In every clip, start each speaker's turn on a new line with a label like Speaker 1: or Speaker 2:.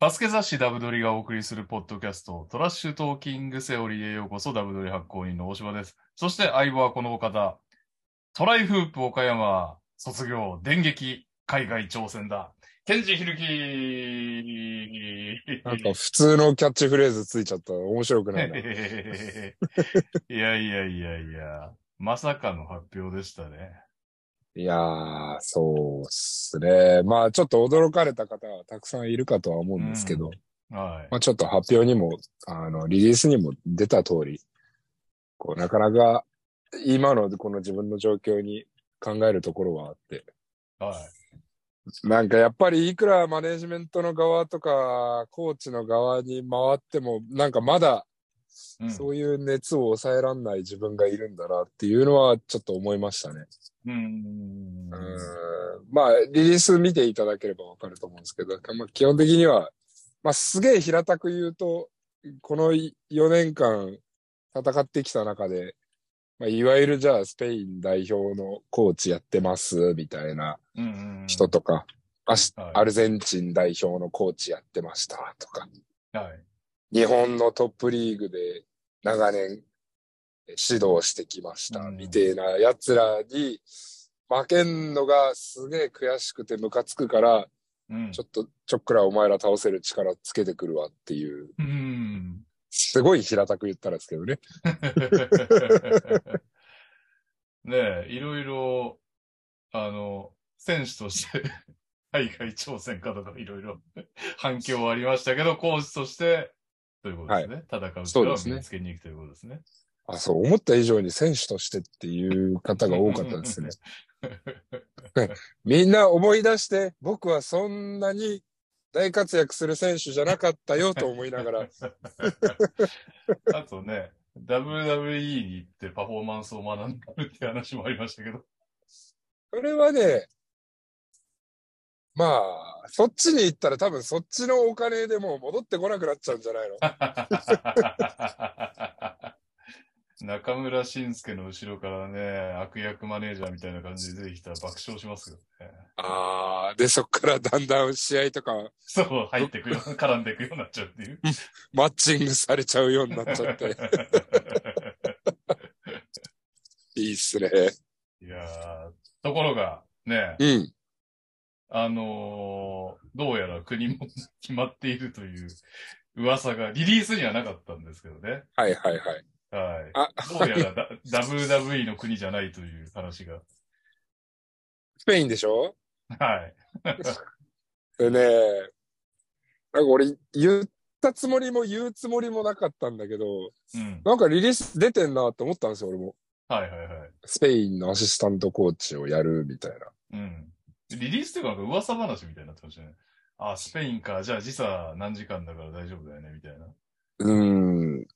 Speaker 1: バスケ雑誌ダブドリがお送りするポッドキャスト、トラッシュトーキングセオリーへようこそダブドリ発行人の大島です。そして相棒はこのお方、トライフープ岡山卒業、電撃海外挑戦だ、ケンジヒルキ
Speaker 2: なんか普通のキャッチフレーズついちゃった。面白くない な。
Speaker 1: いやいやいやいや、まさかの発表でしたね。
Speaker 2: いやー、そうっすね。まあちょっと驚かれた方はたくさんいるかとは思うんですけど、
Speaker 1: はい。
Speaker 2: まあちょっと発表にも、あの、リリースにも出た通り、こう、なかなか今のこの自分の状況に考えるところはあって、
Speaker 1: はい。
Speaker 2: なんかやっぱりいくらマネジメントの側とか、コーチの側に回っても、なんかまだ
Speaker 1: うん
Speaker 2: そういう熱を抑えらんない自分がいるんだなっていうのはちょっと思いましたね。
Speaker 1: うーん。
Speaker 2: うんまあ、リリース見ていただければわかると思うんですけど、まあ、基本的には、まあ、すげえ平たく言うと、この4年間戦ってきた中で、まあ、いわゆるじゃあスペイン代表のコーチやってます、みたいな
Speaker 1: うんうんうん
Speaker 2: 人とか、あし
Speaker 1: はい
Speaker 2: アルゼンチン代表のコーチやってました、とか、
Speaker 1: はい。
Speaker 2: 日本のトップリーグで長年指導してきました、
Speaker 1: うん
Speaker 2: みたいな奴らに負けんのがすげえ悔しくてムカつくから、
Speaker 1: うん
Speaker 2: ちょっとちょっくらお前ら倒せる力つけてくるわっていう、
Speaker 1: うん。
Speaker 2: すごい平たく言ったらですけどね。
Speaker 1: ねえ、いろいろ、あの、選手として 海外挑戦かとかいろいろ反響はありましたけど、コーチとして、ということですね。戦う
Speaker 2: そう
Speaker 1: 力を
Speaker 2: ですね
Speaker 1: 身につけに行くということですね。
Speaker 2: あ、そう、思った以上に選手としてっていう方が多かっ たですね。みんな思い出して、僕はそんなに大活躍する選手じゃなかったよと思いながら、
Speaker 1: あとね、WWE に行ってパフォーマンスを学んだって話もありましたけど。
Speaker 2: それはね、まあ、そっちに行ったら多分そっちのお金でもう戻ってこなくなっちゃうんじゃないの
Speaker 1: 中村慎介の後ろからね、悪役マネージャーみたいな感じで出てきたら爆笑しますよね。
Speaker 2: ああ、で、そっからだんだん試合とか
Speaker 1: そう、入ってくよ、 絡んでくようになっちゃうっていう。
Speaker 2: マッチングされちゃうようになっちゃ って、いいっすね。
Speaker 1: いやーところが、ね、
Speaker 2: うん。
Speaker 1: あのーどうやら国も決まっているという噂が、リリースにはなかったんですけどね。
Speaker 2: はいはいはい。
Speaker 1: はい。
Speaker 2: あ、
Speaker 1: どうやら だ WWE の国じゃないという話が。
Speaker 2: スペインでしょ
Speaker 1: はい。
Speaker 2: でね、なんか俺言ったつもりも言うつもりもなかったんだけど、
Speaker 1: うん。
Speaker 2: なんかリリース出てんなって思ったんですよ、俺も。
Speaker 1: はいはいはい。
Speaker 2: スペインのアシスタントコーチをやるみたいな。
Speaker 1: うん。リリースというか、なんか噂話みたいになってましたね。あ、スペインか。じゃあ時差何時間だから大丈夫だよね、みたいな。
Speaker 2: うーん。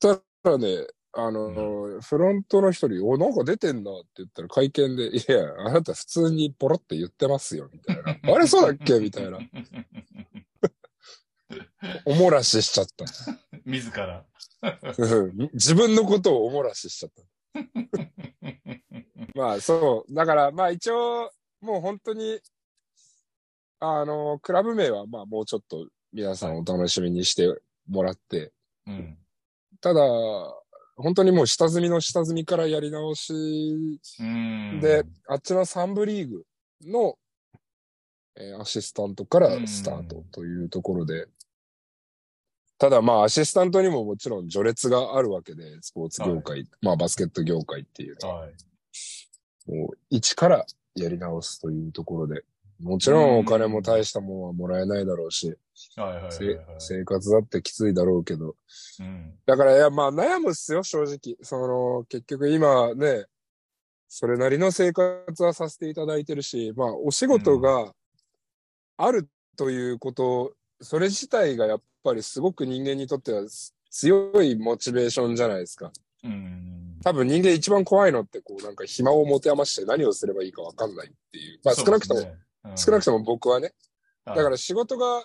Speaker 2: ただね、あの、フロントの一人、お、なんか出てんなって言ったら会見で、いや、あなた普通にポロって言ってますよ、みたいな。あれそうだっけみたいな。おもらししちゃった。
Speaker 1: 自ら。
Speaker 2: うん自分のことをおもらししちゃった。まあそう。だから、まあ一応、もう本当に、あの、クラブ名は、まあもうちょっと皆さんお楽しみにしてもらって、
Speaker 1: うん。
Speaker 2: ただ、本当にもう下積みの下積みからやり直し
Speaker 1: うん。
Speaker 2: で、あっちの三部リーグの、えーアシスタントからスタートというところで、ただまあアシスタントにももちろん序列があるわけで、スポーツ業界、まあバスケット業界っていうのは、
Speaker 1: はい。
Speaker 2: もう一からやり直すというところで、もちろんお金も大したもんはもらえないだろうし、
Speaker 1: はいはいはい、
Speaker 2: せ
Speaker 1: はい。
Speaker 2: 生活だってきついだろうけど、
Speaker 1: うん。
Speaker 2: だから、いや、まあ悩むっすよ、正直。その、結局今ね、それなりの生活はさせていただいてるし、まあお仕事があるということ、それ自体がやっぱりすごく人間にとってはす強いモチベーションじゃないですか。
Speaker 1: うん。
Speaker 2: 多分人間一番怖いのって、こうなんか暇を持て余して何をすればいいかわかんないっていう。まあ少なくとも、
Speaker 1: そうですね、うん
Speaker 2: 少なくとも僕はね、
Speaker 1: はい
Speaker 2: だから仕事が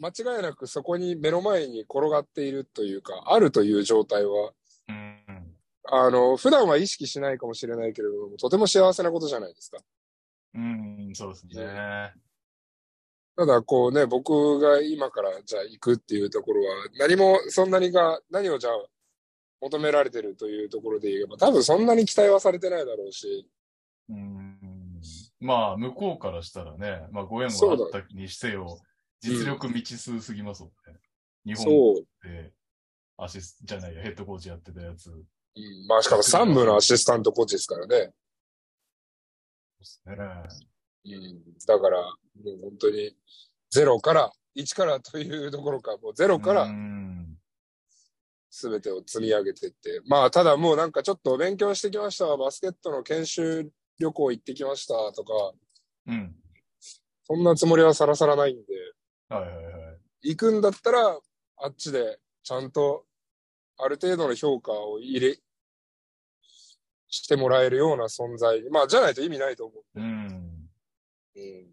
Speaker 2: 間違いなくそこに目の前に転がっているというか、あるという状態は、
Speaker 1: うん。
Speaker 2: あの、普段は意識しないかもしれないけれども、とても幸せなことじゃないですか。
Speaker 1: うん、そうですね。
Speaker 2: ただこうね、僕が今からじゃあ行くっていうところは、何もそんなにが、何をじゃあ求められてるというところで言えば、多分そんなに期待はされてないだろうし、
Speaker 1: うんまあ、向こうからしたらね、まあ、ご縁
Speaker 2: そ
Speaker 1: は
Speaker 2: うだ
Speaker 1: あったにしてよ、実力未知数すぎますもんね。日本
Speaker 2: そう。
Speaker 1: で、アシス、じゃないや、ヘッドコーチやってたやつで
Speaker 2: うん、まあしかも3部のアシスタントコーチですからね。
Speaker 1: すね。
Speaker 2: うん、だから、もう本当に、ゼロから、1からというどころか、もうゼロか
Speaker 1: う
Speaker 2: ら
Speaker 1: ん
Speaker 2: 全てを積み上げてって。まあ、ただもうなんかちょっと勉強してきました。バスケットの研修旅行行ってきましたとか、
Speaker 1: うん。
Speaker 2: そんなつもりはさらさらないんで、
Speaker 1: はいはいはい。
Speaker 2: 行くんだったら、あっちでちゃんと、ある程度の評価を入れ、してもらえるような存在。まあ、じゃないと意味ないと思
Speaker 1: うん。
Speaker 2: う。うん。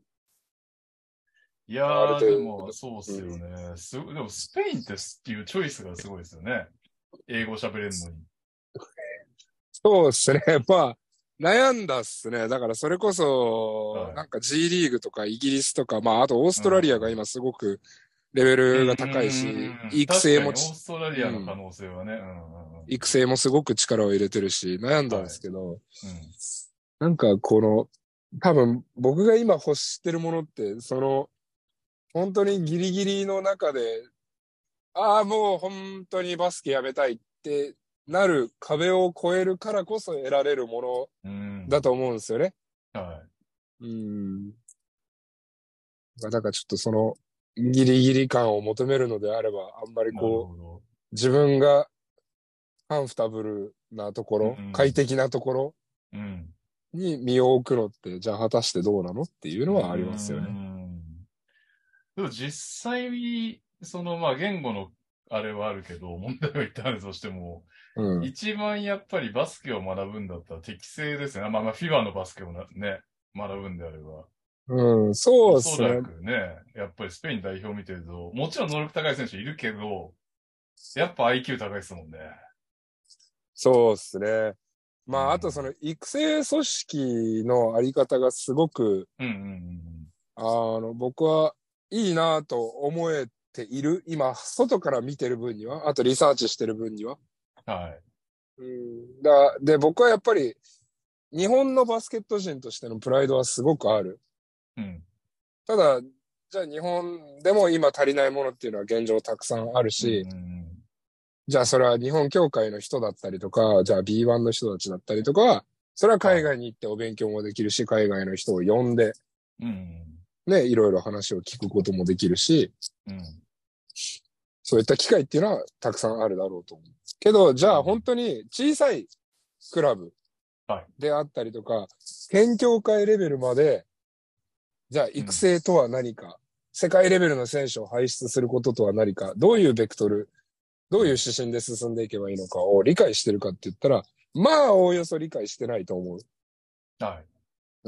Speaker 1: い
Speaker 2: ある
Speaker 1: やー、
Speaker 2: 程
Speaker 1: で
Speaker 2: 度
Speaker 1: も、そうっすよね。すでも、スペインってすっていうチョイスがすごいですよね。英語喋れるのに。
Speaker 2: そうですね。 まあ、悩んだっすね。だからそれこそ、
Speaker 1: はい
Speaker 2: なんか G リーグとかイギリスとか、まああとオーストラリアが今すごくレベルが高いし
Speaker 1: うん、
Speaker 2: 育成も
Speaker 1: 確かにオーストラリアの可能性はね。うんうんうん。
Speaker 2: 育成もすごく力を入れてるし、悩んだんですけ
Speaker 1: う
Speaker 2: ど、
Speaker 1: ん
Speaker 2: なんかこの、多分僕が今欲してるものって、その、本当にギリギリの中で、ああ、もう本当にバスケやめたいってなる壁を越えるからこそ得られるもの
Speaker 1: うん。
Speaker 2: だと思うんですよね。
Speaker 1: は
Speaker 2: うん。まあだからちょっとその、ギリギリ感を求めるのであれば、あんまり
Speaker 1: い。なる
Speaker 2: こ
Speaker 1: ほ
Speaker 2: う、
Speaker 1: ど。
Speaker 2: 自分がカンフタブルなところ、
Speaker 1: うん
Speaker 2: 快適なところ
Speaker 1: うん。
Speaker 2: に身を置くのって、じゃあ果たしてどうなのっていうのはありますよ
Speaker 1: う
Speaker 2: ね。
Speaker 1: ん。でも実際に、その、まあ、言語のあれはあるけど、問題を言ったあるとしても、
Speaker 2: うん。
Speaker 1: 一番やっぱりバスケを学ぶんだったら適正ですよね。まあまあ、フィバのバスケをなね、学ぶんであれば。
Speaker 2: うん、そうで
Speaker 1: お
Speaker 2: す
Speaker 1: そら
Speaker 2: ね。
Speaker 1: くね、やっぱりスペイン代表見てると、もちろん能力高い選手いるけど、やっぱ IQ 高いですもんね。
Speaker 2: そうですね。ま
Speaker 1: うん
Speaker 2: あ、あとその育成組織のあり方がすごく、
Speaker 1: うんうん
Speaker 2: あの、僕はいいなと思えている。今、外から見てる分には、あとリサーチしてる分には。
Speaker 1: うんうん。はい。
Speaker 2: うんだで、僕はやっぱり、日本のバスケット人としてのプライドはすごくある。
Speaker 1: うん。
Speaker 2: ただ、じゃあ日本でも今足りないものっていうのは現状たくさんあるし、
Speaker 1: うんうん
Speaker 2: じゃあそれは日本協会の人だったりとか、じゃあ B1 の人たちだったりとか、それは海外に行ってお勉強もできるし、海外の人を呼んで、
Speaker 1: うん。うん
Speaker 2: ね、いろいろ話を聞くこともできるし、
Speaker 1: うん。
Speaker 2: そういった機会っていうのはたくさんあるだろうと思う。けど、じゃあ本当に小さいクラブ
Speaker 1: はい
Speaker 2: であったりとか、県協会レベルまで、じゃあ育成とは何か、世界レベルの選手を輩出することとは何か、どういうベクトル、どういう指針で進んでいけばいいのかを理解してるかって言ったら、まあおおよそ理解してないと思う。
Speaker 1: はい。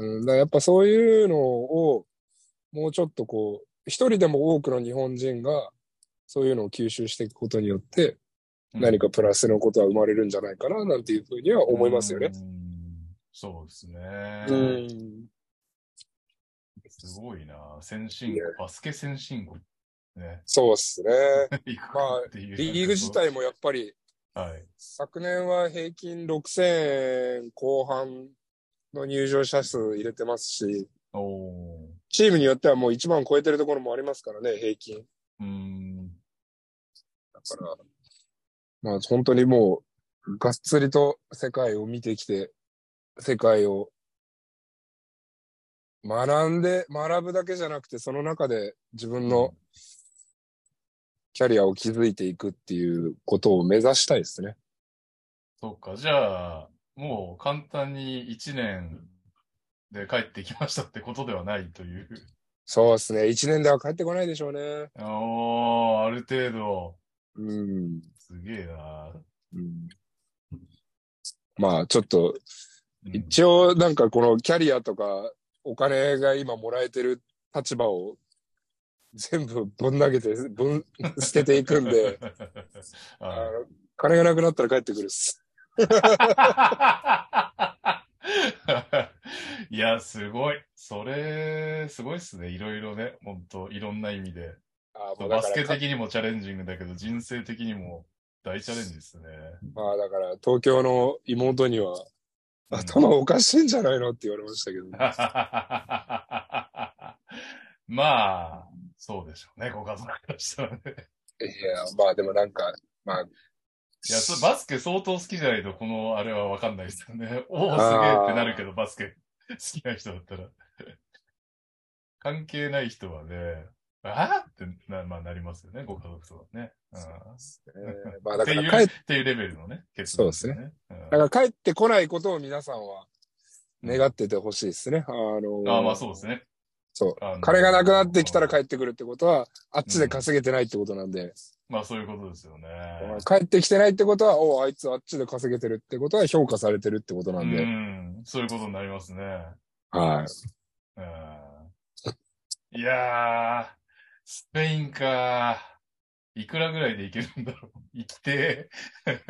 Speaker 2: うん、だからやっぱそういうのを、もうちょっとこう、一人でも多くの日本人が、そういうのを吸収していくことによって、
Speaker 1: うん
Speaker 2: 何かプラスのことは生まれるんじゃないかな、なんていうふうには思いますよね。
Speaker 1: うん。そうですね。
Speaker 2: うん。
Speaker 1: すごいな。先進国、バスケ先進国。ね。
Speaker 2: そうっすね。
Speaker 1: 行く
Speaker 2: まあ
Speaker 1: っていう
Speaker 2: リーグ自体もやっぱり、
Speaker 1: はい。
Speaker 2: 昨年は平均6000円後半の入場者数入れてますし、
Speaker 1: おお
Speaker 2: チームによってはもう1万超えてるところもありますからね、平均。
Speaker 1: ー。うん。
Speaker 2: だから、まあ本当にもう、がっつりと世界を見てきて、世界を学んで、学ぶだけじゃなくて、その中で自分のキャリアを築いていくっていうことを目指したいですね。
Speaker 1: そっか、じゃあ、もう簡単に1年で帰ってきましたってことではないという。
Speaker 2: そうですね。一年では帰ってこないでしょうね。
Speaker 1: おー、ある程度。
Speaker 2: うん。
Speaker 1: すげえな。
Speaker 2: うん、まあちょっと、
Speaker 1: うん、
Speaker 2: 一応なんかこのキャリアとかお金が今もらえてる立場を全部ぶん投げて、ぶん、捨てていくんで、あ
Speaker 1: はい
Speaker 2: の金がなくなったら帰ってくるっす。
Speaker 1: いや、すごい。それ、すごいっすね。いろいろね、ほんと、いろんな意味で。
Speaker 2: あーもうだ
Speaker 1: バ
Speaker 2: か
Speaker 1: スケ
Speaker 2: ら
Speaker 1: 的にもチャレンジングだけど、人生的にも大チャレンジですね。
Speaker 2: まあだから、東京の妹には、
Speaker 1: うん
Speaker 2: 頭おかしいんじゃないのって言われましたけど、
Speaker 1: まあ、そうでしょうね、ご家族からした らね。
Speaker 2: いや、まあでもなんか、まあ、
Speaker 1: いや、そバスケ相当好きじゃないと、このあれはわかんないですよね。おお、すげえってなるけど、バスケ 好きな人だったら。関係ない人はね、ああってな,、まあ、なりますよね、ご家族とはね。うん
Speaker 2: えーまあ
Speaker 1: っ
Speaker 2: だ
Speaker 1: て
Speaker 2: か
Speaker 1: いう
Speaker 2: ら帰っ
Speaker 1: っていうレベルのね、結論ですよね。うん
Speaker 2: だから帰ってこないことを皆さんは願っててほしいですね。あの
Speaker 1: ああ、まあそうですね。
Speaker 2: そう
Speaker 1: あの
Speaker 2: 金がなくなってきたら帰ってくるってことは、あっちで稼げてないってことなんで、
Speaker 1: まあそういうことですよね。
Speaker 2: 帰ってきてないってことは、おうあいつあっちで稼げてるってことは評価されてるってこと
Speaker 1: う
Speaker 2: なんで、
Speaker 1: ん、そういうことになりますね。
Speaker 2: はい。
Speaker 1: うんいやー、スペインか。いくらぐらいで行けるんだろう。行きて
Speaker 2: え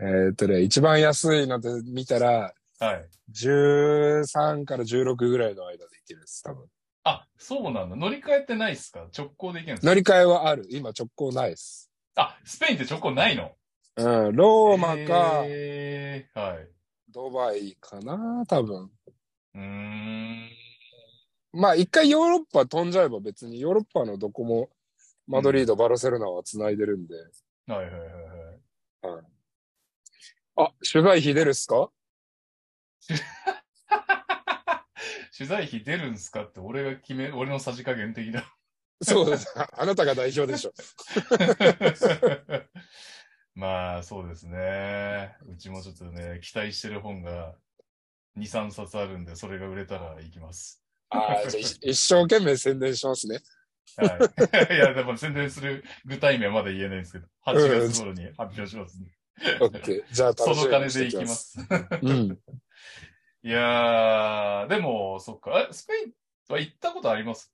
Speaker 2: ーっとね、一番安いので見たら、
Speaker 1: ー。はい。
Speaker 2: 13から16ぐらいの間で行けるです、多分。
Speaker 1: あ、そうなんだ。乗り換えってないっすか直行で行けるんですか
Speaker 2: 乗り換えはある。今直行ないです。
Speaker 1: あ、スペインって直行ないの
Speaker 2: うん、ローマか、
Speaker 1: えー、はい。
Speaker 2: ドバイかな、多分。
Speaker 1: うーん。
Speaker 2: まあ一回ヨーロッパ飛んじゃえば別にヨーロッパのどこもマドリード、バルセロナは繋いでるんで。
Speaker 1: はいはいはいはい。
Speaker 2: あ、取材費出るっすか
Speaker 1: 取材費出るんすかって俺が決め、俺のさじ加減的な。
Speaker 2: そうです。ああなたが代表でしょ。
Speaker 1: まあ、そうですね。うちもちょっとね、期待してる本が2、3冊あるんで、それが売れたら行きます。
Speaker 2: ああ、じゃあ一一生懸命宣伝しますね。
Speaker 1: はい。い や、でも宣伝する具体名はまだ言えないんですけど、8月頃に発表します、ね。
Speaker 2: オッケー。じゃあ楽し
Speaker 1: そ
Speaker 2: みに
Speaker 1: の金で
Speaker 2: し
Speaker 1: 行
Speaker 2: てお
Speaker 1: き
Speaker 2: き
Speaker 1: ま
Speaker 2: ます。
Speaker 1: す。
Speaker 2: うん。
Speaker 1: いやー、でも、そっか。え、スペインは行ったことあります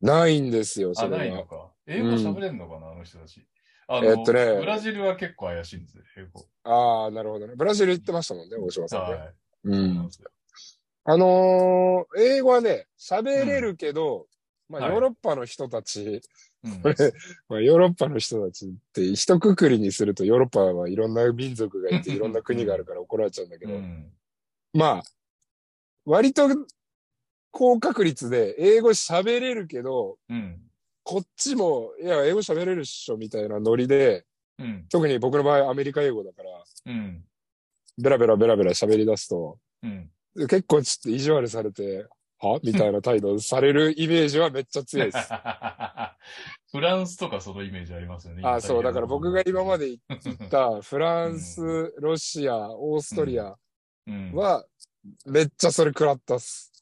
Speaker 2: ないんですよ、
Speaker 1: あ、
Speaker 2: そ
Speaker 1: ない
Speaker 2: れ
Speaker 1: の
Speaker 2: は。
Speaker 1: か。英語喋れんのかな、あの人たち。あの、
Speaker 2: えっとね
Speaker 1: ブラジルは結構怪しいんですよ、英語。
Speaker 2: ああ、なるほどね。ブラジル行ってましたもんね、大島さんね。
Speaker 1: は
Speaker 2: う
Speaker 1: い。
Speaker 2: ん。あのー英語はね、喋れるけど、ま
Speaker 1: は
Speaker 2: あ
Speaker 1: い
Speaker 2: ヨーロッパの人たち、
Speaker 1: うん
Speaker 2: これ、まあ、ヨーロッパの人たちって一括りにするとヨーロッパはいろんな民族がいていろんな国があるから怒られちゃうんだけ
Speaker 1: う
Speaker 2: ど、
Speaker 1: ん。
Speaker 2: まあ、割と高確率で英語喋れるけど、
Speaker 1: うん。
Speaker 2: こっちも、いや、英語喋れるっしょみたいなノリで、
Speaker 1: うん。
Speaker 2: 特に僕の場合アメリカ英語だから、
Speaker 1: うん。
Speaker 2: ベラベラベラベラ喋り出すと、
Speaker 1: うん。
Speaker 2: 結構ちょっと意地悪されて、はみたいな態度されるイメージはめっちゃ強いです。
Speaker 1: フランスとかそのイメージありますよね。
Speaker 2: あそう、だから僕が今ま
Speaker 1: で。
Speaker 2: で行ったフランス、ロシア、オーストリア
Speaker 1: うん、
Speaker 2: は、めっちゃそれ食らったっす。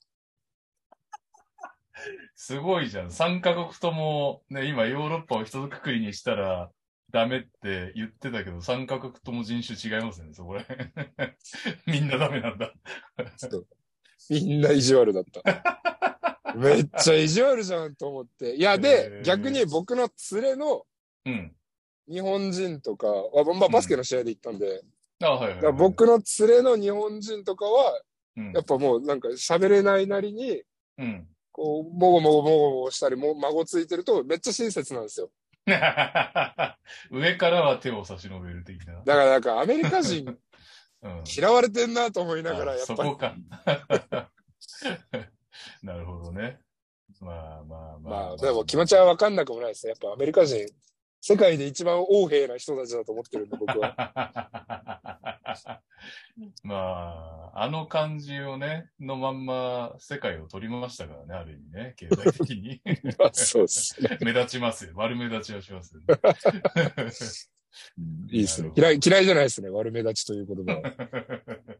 Speaker 1: すごいじゃん。3カ国とも、ね、今ヨーロッパを一くくりにしたらダメって言ってたけど、3カ国とも人種違いますよね、そこら辺。みんなダメなんだ。
Speaker 2: ちょっとみんな意地悪だった。めっちゃ意地悪じゃんと思って。いや、
Speaker 1: へ
Speaker 2: で
Speaker 1: ー、
Speaker 2: 逆に僕の連れの
Speaker 1: うん。
Speaker 2: 日本人とかは、あまあ、バスケの試合で行ったんで、
Speaker 1: あ、はいはい、
Speaker 2: だ
Speaker 1: はい。
Speaker 2: から、僕の連れの日本人とかは、
Speaker 1: うん
Speaker 2: やっ。ぱもうなんか喋れないなりに、
Speaker 1: うん。
Speaker 2: こう、もごもごもごもごしたり、も、孫ついてると、めっちゃ親切なんですよ。
Speaker 1: 上からは手を差し伸べる的な。
Speaker 2: だからなんかアメリカ人
Speaker 1: うん。
Speaker 2: 嫌われてんなと思いながら、
Speaker 1: あ
Speaker 2: や っ
Speaker 1: そ
Speaker 2: ぱり
Speaker 1: こ。か。なるほどね。まあまあまあ、
Speaker 2: まあ、でも気持ちはわかんなくもないですね。やっぱアメリカ人、世界で一番横兵な人たちだと思ってるんで、僕 は。
Speaker 1: まあ、あの感じをね、のまんま世界を取り回したからね、ある意味ね、経済的に。
Speaker 2: まあそうですね。
Speaker 1: 目立ちますよ。悪目立ちはしますよ、ね。
Speaker 2: いいですね
Speaker 1: な。るほど
Speaker 2: 嫌い、嫌いじゃないですね。悪目立ちという言葉は。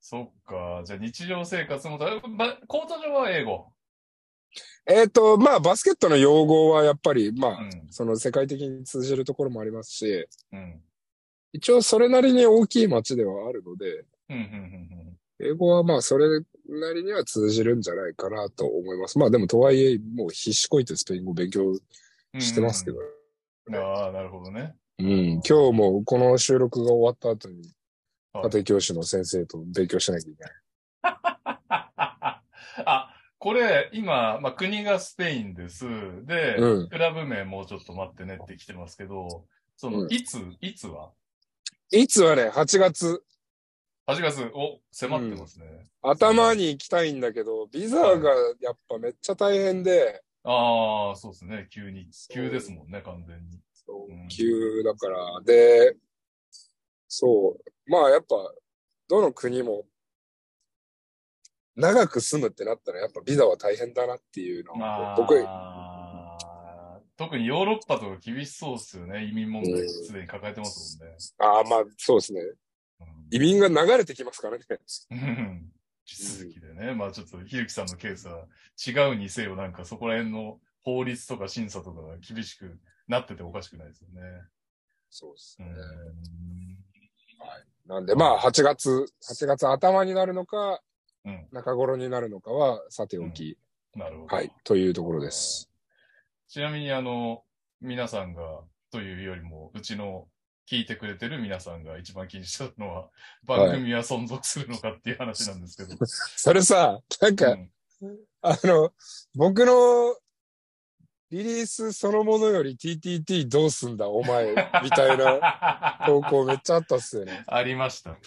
Speaker 1: そっか。じゃあ日常生活もだ、ばコート上は英語。
Speaker 2: えっと、まあ、バスケットの用語はやっぱり、まあ、
Speaker 1: う
Speaker 2: その世界的に通じるところもありますし、
Speaker 1: ん。うん。
Speaker 2: 一応それなりに大きい街ではあるので、
Speaker 1: うん、うん、うん
Speaker 2: 英語はまあそれなりには通じるんじゃないかなと思います。まあでもとはいえ、もう必死こいてスペイン語勉強
Speaker 1: うん。
Speaker 2: してますけど。
Speaker 1: うん。ああ、なるほどね。
Speaker 2: うん、今日もこの収録が終わった後に、
Speaker 1: はい
Speaker 2: 家庭教師の先生と勉強しなきゃいけない。
Speaker 1: あ、これ、今、まあ、国がスペインです。で、
Speaker 2: うん
Speaker 1: クラブ名もうちょっと待ってねって来てますけど、その、
Speaker 2: うん
Speaker 1: いつ、いつはい
Speaker 2: つはね、8月、
Speaker 1: ?8 月、お、迫ってますね。
Speaker 2: 頭に行きたいんだけど、ビザがやっぱめっちゃ大変で、
Speaker 1: ああ、そうですね。急に。
Speaker 2: そう
Speaker 1: 急ですもんね、完全に。うん
Speaker 2: 急だから、で、そう、まあやっぱ、どの国も、長く住むってなったら、やっぱビザは大変だなっていうのは、僕、
Speaker 1: ああ、特にヨーロッパとか厳しそうっすよね。移民問題
Speaker 2: うん
Speaker 1: すでに抱えてますもんね。
Speaker 2: ああ、まあそうですね。移民が流れてきます からね。
Speaker 1: うん。手続きでね。まあちょっと、ひゆきさんのケースは違うにせよ、なんかそこら辺の法律とか審査とかが厳しくなってておかしくないですよね。
Speaker 2: そうです
Speaker 1: う
Speaker 2: ね。
Speaker 1: ん。
Speaker 2: なんで、まあ、8月、8月頭になるのか、
Speaker 1: うん
Speaker 2: 中頃になるのかは、さておき、
Speaker 1: なるほど。
Speaker 2: はい、というところです。
Speaker 1: ちなみに、あの、皆さんが、というよりも、うちの聞いてくれてる皆さんが一番気にしたのは、
Speaker 2: はい
Speaker 1: 番組は存続するのかっていう話なんですけど。
Speaker 2: それさ、なんか、
Speaker 1: うん
Speaker 2: あの、僕の、リリースそのものより TTT どうすんだ、お前、みた いな投稿めっちゃあったっすよね。
Speaker 1: ありましたね。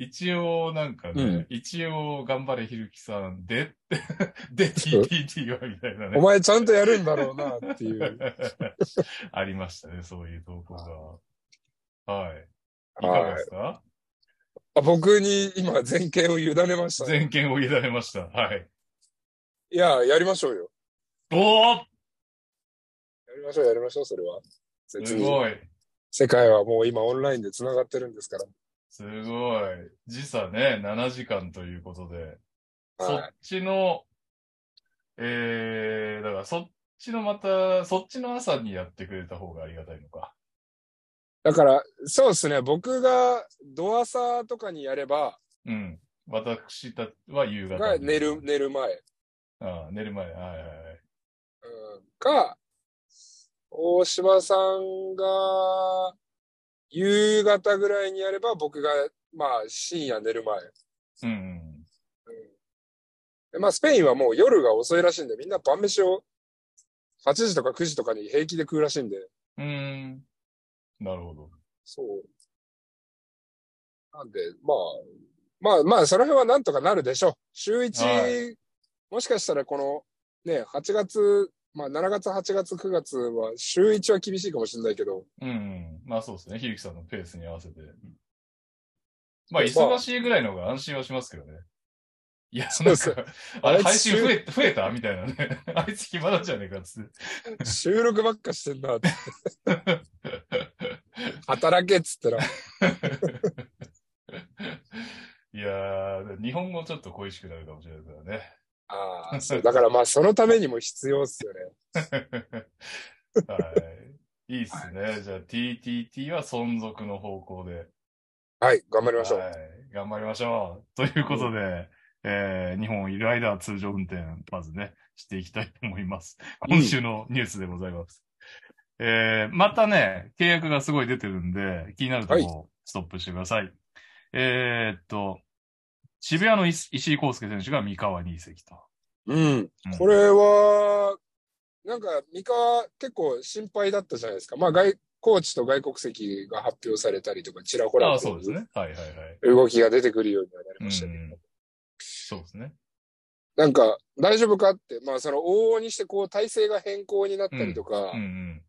Speaker 1: 一応、なんかね、
Speaker 2: うん
Speaker 1: 一応、頑張れ、ひるきさん、で、 で、TTT は、みたいな
Speaker 2: お
Speaker 1: ね。
Speaker 2: 前ちゃんとやるんだろうな、っていう。
Speaker 1: ありましたね、そういう投稿が。 はい。いかが
Speaker 2: は
Speaker 1: で
Speaker 2: い
Speaker 1: すか
Speaker 2: あ。僕に今、前傾を委ねましたね。
Speaker 1: 全権を委ねました。はい。
Speaker 2: いや、やりましょうよ。
Speaker 1: おー
Speaker 2: やりましょう、やりましょう、それは。別
Speaker 1: す
Speaker 2: に
Speaker 1: ごい。
Speaker 2: 世界はもう今オンラインで繋がってるんですから。
Speaker 1: すごい。時差ね、7時間ということで、そ
Speaker 2: は
Speaker 1: っちの、えー、だからそっちのまた、そっちの朝にやってくれた方がありがたいのか。
Speaker 2: だから、そうですね。僕がドアサとかにやれば、
Speaker 1: うん。私たちは夕方。
Speaker 2: が寝る、。寝る前。
Speaker 1: ああ寝る前。はいはいはい。
Speaker 2: うん、か、大島さんが、夕方ぐらいにやれば、僕が、まあ、深夜寝る前。
Speaker 1: うんうん。
Speaker 2: でまあ、スペインはもう夜が遅いらしいんで、みんな晩飯を8時とか9時とかに平気で食うらしいんで、
Speaker 1: うーん。なるほど。
Speaker 2: そう。なんで、まあ、まあまあ、その辺はなんとかなるでしょう。週一、
Speaker 1: は
Speaker 2: もしかしたらこの、ね、8月、まあ7月、8月、9月は、週一は厳しいかもしれないけど、
Speaker 1: うん、うん。まあそうですね。ひゆきさんのペースに合わせて。まあ
Speaker 2: でまあ
Speaker 1: 忙しいぐらいの方が安心はしますけどね。いや、
Speaker 2: う
Speaker 1: なん
Speaker 2: です
Speaker 1: か、あ
Speaker 2: あ
Speaker 1: れ
Speaker 2: いつ
Speaker 1: 配信増え増えたみたいなね。 あいつ暇なんじゃねえかっつって。
Speaker 2: 収録ばっかしてんなって、働けっつったら、
Speaker 1: いやー、日本語ちょっと恋しくなるかもしれないからね。
Speaker 2: ああ、そう。だからまあ、そのためにも必要っすよね。
Speaker 1: はい。いいっすね。じゃあ TTT は存続の方向で。
Speaker 2: はい、頑張りましょう。
Speaker 1: はい。頑張りましょう。ということで、えー日本いる間は通常運転、まずね、していきたいと思います。
Speaker 2: うん
Speaker 1: 今週のニュースでございます。えーまたね、契約がすごい出てるんで、気になると
Speaker 2: はい
Speaker 1: こストップしてください。えーっと、渋谷のい石井康介選手が三河に移籍と。
Speaker 2: うん。
Speaker 1: うん
Speaker 2: これは、なんか、三河結構心配だったじゃないですか。まあ、外、コーチと外国籍が発表されたりとか、ちらほら。
Speaker 1: ああ、そうですね。はいはいはい。
Speaker 2: 動きが出てくるようにはなりました
Speaker 1: う
Speaker 2: けど、
Speaker 1: んそうですね。
Speaker 2: なんか大丈夫かって、まあその往々にしてこう体制が変更になったりとか、
Speaker 1: うん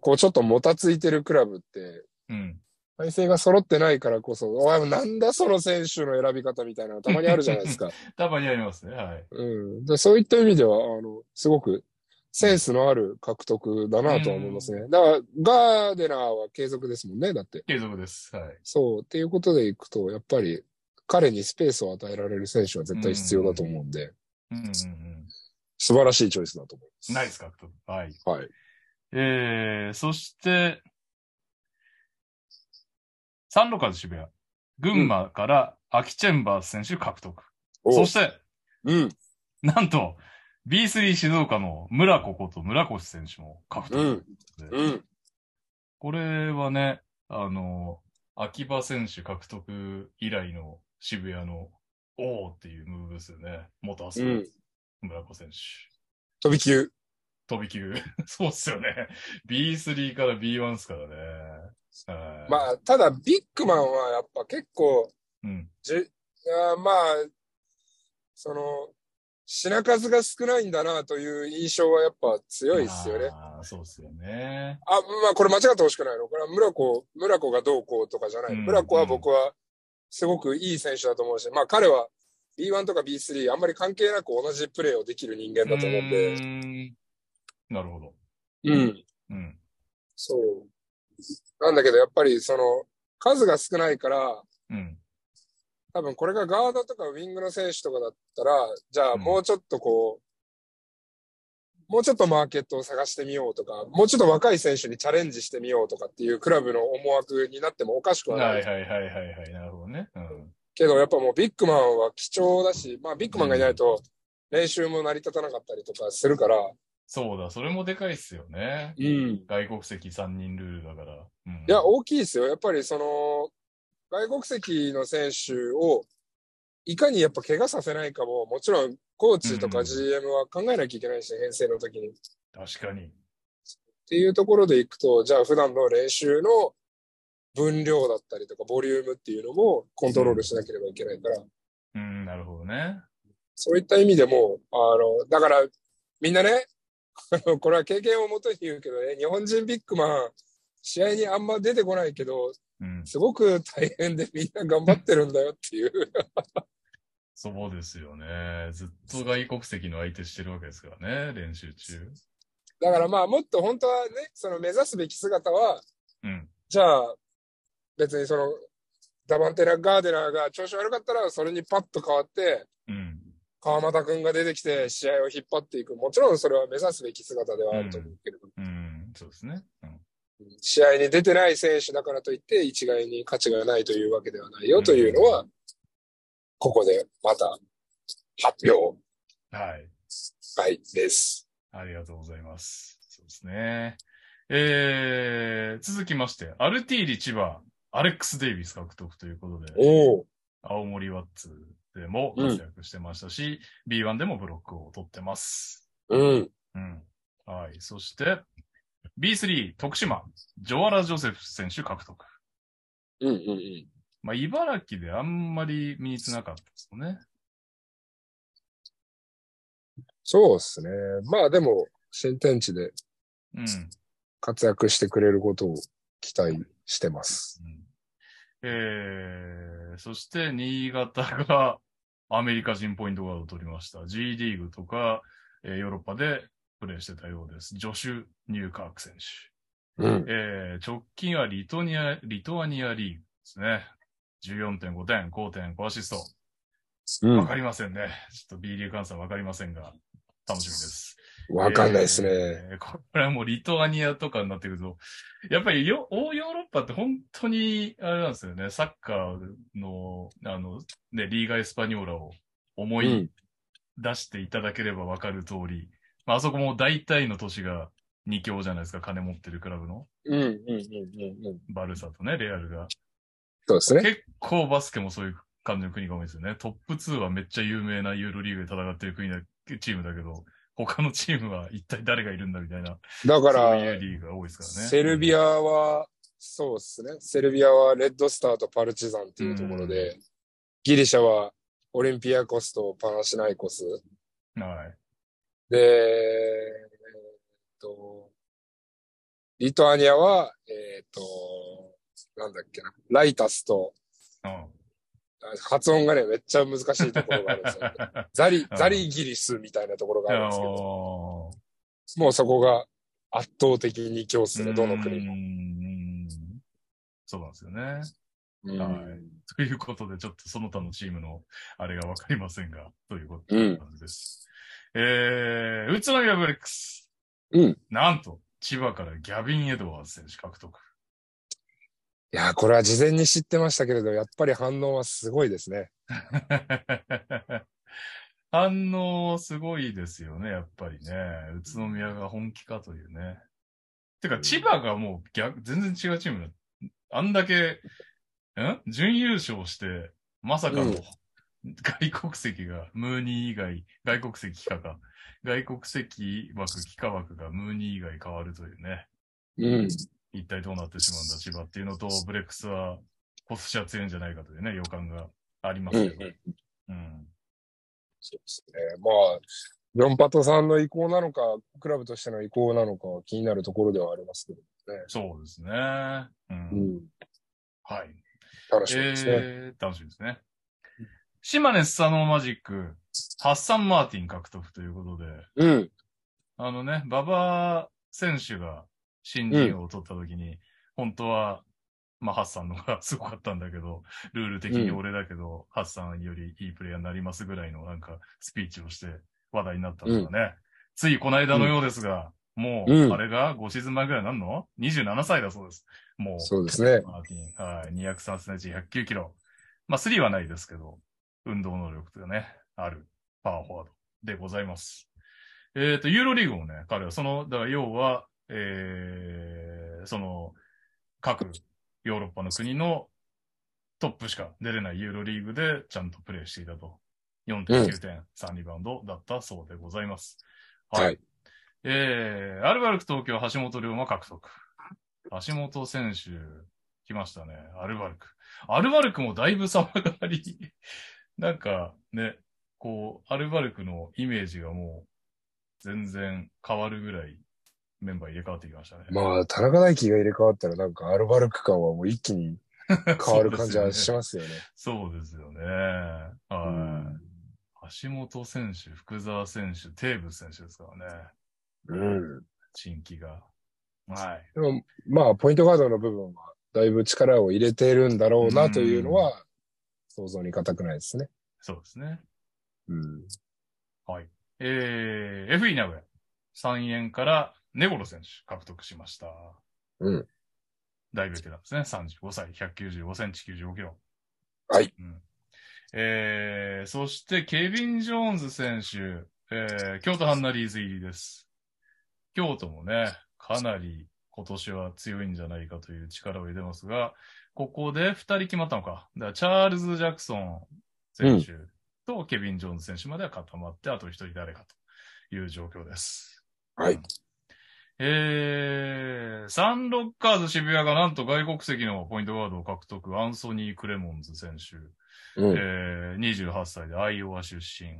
Speaker 2: こうちょっともたついてるクラブって、
Speaker 1: うん。うん。
Speaker 2: 体制が揃ってないからこそ、おいなんだその選手の選び方みたいなのたまにあるじゃないで すか。
Speaker 1: たまにありますね。はい。
Speaker 2: うん。でそういった意味では、あの、すごくセンスのある獲得だなとは思いますね。だから、ガーデナーは継続ですもんね、だって。
Speaker 1: 継続です。はい。
Speaker 2: そう。っていうことでいくと、やっぱり彼にスペースを与えられる選手は絶対必要だと思うんで、
Speaker 1: うんうんうん。
Speaker 2: 素晴らしいチョイスだと思います。
Speaker 1: ナイス獲得。はい。
Speaker 2: はい。
Speaker 1: えー、そして、サンロカーズ渋谷。群馬からアキチェンバース選手獲得。
Speaker 2: お
Speaker 1: そして、
Speaker 2: うん、
Speaker 1: なんと、B3 静岡の村子こと村越選手も獲得、
Speaker 2: うん、うん。
Speaker 1: これはね、あの、秋葉選手獲得以来の渋谷のおーっていうムーブですよね。元アスリート、村子選手。
Speaker 2: 飛び級。
Speaker 1: 飛び級。 そうっすよね。B3 から B1 っすからね。はい
Speaker 2: まあ、ただ、ビッグマンはやっぱ結構、
Speaker 1: うん。
Speaker 2: じゅあーまあ、その、品数が少ないんだなという印象はやっぱ強いですよね。
Speaker 1: あーそうっすよね。
Speaker 2: あ、まあこれ間違ってほしくないの。これは村子、村子がどうこうとかじゃない。
Speaker 1: うん
Speaker 2: 村子は僕はすごくいい選手だと思うし、まあ彼は B1 とか B3 あんまり関係なく同じプレーをできる人間だと思うん
Speaker 1: う
Speaker 2: で。
Speaker 1: ーんなるほど。
Speaker 2: うん。
Speaker 1: うん。
Speaker 2: そう。なんだけどやっぱりその数が少ないから、
Speaker 1: うん。
Speaker 2: 多分これがガードとかウィングの選手とかだったら、じゃ
Speaker 1: う
Speaker 2: あ
Speaker 1: ん
Speaker 2: もうちょっとこう、もうちょっとマーケットを探してみようとか、もうちょっと若い選手にチャレンジしてみようとかっていうクラブの思惑になってもおかしくは
Speaker 1: はい
Speaker 2: ない
Speaker 1: はいはいはいはい。なるほどね。うん。
Speaker 2: けどやっぱもうビッグマンは貴重だし、まあビッグマンがいないと練習も成り立たなかったりとかするから、
Speaker 1: そうだ、それもでかいっすよね。
Speaker 2: い
Speaker 1: 外国籍3人ルールだから。うん、
Speaker 2: や、大きいですよ。やっぱりその、外国籍の選手をいかにやっぱ怪我させないかも、もちろんコーチと
Speaker 1: う
Speaker 2: か
Speaker 1: ん
Speaker 2: GM は考えなきゃいけないし、編成の時に。っ
Speaker 1: 確かに。
Speaker 2: ていうところでいくと、じゃあ普段の練習の分量だったりとか、ボリュームっていうのもコントロールしなければいけないから、
Speaker 1: うん、なるほどね。
Speaker 2: そういった意味でも、あの、だから、みんなね、 あのこれは経験をもとに言うけどね、日本人ビッグマン、試合にあんま出てこないけど、
Speaker 1: うん。
Speaker 2: すごく大変でみんな頑張ってるんだよっていう。
Speaker 1: そうですよね。ずっと外国籍の相手してるわけですからね、練習中。
Speaker 2: だからまあ、もっと本当はね、その目指すべき姿は、
Speaker 1: うん。
Speaker 2: じゃあ、別にその、ダバンテラ・ガーデナーが調子悪かったら、それにパッと変わって、
Speaker 1: うん。
Speaker 2: 川又くんが出てきて試合を引っ張っていく。もちろんそれは目指すべき姿ではあると思うけれども
Speaker 1: うん。そうですね。うん。
Speaker 2: 試合に出てない選手だからといって一概に価値がないというわけではないよというのは、ここでまた発表
Speaker 1: はい。
Speaker 2: 会です。
Speaker 1: ありがとうございます。そうですね。えー、続きまして、アルティーリ千葉、アレックス・デイビス獲得ということで、
Speaker 2: おお。
Speaker 1: 青森ワッツでも活躍してましたし、B1 でもブロックを取ってます。
Speaker 2: うん。
Speaker 1: うん。はい。そして、B3、徳島、ジョアラ・ジョセフ選手獲得。
Speaker 2: うんうんうん。
Speaker 1: まあ、茨城であんまり身につなかったですよね。
Speaker 2: そうですね。まあでも、新天地で
Speaker 1: うん。
Speaker 2: 活躍してくれることを期待してます。
Speaker 1: うんえー、そして、新潟がアメリカ人ポイントガードを取りました。G リーグとか、えーヨーロッパでプレーしてたようです。ジョシュ・ニューカーク選
Speaker 2: うん。
Speaker 1: 手。えー、直近はリトニア、リトアニアリーグですね。14.5点、5.5アシスト。
Speaker 2: う
Speaker 1: わかりませんね。ちょっと B リーグ換算わかりませんが、楽しみです。
Speaker 2: わかんないですね。
Speaker 1: えーこれはもうリトアニアとかになってくると、やっぱりよ、欧ヨーロッパって本当に、あれなんですよね、サッカーの、あの、ね、リーガ・エスパニョーラを思い。出していただければわかる通り、まあ、あそこも大体の都市が2強じゃないですか、金持ってるクラブの、
Speaker 2: うんうんうんうんうん。
Speaker 1: バルサとね、レアルが。
Speaker 2: そうですね。
Speaker 1: 結構バスケもそういう感じの国が多いですよね。トップ2はめっちゃ有名なユーロリーグで戦ってる国だ、チームだけど、他のチームは一体誰がいるんだみたいな、
Speaker 2: だか
Speaker 1: そう
Speaker 2: ら、
Speaker 1: いうリーグが多いですからね。
Speaker 2: セルビ
Speaker 1: ア
Speaker 2: アは、そうですね。セルビアはレッドスターとパルチザンっていうところで、ギリシャはオリンピアコスとパナシナイコス。
Speaker 1: はい。
Speaker 2: で、えっと、リトアニアは、えっと、なんだっけな、ライタスと、
Speaker 1: うん。
Speaker 2: あ発音がね、めっちゃ難しいところがあるん ですよ、ザリ、ザリギリスみたいなところがあるんですけど、
Speaker 1: ど、
Speaker 2: もうそこが圧倒的に強すね、どの国も。
Speaker 1: うーんそうなんですよね。
Speaker 2: うん
Speaker 1: はいということで、ちょっとその他のチームのあれがわかりませんが、ということ
Speaker 2: う
Speaker 1: なん感じです。えー、宇都宮ブレックス。
Speaker 2: うん
Speaker 1: なんと、千葉からギャビン・エドワーズ選手獲得。
Speaker 2: いやー、これは事前に知ってましたけれど、やっぱり反応はすごいですね。
Speaker 1: 反応すごいですよね、やっぱりね。宇都宮が本気かというね。てか、千葉がもう逆、全然違うチームだ。あんだけ、ん準優勝して、まさかの
Speaker 2: うん
Speaker 1: 外国籍が、ムーニー以外、外国籍かか。外国籍枠、帰化枠がムーニー以外変わるというね。
Speaker 2: うん。
Speaker 1: 一体どうなってしまうんだ、千葉っていうのと、ブレックスはコスシャ強いんじゃないかというね、予感がありますけど。うん。
Speaker 2: そうですね。まあ、ジョンパトさんの意向なのか、クラブとしての意向なのかは気になるところではありますけど。
Speaker 1: そうですね。うん。
Speaker 2: ん。
Speaker 1: はい。
Speaker 2: 楽しみですね。
Speaker 1: えー、楽しみですね。島根スサノーマジック、ハッサン・マーティン獲得ということで、
Speaker 2: うん。
Speaker 1: あのね、馬場選手が新人王を取った時に、本当は、まあ、ハッサンの方が すごかったんだけど、ルール的に俺だけど、ハッサンよりいいプレイヤーになりますぐらいのなんかスピーチをして話題になったのがね、ついこの間のようですが、もう、
Speaker 2: うん
Speaker 1: あれが5シーズン前ぐらいになんの ?27 歳だそうです。もう、
Speaker 2: そうですね。
Speaker 1: マーティン、はい、203センチ、109キロ。まあ、3はないですけど、運動能力というかね、あるパワーフォワードでございます。えっ、と、ユーロリーグもね、彼はその、だから要は、えー、その、各ヨーロッパの国のトップしか出れないユーロリーグでちゃんとプレーしていたと。4.9点、3リバウンドだったそうでございます。
Speaker 2: はい。
Speaker 1: えー、アルバルク東京、橋本龍馬獲得。橋本選手、来ましたね。アルバルク。アルバルクもだいぶ様変わり。 なんかね、こう、アルバルクのイメージがもう、全然変わるぐらい、メンバー入れ替わってきましたね。
Speaker 2: まあ、田中大輝が入れ替わったら、なんかアルバルク感はもう一気 に変わる感じはしますよね。
Speaker 1: そうですよね。
Speaker 2: う
Speaker 1: は
Speaker 2: ん
Speaker 1: い。橋本選手、福澤選手、テーブス選手ですからね。
Speaker 2: うん。
Speaker 1: 新規が。はい。
Speaker 2: でも、まあ、ポイントガードの部分は、だいぶ力を入れているんだろうなというのは、想像に難くないですね。
Speaker 1: そうですね。
Speaker 2: うん。
Speaker 1: えー、FE 名古屋、3円からネゴロ選手獲得しました。
Speaker 2: うん。
Speaker 1: 大ベテランですね。35歳、195センチ、95キロ。
Speaker 2: はい。
Speaker 1: うん、えー、そして、ケビン・ジョーンズ選手、えー、京都ハンナリーズ入りです。京都もね、かなり今年は強いんじゃないかという力を入れてますが、ここで2人決まったのか。だからチャールズ・ジャクソン選手とケビン・ジョーンズ選手までは固まって、あと1人誰かという状況です。
Speaker 2: はい。
Speaker 1: えー、サンロッカーズ渋谷がなんと外国籍のポイントガードを獲得、アンソニー・クレモンズ選手、
Speaker 2: うん。
Speaker 1: えー、28歳でアイオワ出身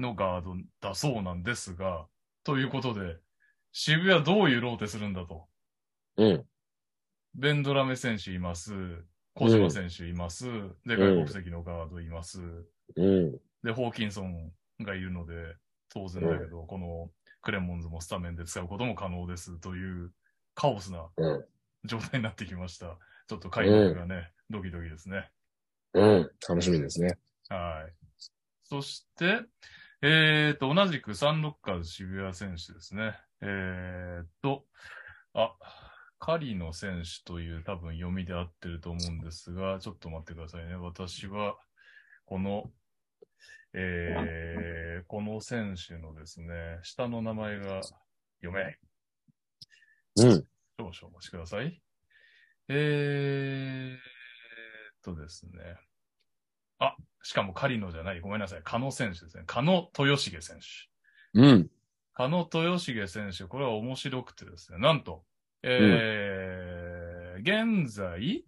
Speaker 1: のガードだそうなんですが、ということで、渋谷どういうローテするんだと。
Speaker 2: うん。
Speaker 1: ベンドラメ選手います、小島選手います、で、外国籍のガードいます、
Speaker 2: うん。
Speaker 1: で、ホーキンソンがいるので、当然だけど、このクレモンズもスタメンで使うことも可能ですというカオスな
Speaker 2: うん
Speaker 1: 状態になってきました。ちょっと開幕がね、ドキドキですね。
Speaker 2: うん。楽しみですね。
Speaker 1: はい。そして、えっ、と、同じくサンロッカーズ渋谷選手ですね。えっ、と、あ、カリノ選手という多分読みで合ってると思うんですが、ちょっと待ってくださいね。私は、この、えー、この選手のですね、下の名前が読めない。
Speaker 2: うん。
Speaker 1: 少々お待ちください。えーっとですね。あ、しかもカリノじゃない。ごめんなさい。カノ選手ですね。カノ豊重選手。
Speaker 2: うん。
Speaker 1: カノ豊重選手、これは面白くてですね。なんと、えー現在、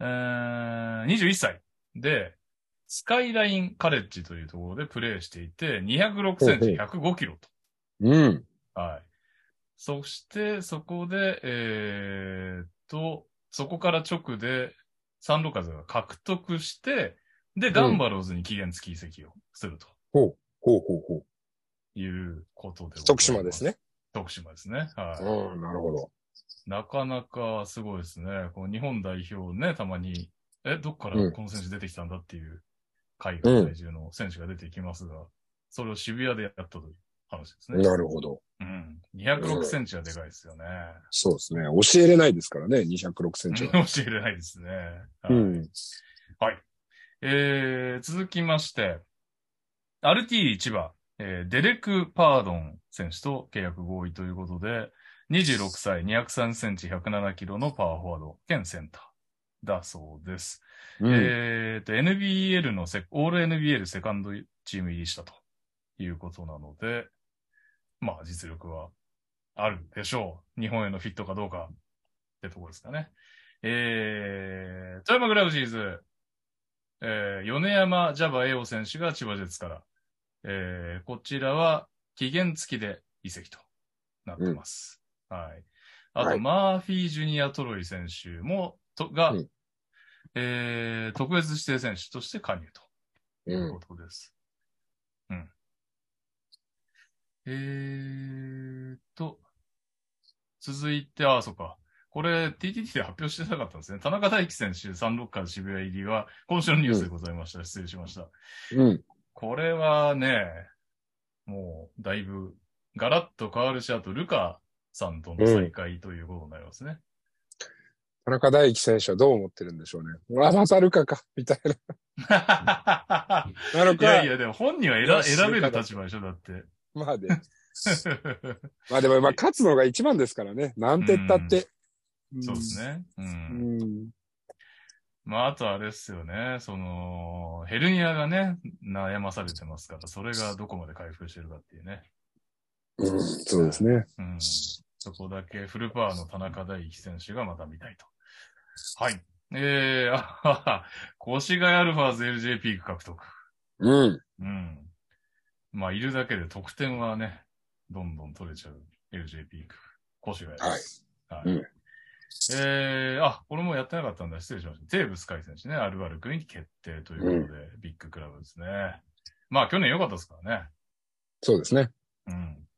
Speaker 1: えー21歳で、スカイラインカレッジというところでプレーしていて、206センチ、105キロと。
Speaker 2: うん。
Speaker 1: はい。そして、そこで、えーっと、そこから直で、サンロカズが獲得して、で、ガンバローズに期限付き移籍をすると
Speaker 2: ほうほうほう。
Speaker 1: いうことでございます
Speaker 2: 徳島ですね。。
Speaker 1: 徳島ですね。はい。
Speaker 2: うん、なるほど。
Speaker 1: なかなかすごいですね。こう日本代表ね、たまに、え、どっか
Speaker 2: う
Speaker 1: ら
Speaker 2: ん
Speaker 1: この選手出てきたんだっていう、海外在住の選手が出てきますが、それを渋谷でやったという話ですね。
Speaker 2: なるほど。
Speaker 1: うん。206センチはでかいですよね。
Speaker 2: そうですね。教えれないですからね、206センチは。
Speaker 1: 教えれないですね。はい
Speaker 2: うん。
Speaker 1: えー続きまして、アルティーリ千葉、えーデレク・パードン選手と契約合意ということで、26歳、203センチ、107キロのパワーフォワード、兼センタだそうです。
Speaker 3: うん。
Speaker 1: えっと、NBL のセ、オール NBL セカンドチーム入りしたということなので、まあ実力はあるでしょう。日本へのフィットかどうかってところですかね。えー、富山グラウジーズ、えー、米山ジャバエオ選手が千葉ジェッツから、えー、こちらは期限付きで移籍となってます。はい。あと、
Speaker 3: はい
Speaker 1: マーフィー・ジュニア・トロイ選手も、とが、
Speaker 3: うん
Speaker 1: えー、特別指定選手として加入と
Speaker 3: う
Speaker 1: い
Speaker 3: ん
Speaker 1: うことです。うん。えーっと、続いて、あ、そっか。これ、TTT で発表してなかったんですね。田中大輝選手、サンロッカーズ渋谷入りは、今週のニュースでございました。失礼しました。
Speaker 3: うん。
Speaker 1: これはね、もう、だいぶ、ガラッと変わるし、あと、ルカさんとの再会ということになりますね。
Speaker 2: 田中大輝選手はどう思ってるんでしょうね。うわ、またルカか、 みたいな。な の
Speaker 1: い
Speaker 2: か、
Speaker 1: やいや、でも本人は選
Speaker 2: よし
Speaker 1: 選べる立場でしょ、だって。
Speaker 2: まあで。 まあでも、まあ、勝つのが一番ですからね。なんて言ったって。
Speaker 1: そうですね。う。
Speaker 2: うんん。
Speaker 1: まあ、あとあれですよね。その、ヘルニアがね、悩まされてますから、それがどこまで回復してるかっていうね。
Speaker 2: うん。うんそうですね。
Speaker 1: うん。そこだけ、フルパワーの田中大輝選手がまた見たいと。はい。えー、あはは、 越谷アルファーズ LJP 獲得。
Speaker 3: うん。
Speaker 1: うん。まあ、いるだけで得点はね、どんどん取れちゃう LJP 区、越谷です。はい。
Speaker 3: うん
Speaker 1: えー、あ、これもやってなかったんだ。失礼しました。テーブス海選手ね、アルバルクに決定ということで、ビッグクラブですね。まあ、去年良かったですからね。
Speaker 2: そうですね。
Speaker 1: うん。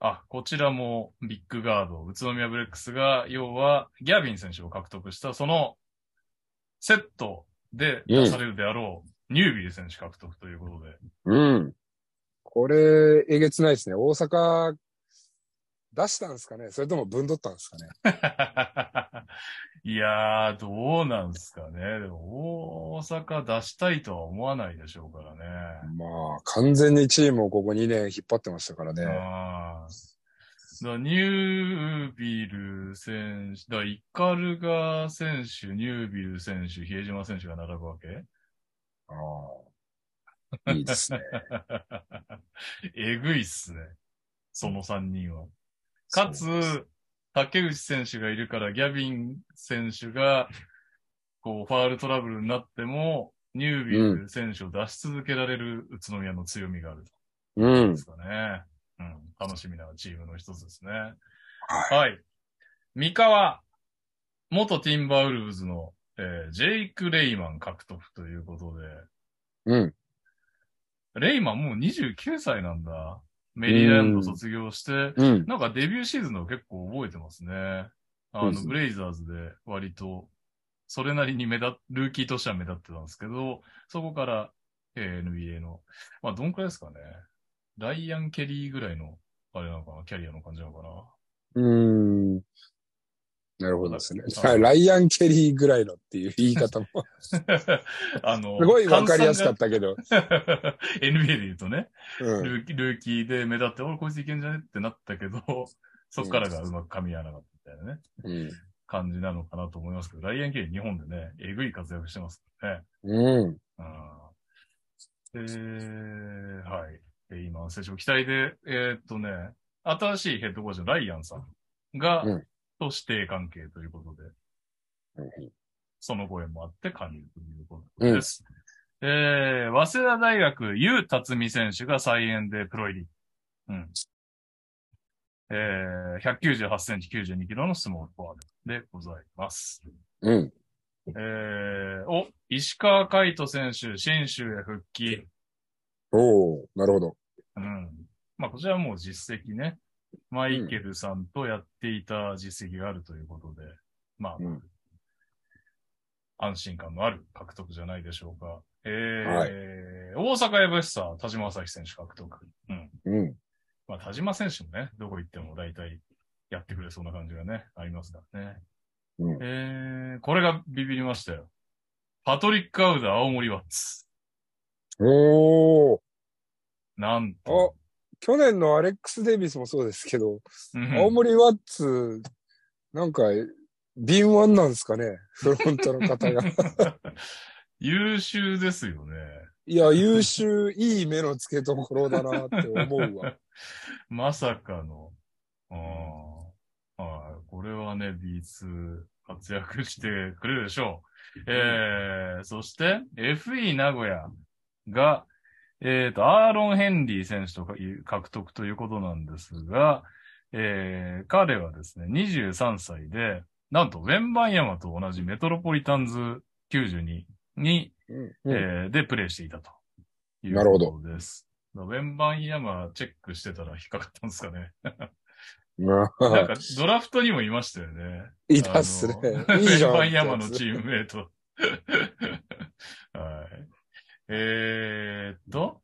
Speaker 1: あ、こちらもビッグガード、宇都宮ブレックスが、要は、ギャビン選手を獲得した、その、セットで出されるであろう、ニュービル選手獲得ということで、
Speaker 3: うん。
Speaker 2: これ、えげつないですね。大阪、出したんですかねそれとも分取ったんですかね
Speaker 1: いやー、どうなんすかね。でも大阪出したいとは思わないでしょうからね。
Speaker 2: まあ、完全にチームをここ2年引っ張ってましたからね。
Speaker 1: あーだニュービル選手、だイカルガ選手、ニュービル選手、比江島選手が並ぶわけ
Speaker 2: ああ。いいです ね。
Speaker 1: えぐいっすね。その3人は。かつ、竹内選手がいるから、ギャビン選手が、こう、ファールトラブルになっても、ニュービル選手を出し続けられる宇都宮の強みがあると。
Speaker 3: う
Speaker 1: で
Speaker 3: ん。
Speaker 1: すかね。うん。楽しみなチームの一つですね。
Speaker 2: は
Speaker 1: はい。三河、元ティンバーウルブズの、えージェイク・レイマン獲得ということで、
Speaker 3: うん。
Speaker 1: レイマンもう29歳なんだ。メリーランド卒業して、
Speaker 3: うん。
Speaker 1: なんかデビューシーズンの結構覚えてますね。
Speaker 3: そ
Speaker 1: あ
Speaker 3: う
Speaker 1: の、
Speaker 3: ですね
Speaker 1: ブレイザーズで割と、それなりに目立っ、ルーキーとしては目立ってたんですけど、そこから、えー NBA の、まあ、どんくらいですかね。ライアン・ケリーぐらいの、あれなのかな、キャリアの感じなのかな。
Speaker 2: うん。なるほどですね。
Speaker 1: は
Speaker 2: はい い。ライアン・ケリーぐらいのっていう言 い方も。
Speaker 1: あの、
Speaker 2: すごいわかりやすかったけど。
Speaker 1: た。NBA で 言うとね。
Speaker 2: うん。
Speaker 1: ルーキールーキーで目立って、俺こいついけんじゃねってなったけど、そっからがうまく噛み合わなかったみたいなね、
Speaker 3: うん。
Speaker 1: 感じなのかなと思いますけど、ライアン・ケリー日本でね、えぐい活躍してますからね。
Speaker 3: うん。
Speaker 1: うん。えー、はい。で、今、接触期待で、えーっとね、新しいヘッドコーチのライアンさんが、
Speaker 3: うん
Speaker 1: と指定関係ということで、そのご縁もあって加入ということです。えー、早稲田大学、ゆうたつみ選手が再演でプロ入り。うん。えー、198センチ92キロのスモールフォワードでございます。
Speaker 3: うん。
Speaker 1: えー、お、石川海人選手、新州へ復帰。
Speaker 2: おおなるほど。
Speaker 1: うん。まあ、こちらはもう実績ね。マイケルさんとやっていた実績があるということで、まあ、
Speaker 3: うん
Speaker 1: 安心感のある獲得じゃないでしょうか。
Speaker 3: は
Speaker 1: えー大阪 f さ田島朝日選手獲得。うん。
Speaker 3: うん。
Speaker 1: まあ、田島選手もね、どこ行っても大体やってくれそうな感じがね、ありますからね。
Speaker 3: うん
Speaker 1: えーこれがビビりましたよ。パトリック・アウダー、青森ワッツ。
Speaker 2: おお
Speaker 1: なん
Speaker 2: お
Speaker 1: と。
Speaker 2: 去年のアレックス・デイビスもそうですけど、
Speaker 1: うん
Speaker 2: 青森ワッツ、なんか、敏腕なんですかね、フロントの 方が。
Speaker 1: 優秀ですよね。
Speaker 2: いや、優秀、いい目の付けどころだなって思うわ。
Speaker 1: まさかの。あーはい。これはね、B2 活躍してくれるでしょう。えー、そして FE 名古屋が、えっ、と、アーロン・ヘンリー選手とかいう獲得ということなんですが、えー、彼はですね、23歳で、なんと、ウェンバンヤマと同じメトロポリタンズ92に
Speaker 3: うん
Speaker 1: えーで、プレイしていたという
Speaker 3: なるほど
Speaker 1: ことです。ウェンバンヤマチェックしてたら引っかかったんですかね。なんかドラフトにもいましたよね。
Speaker 2: いたっすね
Speaker 1: あ。の
Speaker 2: いいじゃん。
Speaker 1: ウェンバンヤマのチー ムメイト。はい。えーっと、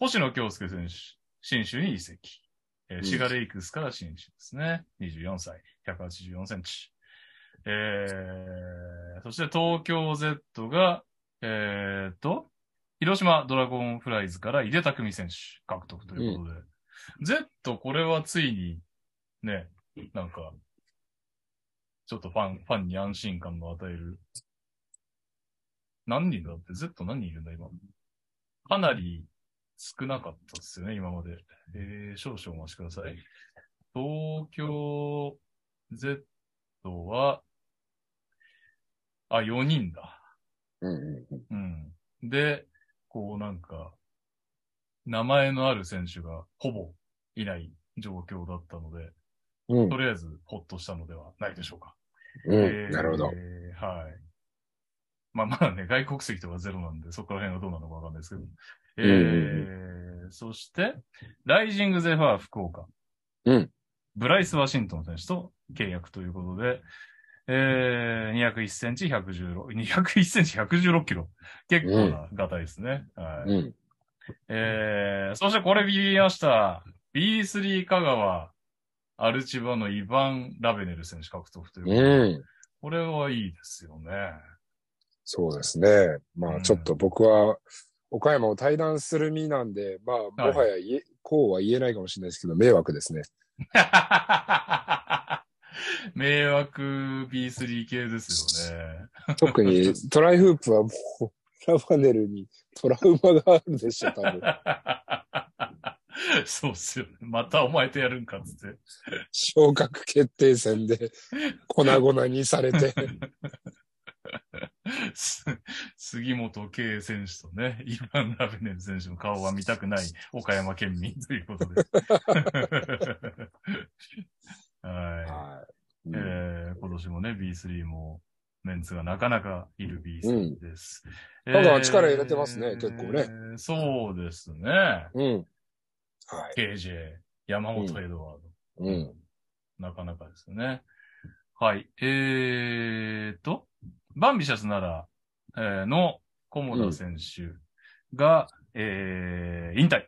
Speaker 1: 星野京介選手、新州に移籍。えー
Speaker 3: ん
Speaker 1: シガレイクスから新州ですね。24歳、184センチ。えー、そして東京 Z が、えーっと、広島ドラゴンフライズから井出拓海選手獲得ということで、Z これはついに、ね、なんか、ちょっとファン、ファンに安心感を与える。何人だって ?Z 何人いるんだ今。かなり少なかったですよね、今まで。えー、少々お待ちください。東京 Z は、あ、4人だ。
Speaker 3: うんうん
Speaker 1: うん。で、こうなんか、名前のある選手がほぼいない状況だったので、
Speaker 3: うん
Speaker 1: とりあえずほっとしたのではないでしょうか。
Speaker 3: うんなるほど。
Speaker 1: えーはい。まあまだね、外国籍とかゼロなんで、そこら辺はどうなのかわかんないですけど。えーそして、ライジングゼファー福岡。
Speaker 3: うん
Speaker 1: ブライス・ワシントン選手と契約ということで、えー、201センチ116、201センチ116キロ。結構なガタイですね。はい。
Speaker 3: うん
Speaker 1: えー、そしてこれビビりました。B3 香川、アルチバのイヴァン・ラベネル選手獲得ということで、
Speaker 3: うん
Speaker 1: これはいいですよね。
Speaker 2: そうですね。ま
Speaker 1: うん
Speaker 2: あちょっと僕は、岡山を対談する身なんで、まあ、
Speaker 1: はい
Speaker 2: もはや言え、こうは言えないかもしれないですけど、迷 惑ですね。
Speaker 1: 迷惑 B3 系ですよね。
Speaker 2: 特にトライフープはもう、ラファネルにトラウマがあるでしょ、多 分。
Speaker 1: そうっすよね。またお前とやるんかっつって。
Speaker 2: 昇格決定戦 で粉々にされて。
Speaker 1: す杉本圭選手とね、イヴァン・ラベネル選手の顔は見たくない岡山県民ということで。は
Speaker 3: はいい。
Speaker 1: えー今年もね、B3 もメンツがなかなかいる
Speaker 3: う
Speaker 1: B3 です。えー
Speaker 2: 香川力入れてますね結構ね。
Speaker 1: そうですね。
Speaker 3: うん。
Speaker 2: はい。
Speaker 1: KJ、山本エドワード。
Speaker 3: うん。
Speaker 1: なかなかですね。はい。えーと、バンビシャスなら、えーの、菰田選手が、えー、引退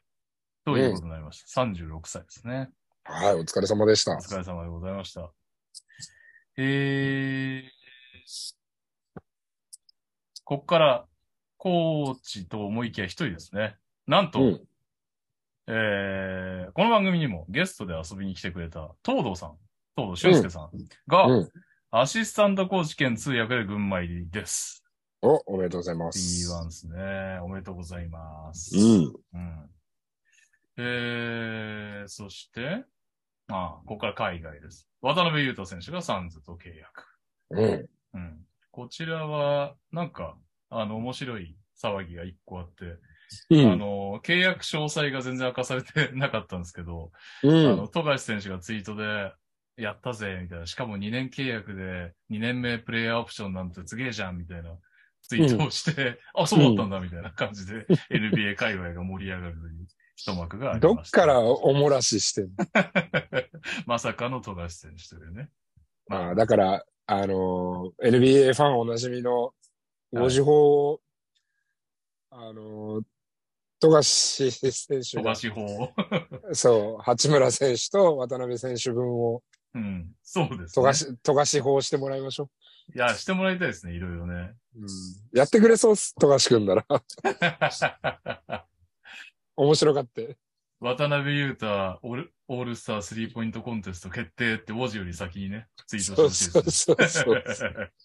Speaker 1: ということになりました。36歳ですね。
Speaker 2: はい、お疲れ様でした
Speaker 1: お。疲れ様でございました。えー、こっから、コーチと思いきや一人ですね。なんと、
Speaker 3: うん
Speaker 1: えーこの番組にもゲストで遊びに来てくれた東堂さん、東堂俊介さんが、
Speaker 3: うん
Speaker 1: アシスタントコーチ兼通訳で群馬入りです。
Speaker 2: お、おめでとうございます。
Speaker 1: B1 ですね。おめでとうございます。
Speaker 3: うん。
Speaker 1: うん。えー、そして、ああ、ここから海外です。渡辺裕太選手がサンズと契約。
Speaker 3: うん。
Speaker 1: うん。こちらは、なんか、あの、面白い騒ぎが一個あって、
Speaker 3: う
Speaker 1: あ
Speaker 3: ん。
Speaker 1: の、契約詳細が全然明かされてなかったんですけど、
Speaker 3: う
Speaker 1: あ
Speaker 3: ん
Speaker 1: の、富樫選手がツイートで、やったぜ、みたいな。しかも2年契約で、2年目プレイヤーオプションなんてすげえじゃん、みたいなツイートをして、あ、そうだったんだ、みたいな感じ で、NBA 界隈が盛り上がるという一幕があり
Speaker 2: ど
Speaker 1: ま
Speaker 2: っ
Speaker 1: した。
Speaker 2: からおもらししてんの
Speaker 1: まさかの富樫選手という ね。
Speaker 2: まあ、だから、あのー NBA ファンおなじみの、ご時法を、あのー富樫選手
Speaker 1: 富
Speaker 2: が、
Speaker 1: 樫法。
Speaker 2: そう、八村選手と渡辺選手分を、
Speaker 1: うん。そうです、
Speaker 2: 富
Speaker 1: ね。
Speaker 2: 樫、富樫法してもらいましょ
Speaker 1: いや、してもらいたいですね、いろいろね。
Speaker 2: う。うん、やってく れそうっす、富樫くんなら。面白がって。
Speaker 1: 渡辺裕太オールオールスタースリーポイントコンテスト決定って文字より先にね、ツイートして
Speaker 2: そ
Speaker 1: ほ
Speaker 2: う
Speaker 1: しい
Speaker 2: そ
Speaker 1: で
Speaker 2: う
Speaker 1: す、
Speaker 2: そうそう。
Speaker 1: ね。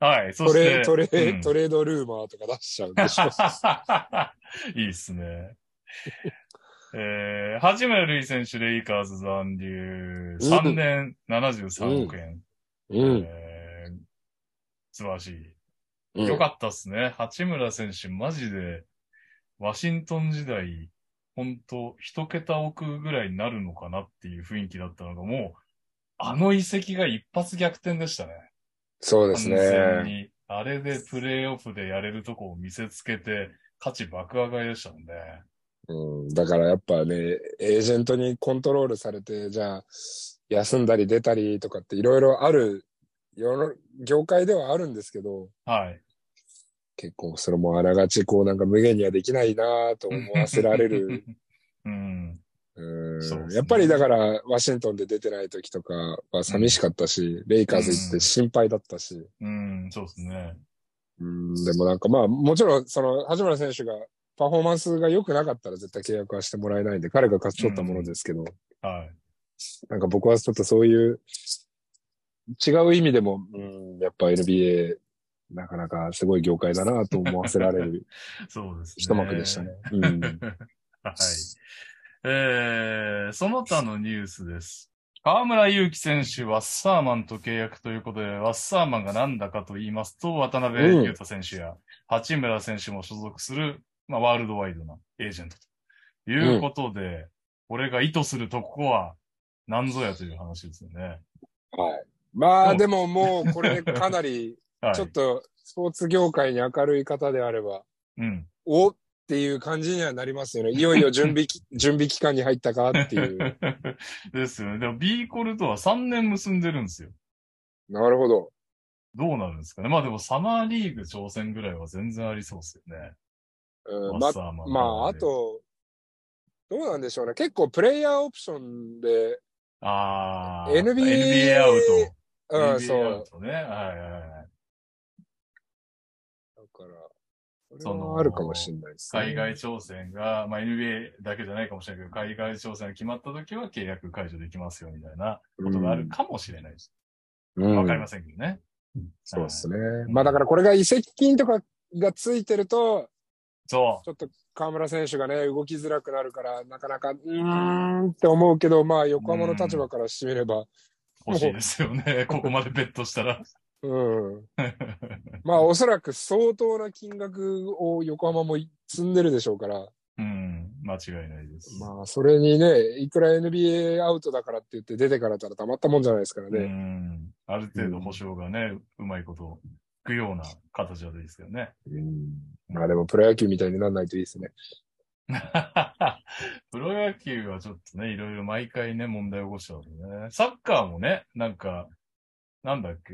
Speaker 1: はい、そ
Speaker 2: ト
Speaker 1: し
Speaker 2: レ
Speaker 1: て。
Speaker 2: トレ、
Speaker 1: うん
Speaker 2: トレードルーマーとか出しちゃうんでしょ。
Speaker 1: いいっすね。えー、八村塁選手、レイカーズ残留、3年73億円。
Speaker 3: うん。
Speaker 1: えー素晴らし
Speaker 3: うん
Speaker 1: い。よかったっすね。八村選手、マジで、ワシントン時代、ほんと、一桁億ぐらいになるのかなっていう雰囲気だったのが、もう、あの遺跡が一発逆転でしたね。
Speaker 2: そうで
Speaker 1: 完
Speaker 2: す
Speaker 1: 全
Speaker 2: ね。
Speaker 1: に、あれでプレイオフでやれるとこを見せつけて、価値爆上がりでしたもんね。
Speaker 2: うん、だからやっぱね、エージェントにコントロールされて、じゃあ、休んだり出たりとかっていろいろある、世の、業界ではあるんですけど、
Speaker 1: はい。
Speaker 2: 結構それもあらがち、こうなんか無限にはできないなぁと思わせられる。。
Speaker 1: うん。
Speaker 2: うん
Speaker 1: そうですね
Speaker 2: やっぱりだから、ワシントンで出てない時とかは寂しかったし、レイカーズ行って心配だったし。
Speaker 1: うん、そうですね。
Speaker 2: うん、でもなんかまあ、もちろん、その、八村選手が、パフォーマンスが良くなかったら絶対契約はしてもらえないんで、彼が勝ち取ったものですけど、
Speaker 1: はい。
Speaker 2: なんか僕はちょっとそういう、違う意味でも、うん、やっぱ NBA、なかなかすごい業界だなと思わせられ る
Speaker 1: そうですね。
Speaker 2: 一幕でしたね。。うん。
Speaker 1: はい。えー、その他のニュースです。河村勇輝選手、ワッサーマンと契約ということで、ワッサーマンが何だかと言いますと、渡辺裕太選手や八村選手も所属する、まあ、ワールドワイドなエージェントということで、これが意図するとこは何ぞやという話ですよね。
Speaker 2: はい。まあ、でももうこれかな り、
Speaker 1: はい。
Speaker 2: ちょっとスポーツ業界に明るい方であれば、
Speaker 1: うん。
Speaker 2: おっていう感じにはなりますよね。いよいよ準 備き、準備期間に入ったかって いう。
Speaker 1: ですよね。でも、B コルとは3年結んでるんですよ。
Speaker 2: なるほど。
Speaker 1: どうなるんですかね。まあでも、サマーリーグ挑戦ぐらいは全然ありそうですよね。
Speaker 2: うん、
Speaker 1: マ
Speaker 2: ま
Speaker 1: ッサーマン
Speaker 2: まあ、あ、と、どうなんでしょうね。結構プレイヤーオプションで、
Speaker 1: ああ、
Speaker 2: NBA
Speaker 1: NBA アウト。
Speaker 2: うん、
Speaker 1: NBA
Speaker 2: そう。
Speaker 1: アウトね。はいはいはい。
Speaker 2: だから、そ
Speaker 1: そ
Speaker 2: れ
Speaker 1: の
Speaker 2: はあるかもしれないですね。
Speaker 1: 海外挑戦が、まあ NBA だけじゃないかもしれないけど、海外挑戦が決まった時は契約解除できますよみたいなことがあるかもしれないです。
Speaker 3: うん
Speaker 1: わ、かりませんけどね。
Speaker 2: そうです
Speaker 1: ね。
Speaker 2: ね。まあだからこれが移籍金とかがついてると、
Speaker 1: そ
Speaker 2: ちょっと河村選手がね、動きづらくなるから、なかなか、うーんって思うけど、まあ横浜の立場からしてみれば、
Speaker 1: う、欲しいですよね。 ここまでベットしたら。
Speaker 2: うん。 まあおそらく相当な金額を横浜も積んでるでしょうから、
Speaker 1: うん、間違いないです。
Speaker 2: まあそれにね、いくら NBA アウトだからって言って出てからたらたまったもんじゃないですから
Speaker 1: う
Speaker 2: ね。
Speaker 1: ん、ある程度保証がね、うまいこと、いくような形はですよね。
Speaker 2: まあでもプロ野球みたいにならないといいですね。
Speaker 1: プロ野球はちょっとね、いろいろ毎回ね、問題起こしちゃうのね。サッカーもね、なんか、なんだっけ、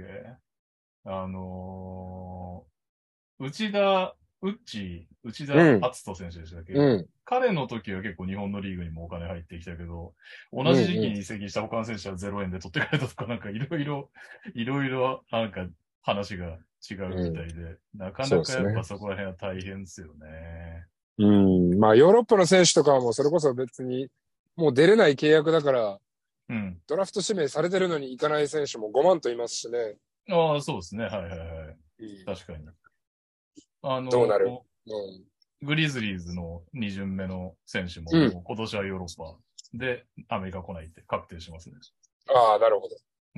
Speaker 1: あのー、内田、うっち、内田
Speaker 3: うん
Speaker 1: 篤人選手でしたっけ、
Speaker 3: うん。
Speaker 1: 彼の時は結構日本のリーグにもお金入ってきたけど、同じ時期に移籍した他の選手は0円で取ってくれたとか、なんかいろいろ、 いろいろ、なんか話が違うみたいで、なかなかやっぱそこら辺は大変ですよね。
Speaker 2: うん。まあヨーロッパの選手とかはもうそれこそ別に、もう出れない契約だから、
Speaker 1: うん。
Speaker 2: ドラフト指名されてるのに行かない選手も5万といますしね。
Speaker 1: ああ、そうですね。はいはいはい。確かに。あの、
Speaker 2: どうなるうん
Speaker 1: グリズリーズの2巡目の選手も、
Speaker 3: うん
Speaker 1: もう今年はヨーロッパでアメリカ来ないって確定しますね。
Speaker 2: ああ、なるほど。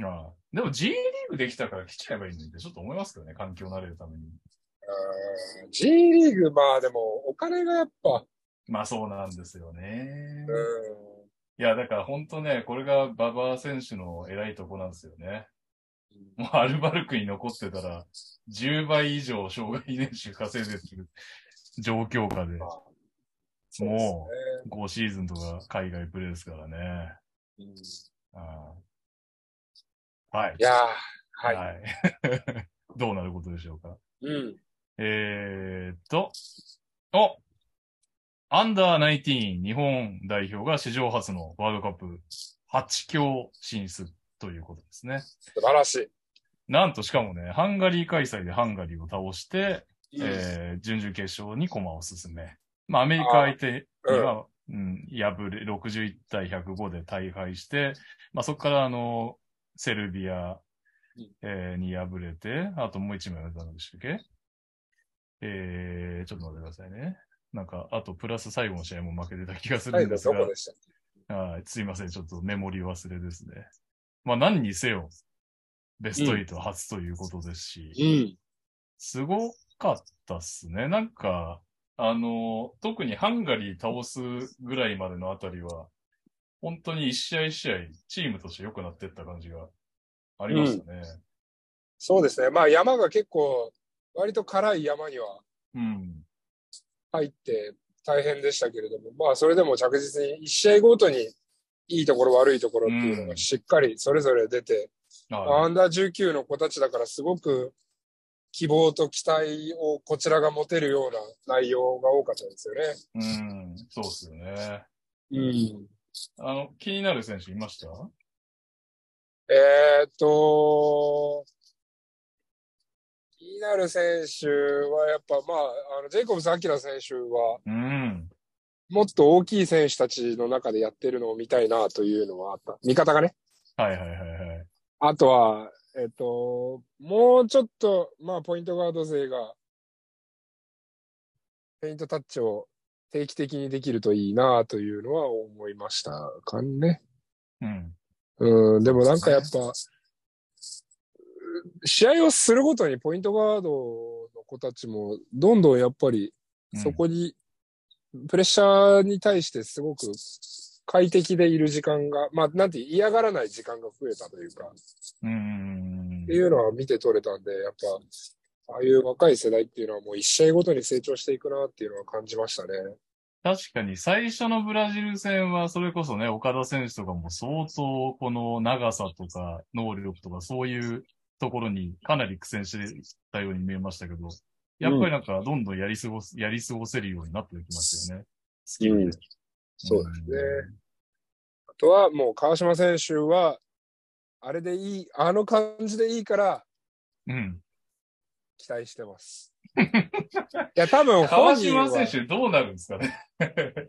Speaker 1: ああでも G リーグできたから来ちゃえばいいのにってちょっと思いますけどね、環境慣れるために。
Speaker 2: うん G リーグ、まあでも、お金がやっぱ、
Speaker 1: まあそうなんですよね。
Speaker 2: うん
Speaker 1: いや、だから本当ね、これが馬場選手の偉いとこなんですよね。もうアルバルクに残ってたら、10倍以上障害年収稼いでる状況下で、
Speaker 2: そうですね
Speaker 1: もう5シーズンとか海外プレーですからね。
Speaker 2: うんい
Speaker 1: あーはい。
Speaker 2: やー、
Speaker 1: は。
Speaker 2: はいい。
Speaker 1: どうなることでしょうか。
Speaker 2: うん。
Speaker 1: えーっと、おアンダー19日本代表が史上初のワールドカップ8強進出ということですね。
Speaker 2: 素晴らしい。
Speaker 1: なんとしかもね、ハンガリー開催でハンガリーを倒して、
Speaker 2: うん
Speaker 1: えー準々決勝に駒を進め、まあ、アメリカ相手に
Speaker 2: うん
Speaker 1: は、うん、破れ、61対105で大敗して、まあ、そこから、あの、セルビア、えーに敗れて、あともう一枚敗れたんでしたっけえー、ちょっと待ってくださいね。なんか、あとプラス最後の試合も負けてた気がする
Speaker 2: 最
Speaker 1: んで
Speaker 2: 後
Speaker 1: す
Speaker 2: ど
Speaker 1: が
Speaker 2: こ、でしたっ
Speaker 1: はい、すいません、ちょっとメモリ忘れですね。まあ、何にせよ、ベスト8初ということですし、
Speaker 3: うん。
Speaker 1: すごかったっすね。なんか、あの、特にハンガリー倒すぐらいまでのあたりは、本当に一試合一試合、チームとして良くなってった感じがありましたね。
Speaker 2: そうですね。まあ山が結構、割と辛い山には
Speaker 1: うん。
Speaker 2: 入って大変でしたけれども、まあそれでも着実に1試合ごとにいいところ悪いところっていうの
Speaker 1: うん
Speaker 2: がしっかりそれぞれ出て、ア
Speaker 1: は
Speaker 2: ンダー19の子たちだからすごく希望と期待をこちらが持てるような内容が多かったですよね。
Speaker 1: い。うん。そうっすよね。
Speaker 2: うん。
Speaker 1: あの、気になる選手いました
Speaker 2: えーっと、気になる選手はやっぱまあ、あの、ジェイコブス・アキラ選手は、
Speaker 1: うん。
Speaker 2: もっと大きい選手たちの中でやってるのを見たいなというのはあった。味方がね。
Speaker 1: はいはいはいはい。
Speaker 2: あとは、えっと、もうちょっと、まあ、ポイントガード勢が、ペイントタッチを定期的にできるといいなというのは思いましたかね。
Speaker 1: うん。
Speaker 2: うん、でもなんかやっぱ、うん試合をするごとにポイントガードの子たちも、どんどんやっぱり、そこに、プレッシャーに対してすごく快適でいる時間が、まあ、なんて嫌がらない時間が増えたというか、
Speaker 1: うん。
Speaker 2: っていうのは見て取れたんで、やっぱ、ああいう若い世代っていうのはもう一試合ごとに成長していくなっていうのは感じましたね。
Speaker 1: 確かに最初のブラジル戦は、それこそね、岡田選手とかも相当、この長さとか能力とか、そういうところにかなり苦戦してたように見えましたけど、やっぱりなんか、どんどんやり過ごす、やり過ごせるようになってきましたよね。スキルで。
Speaker 3: うん
Speaker 2: そうですね。あとはもう川島選手は、あれでいい、あの感じでいいから
Speaker 1: うん。
Speaker 2: 期待し てます。いや、多分
Speaker 1: 川
Speaker 2: 本人
Speaker 1: 島
Speaker 2: は、
Speaker 1: 選手どうなるんですかね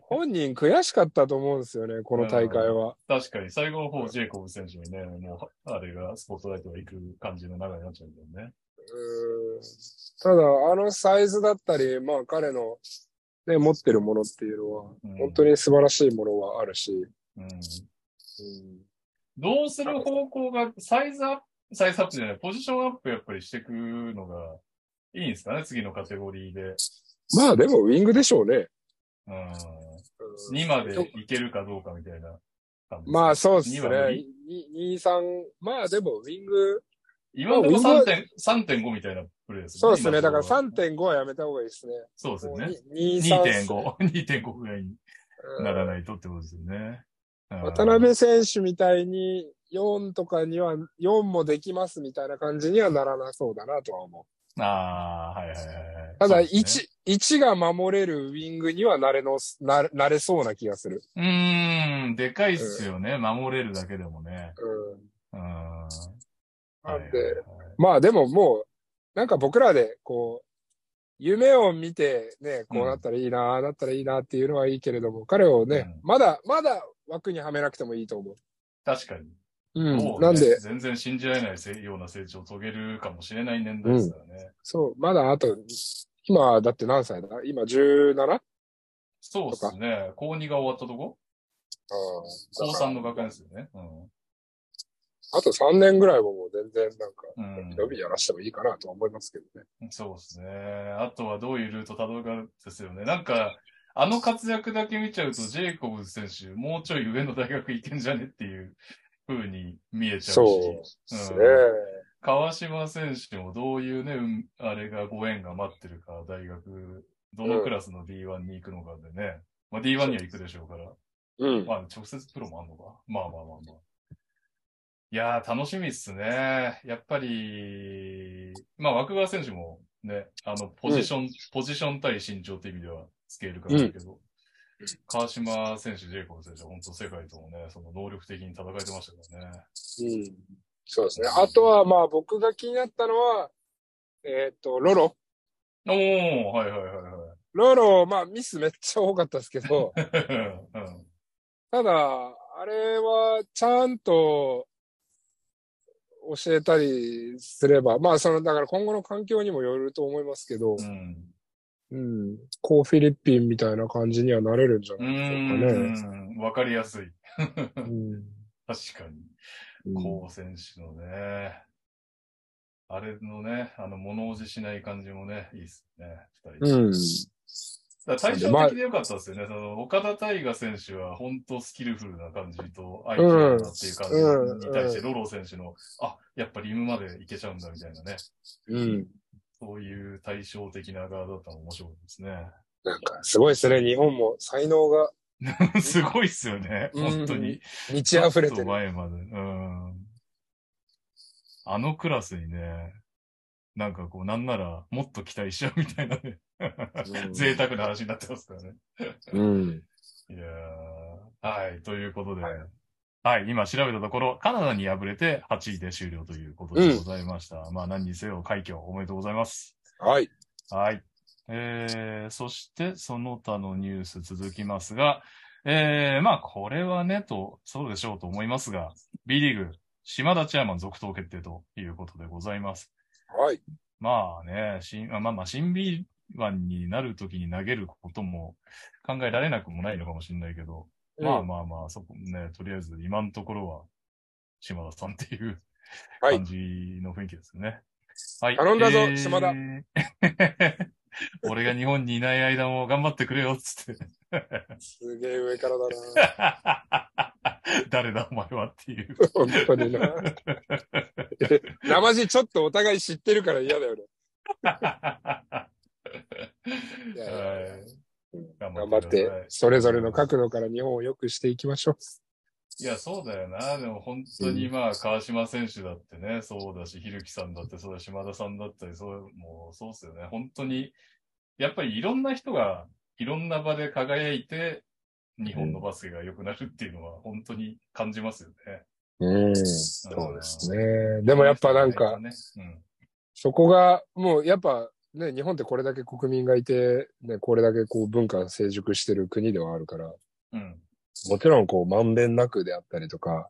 Speaker 2: 本人悔しかったと思うんですよね、この大会は。
Speaker 1: 確かに、最後の方、ジェイコブ選手にね、もう、あれが、スポットライトが行く感じの流れになっちゃうんだよね。
Speaker 2: うんただ、あのサイズだったり、まあ彼の、ね、持ってるものっていうのは
Speaker 1: うん、
Speaker 2: 本当に素晴らしいものはあるし、
Speaker 1: うん。
Speaker 2: うん
Speaker 1: どうする方向が、サイズアップ、サイズアップじゃない、ポジションアップやっぱりしていくのがいいんですかね、次のカテゴリーで。
Speaker 2: まあでもウィングでしょうね。
Speaker 1: うん。
Speaker 2: うん
Speaker 1: 2までいけるかどうかみたいな感じ。
Speaker 2: まあそうですね。
Speaker 1: 2は無理
Speaker 2: 2、3、まあでもウィング、
Speaker 1: 今でも
Speaker 2: まあ
Speaker 1: 3点3.5みたいなプレーですね。
Speaker 2: そうですね。
Speaker 1: 今
Speaker 2: だ
Speaker 1: の
Speaker 2: から
Speaker 1: ところ
Speaker 2: 3.5はやめた方がいいですね。
Speaker 1: そうですよね。
Speaker 2: 2、3。
Speaker 1: 2.5、2.5ぐらいに
Speaker 2: うん
Speaker 1: ならないとってことですよね。うん
Speaker 2: 渡辺選手みたいに4とかには、4もできますみたいな感じにはならなそうだなとは思
Speaker 1: ああ、はいはいはいはい。
Speaker 2: う。ただ
Speaker 1: そう
Speaker 2: 1、
Speaker 1: ですね
Speaker 2: 1が守れるウィングにはなれの、ななれそうな気がする。
Speaker 1: うーん、でかいっすよね。守れるだけでもね。
Speaker 2: う
Speaker 1: う
Speaker 2: ん。
Speaker 1: ん。
Speaker 2: なん
Speaker 1: はいはい
Speaker 2: で
Speaker 1: は、い
Speaker 2: まあでももう、なんか僕らで、こう、夢を見て、ね、こうなったらいいな、ああなったらいいなっていうのはいいけれども、彼をね、
Speaker 1: うん
Speaker 2: まだ、まだ枠にはめなくてもいいと思う。
Speaker 1: 確かに。
Speaker 2: うん
Speaker 1: もうね
Speaker 2: なんで、
Speaker 1: 全然信じられないせような成長を遂げるかもしれない年代ですからね。
Speaker 2: そう、まだあと、今、だって何歳だ今 17?
Speaker 1: そうですね。高2が終わったとこ高3の学園ですよね。
Speaker 2: あと3年ぐらいはもう全然なんか、
Speaker 1: うん。うん
Speaker 2: 伸びやらしてもいいかなとは思いますけどね。
Speaker 1: そうですね。あとはどういうルートたどるかですよね。なんか、あの活躍だけ見ちゃうと、ジェイコブズ選手、もうちょい上の大学行けんじゃねっていう風に見えちゃうし。
Speaker 2: そうですね。
Speaker 1: 川島選手もどういうね、うんあれが、ご縁が待ってるか、大学、どのクラスの D1 に行くのかでね。まあ D1 には行くでしょうから。
Speaker 3: うん。
Speaker 1: まあ、直接プロもあんのか。まあまあまあまあ。いやー、楽しみっすね。やっぱり、まあ、枠川選手もね、あの、ポジション、ポジション対身長って意味ではスケール感だけど、川島選手、ジェイコブ選手は本当世界ともね、その能力的に戦えてましたからね。
Speaker 2: うん。そうですね。あとは、まあ僕が気になったのは、えっ、と、ロロ。
Speaker 1: おー、はいはいはいはい。
Speaker 2: ロロ、まあミスめっちゃ多かったです けど、
Speaker 1: うん
Speaker 2: ただ、あれはちゃんと教えたりすれば、まあその、だから今後の環境にもよると思いますけど
Speaker 1: う、ん。
Speaker 2: うん、こうフィリピンみたいな感じにはなれるんじゃ
Speaker 1: う
Speaker 2: ないでしょ
Speaker 1: ん。わかりやすい。
Speaker 2: うかね。
Speaker 1: 確かに。
Speaker 2: うん
Speaker 1: こう選手のね、あれのね、あの、物おじしない感じもね、いいっすね、二人。
Speaker 3: うん。
Speaker 1: だから対照的でよかったですよね。その、岡田大河選手は、本当スキルフルな感じと、相手だなっていう感じに対して、ロロ選手の、あ、やっぱリムまでいけちゃうんだみたいなね。
Speaker 3: うん。
Speaker 1: そういう対照的な側だったの面白いですね。
Speaker 2: なんかすごいですね、日本も才能が
Speaker 1: すごいっすよね、
Speaker 2: うん
Speaker 1: 本当に。
Speaker 2: 満ち溢れて
Speaker 1: ちょっと
Speaker 2: る。
Speaker 1: 前まで。うん。あのクラスにね、なんかこう、なんならもっと期待しちゃうみたいなね。贅沢な話になってますからね。
Speaker 3: うん。
Speaker 1: いやーはい、ということで、は
Speaker 2: はいい、
Speaker 1: 今調べたところ、カナダに敗れて8位で終了ということでございました。まあ何にせよ、快挙おめでとうございます。
Speaker 2: はい。
Speaker 1: はい。えー、そして、その他のニュース続きますが、えー、まあ、これはね、と、そうでしょうと思いますが、B リーグ、島田チェアマン続投決定ということでございます。
Speaker 2: はい。
Speaker 1: まあね、新、まあまあ、新 B 1になるときに投げることも考えられなくもないのかもしれないけど、まあまあまあ、そこね、とりあえず今のところは、島田さんっていう
Speaker 2: はい
Speaker 1: 感じの雰囲気ですね。はい。
Speaker 2: 頼んだぞ
Speaker 1: えー
Speaker 2: 島田
Speaker 1: 俺が日本にいない間も頑張ってくれよ、つって。
Speaker 2: すげえ上からだな。
Speaker 1: 誰だお前はっていう。
Speaker 2: 本当にな。 生地ちょっとお互い知ってるから嫌だよね。いやいやいや
Speaker 1: はい
Speaker 2: 頑張っ
Speaker 1: く
Speaker 2: て
Speaker 1: ださい、
Speaker 2: それぞれの角度から日本を良くしていきましょう。
Speaker 1: いや、そうだよな。でも本当にまあ、川島選手だってね、そうだし、ひるきさんだって、そうだし、島田さんだったり、そう、もうそうっすよね。本当に、やっぱりいろんな人が、いろんな場で輝いて、日本のバスケが良くなるっていうのは、本当に感じますよね。
Speaker 3: うん。
Speaker 2: そうです
Speaker 1: ね。
Speaker 2: ね。でもやっぱなんか、
Speaker 1: ね、
Speaker 2: そこが、もうやっぱ、ね、日本ってこれだけ国民がいて、ね、これだけこう文化成熟してる国ではあるから、
Speaker 1: うん。うん。
Speaker 2: もちろんこうまんべんなくであったりとか、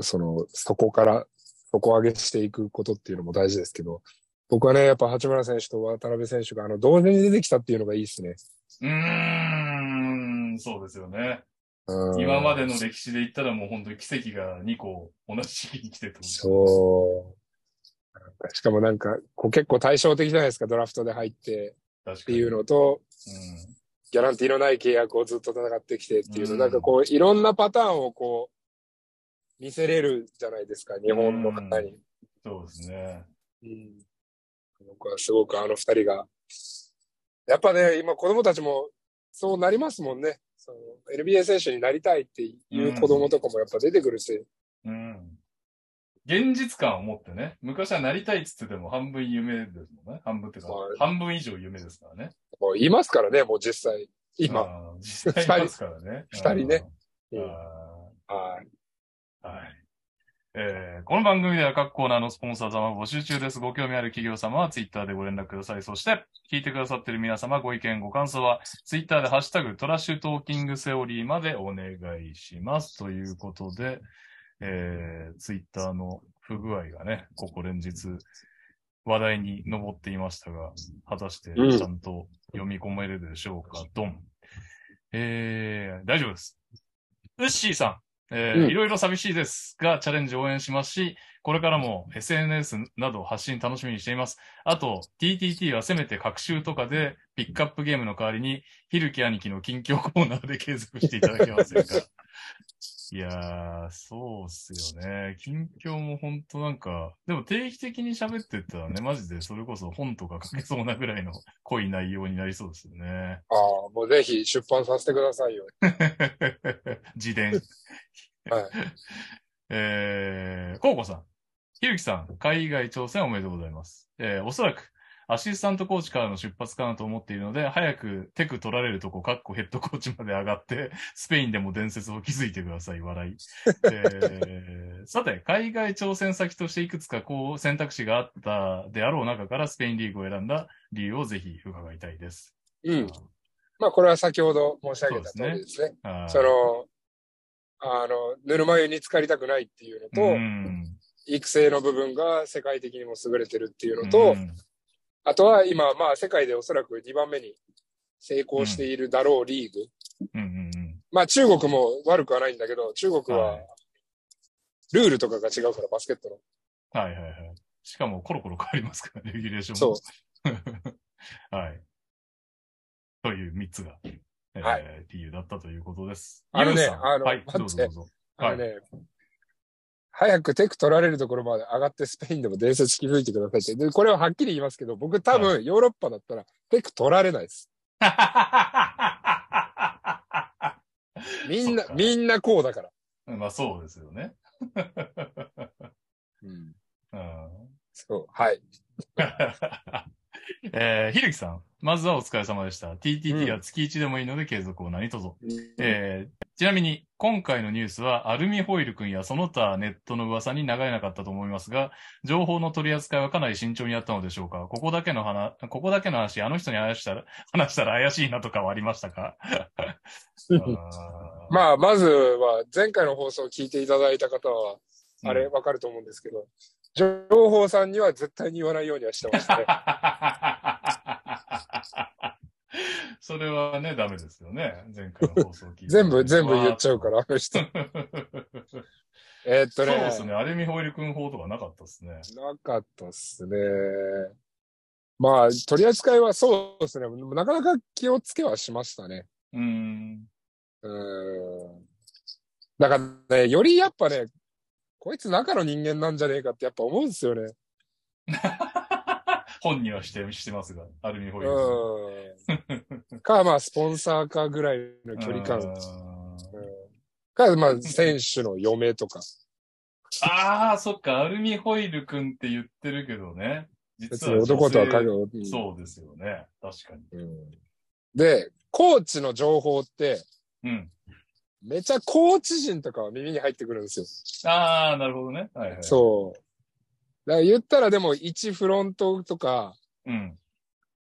Speaker 2: その、そこから底上げしていくことっていうのも大事ですけど、僕はね、やっぱ八村選手と渡辺選手があの同時に出てきたっていうのがいいですね。
Speaker 1: うーん、そうですよね。
Speaker 2: うん
Speaker 1: 今までの歴史で言ったらもう本当に奇跡が2個同じ時期に来てと。
Speaker 2: そう。なんかしかもなんか、こう結構対照的じゃないですか、ドラフトで入って
Speaker 1: 確
Speaker 2: っ
Speaker 1: か
Speaker 2: て
Speaker 1: に。
Speaker 2: いうのと、
Speaker 1: うん
Speaker 2: ギャランティーのない契約をずっと戦ってきてっていう、
Speaker 1: うん
Speaker 2: なんかこう、いろんなパターンをこう、見せれるじゃないですか、日本の方に。
Speaker 1: そうですね。
Speaker 2: うん僕はすごくあの二人が。やっぱね、今子供たちもそうなりますもんね。その NBA 選手になりたいっていう子供とかもやっぱ出てくるし。
Speaker 1: うん。現実感を持ってね。昔はなりたいっつってても半分夢ですもんね。半分っていうか
Speaker 2: はい、
Speaker 1: 半分以上夢ですからね。
Speaker 2: もういますからね、もう実際。今。
Speaker 1: あー実際いますからね。
Speaker 2: 二人ね
Speaker 1: うん。
Speaker 2: うん
Speaker 1: あー
Speaker 2: はい
Speaker 1: はい。えーこの番組では各コーナーのスポンサー様を募集中です。ご興味ある企業様はツイッターでご連絡ください。そして、聞いてくださっている皆様、ご意見、ご感想は、ツイッターでハッシュタグ、トラッシュトーキングセオリーまでお願いします。ということで、えーツイッターの不具合がね、ここ連日、話題に上っていましたが、果たして
Speaker 3: うん
Speaker 1: ちゃんと読み込めれるでしょうか、ドン。えー、大丈夫です。ウッシーさん、えー
Speaker 3: うん
Speaker 1: いろいろ寂しいですが、チャレンジ応援しますし、これからも SNS など発信楽しみにしています。あと、TTT はせめて各週とかでピックアップゲームの代わりに、ひるき兄貴の近況コーナーで継続していただけませんかいやー、そうっすよね。近況もほんとなんか、でも定期的に喋ってったらね、マジでそれこそ本とか書けそうなぐらいの濃い内容になりそうですよね。
Speaker 2: ああ、もうぜひ出版させてくださいよ。
Speaker 1: 自伝。
Speaker 2: はい。
Speaker 1: えー、コウコさん。ひるきさん、海外挑戦おめでとうございます。えー、おそらく、アシスタントコーチからの出発かなと思っているので、早くテク取られるとこ、かっこヘッドコーチまで上がって、 スペインでも伝説を築いてください、笑い。 えー、さて、海外挑戦先としていくつかこう選択肢があったであろう中からスペインリーグを選んだ理由をぜひ伺いたいです。
Speaker 2: うん。まあ、これは先ほど申し上げた通りですね。
Speaker 1: はい
Speaker 2: その、あの、ぬるま湯に浸かりたくないっていうのと、
Speaker 1: うん
Speaker 2: 育成の部分が世界的にも優れてるっていうの
Speaker 1: う
Speaker 2: と、
Speaker 1: ん
Speaker 2: あとは今、まあ、世界でおそらく2番目に成功しているだろうリーグ。
Speaker 1: うんうん
Speaker 2: まあ、中国も悪くはないんだけど、中国
Speaker 1: は、
Speaker 2: はいルールとかが違うから、バスケットの。
Speaker 1: うんはいはいはい。しかもコロコロ変わりますからね、レギュレーション
Speaker 2: そう
Speaker 1: も。。 はい。という3つが、えー
Speaker 2: は
Speaker 1: 理由だったということです。
Speaker 2: あのね
Speaker 1: ゆうさん
Speaker 2: あの
Speaker 1: はい、
Speaker 2: 待って
Speaker 1: どうぞど うぞ。
Speaker 2: あのね、早くテク取られるところまで上がってスペインでも伝説築いてくださいって。で、これははっきり言いますけど、僕多分ヨーロッパだったらテク取られないです。みんな
Speaker 1: そっ、か
Speaker 2: みんなこうだから。
Speaker 1: まあそうですよね。
Speaker 2: うん。
Speaker 1: うん
Speaker 2: そう、はい。
Speaker 1: えー、ひるきさん、まずはお疲れ様でした。TTT
Speaker 2: うん
Speaker 1: は月1でもいいので継続を何卒。
Speaker 3: え
Speaker 1: え ーちなみに、今回のニュースは、アルミホイル君やその他ネットの噂に流れなかったと思いますが、情報の取り扱いはかなり慎重にあったのでしょうかここだけの話、ここだけの話、あの人に話したら、 話したら怪しいなとかはありましたかあー
Speaker 2: まあ、まずは、前回の放送を聞いていただいた方は、あれ
Speaker 1: うん。
Speaker 2: わかると思うんですけど、情報さんには絶対に言わないようにはしてましたね
Speaker 1: それはね、ダメですよね。前回の放送を聞いて。
Speaker 2: 全部、全部言っちゃうから、あの人。えーっ
Speaker 1: そ
Speaker 2: と
Speaker 1: う
Speaker 2: ね。
Speaker 1: ですね。アルミホイル君法とかなかったですね。
Speaker 2: なかったっすね。まあ、取り扱いはそうですね。なかなか気をつけはしましたね。
Speaker 1: うん。
Speaker 2: うーん。だからね、よりやっぱね、こいつ中の人間なんじゃねえかってやっぱ思うんですよね。
Speaker 1: 本人はして、してますが、アルミホイル君。
Speaker 2: うん。か、まあ、スポンサーかぐらいの距離
Speaker 1: うー
Speaker 2: 感。
Speaker 1: ん
Speaker 2: か、まあ、選手の嫁とか。
Speaker 1: ああ、そっか、アルミホイルくんって言ってるけどね。
Speaker 2: 別
Speaker 1: 実は
Speaker 2: に男とは
Speaker 1: 限
Speaker 2: 限る。
Speaker 1: そうですよね。確かに。
Speaker 2: うんで、コーチの情報って、
Speaker 1: うん。
Speaker 2: めちゃコーチ陣とかは耳に入ってくるんですよ。
Speaker 1: ああ、なるほどね。はいはい。
Speaker 2: そう。だから言ったらでも1フロントとか、
Speaker 1: う。うん。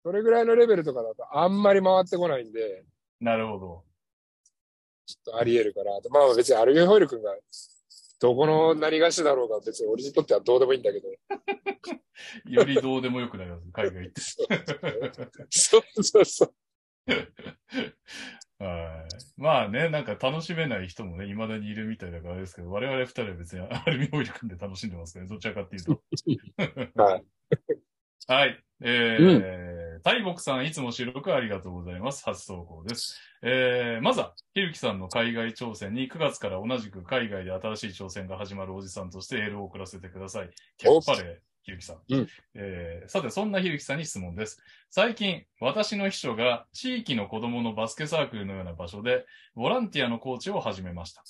Speaker 2: それぐらいのレベルとかだとあんまり回ってこないんで、
Speaker 1: なるほど。
Speaker 2: ちょっとあり得るかなと。まあ別にアルゲンホイル君が、どこの何がしだろうが別に俺にとってはどうでもいいんだけど。
Speaker 1: よりどうでもよくなります。 海外行って。
Speaker 2: そうそうそう。
Speaker 1: はい。まあね、なんか楽しめない人もね、未だにいるみたいだからあれですけど、我々二人は別にアルミホイル組んで楽しんでますからね、どちらかっていうと。
Speaker 2: はい。
Speaker 1: はい。えー、大木さん、いつも収録ありがとうございます。初投稿です。えー、まずは、ひるきさんの海外挑戦に9月から同じく海外で新しい挑戦が始まるおじさんとしてエールを送らせてください。キャッパレひるきさん。
Speaker 2: うん
Speaker 1: えーさて、そんなひるきさんに質問です。最近、私の秘書が地域の子供のバスケサークルのような場所で、ボランティアのコーチを始めました。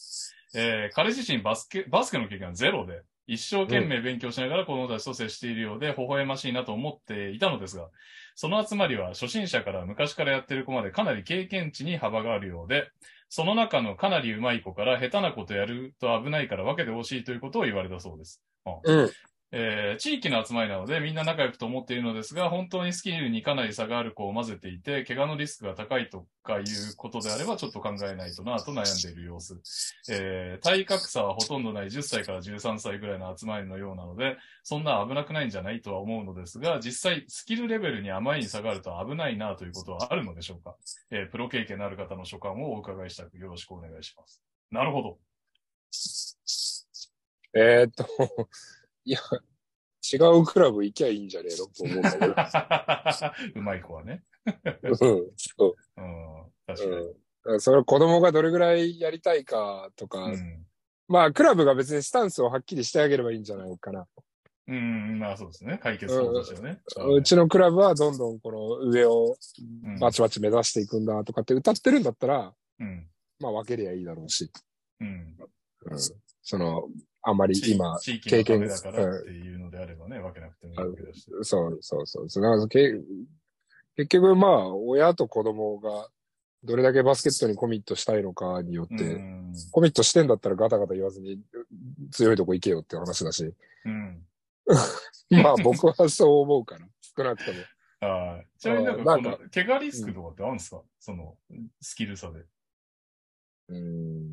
Speaker 1: えー彼自身バスケ、バスケの経験はゼロで、一生懸命勉強しながら子供たちと接しているようで、微笑ましいなと思っていたのですが、その集まりは初心者から昔からやってる子までかなり経験値に幅があるようで、その中のかなり上手い子から下手なことやると危ないから分けてほしいということを言われたそうです。
Speaker 2: うん。
Speaker 1: えー地域の集まりなのでみんな仲良くと思っているのですが、本当にスキルにかなり差がある子を混ぜていて、怪我のリスクが高いとかいうことであればちょっと考えないとなと悩んでいる様子。えー体格差はほとんどない10歳から13歳ぐらいの集まりのようなので、そんな危なくないんじゃないとは思うのですが、実際スキルレベルにあまりに差があると危ないなということはあるのでしょうか、えープロ経験のある方の所感をお伺いしたくよろしくお願いします。なるほど。
Speaker 2: えーっと、いや、違うクラブ行きゃいいんじゃねえのと思うんだけど。
Speaker 1: うまい子はね。
Speaker 2: うん。そう。
Speaker 1: うん、確かに。
Speaker 2: うん。それを子供がどれぐらいやりたいかとか、
Speaker 1: うん
Speaker 2: まあ、クラブが別にスタンスをはっきりしてあげればいいんじゃないかな。
Speaker 1: うん、まあそうですね。解決法ですよね。
Speaker 2: うちのクラブはどんどんこの上を
Speaker 1: うん
Speaker 2: バチバチ目指していくんだとかって歌ってるんだったら、
Speaker 1: うん。
Speaker 2: まあ分けりゃいいだろうし、
Speaker 1: うん。
Speaker 2: うん、その、あんまり
Speaker 1: 地
Speaker 2: 今、
Speaker 1: 地域のため
Speaker 2: 経験
Speaker 1: だからっていうのであればね、分けなくてもいいわけだし。
Speaker 2: そうそうそうそう。だからけ結局まあ、親と子供がどれだけバスケットにコミットしたいのかによって、
Speaker 1: うん。
Speaker 2: コミットしてんだったらガタガタ言わずに強いとこ行けよって話だし。
Speaker 1: うん。
Speaker 2: まあ僕はそう思うから、少なくとも。
Speaker 1: はい。ちなみになんか
Speaker 2: あ
Speaker 1: こ
Speaker 2: ーなん
Speaker 1: の、怪我リスクとかってあるんですか、その、スキル差で。
Speaker 3: うん。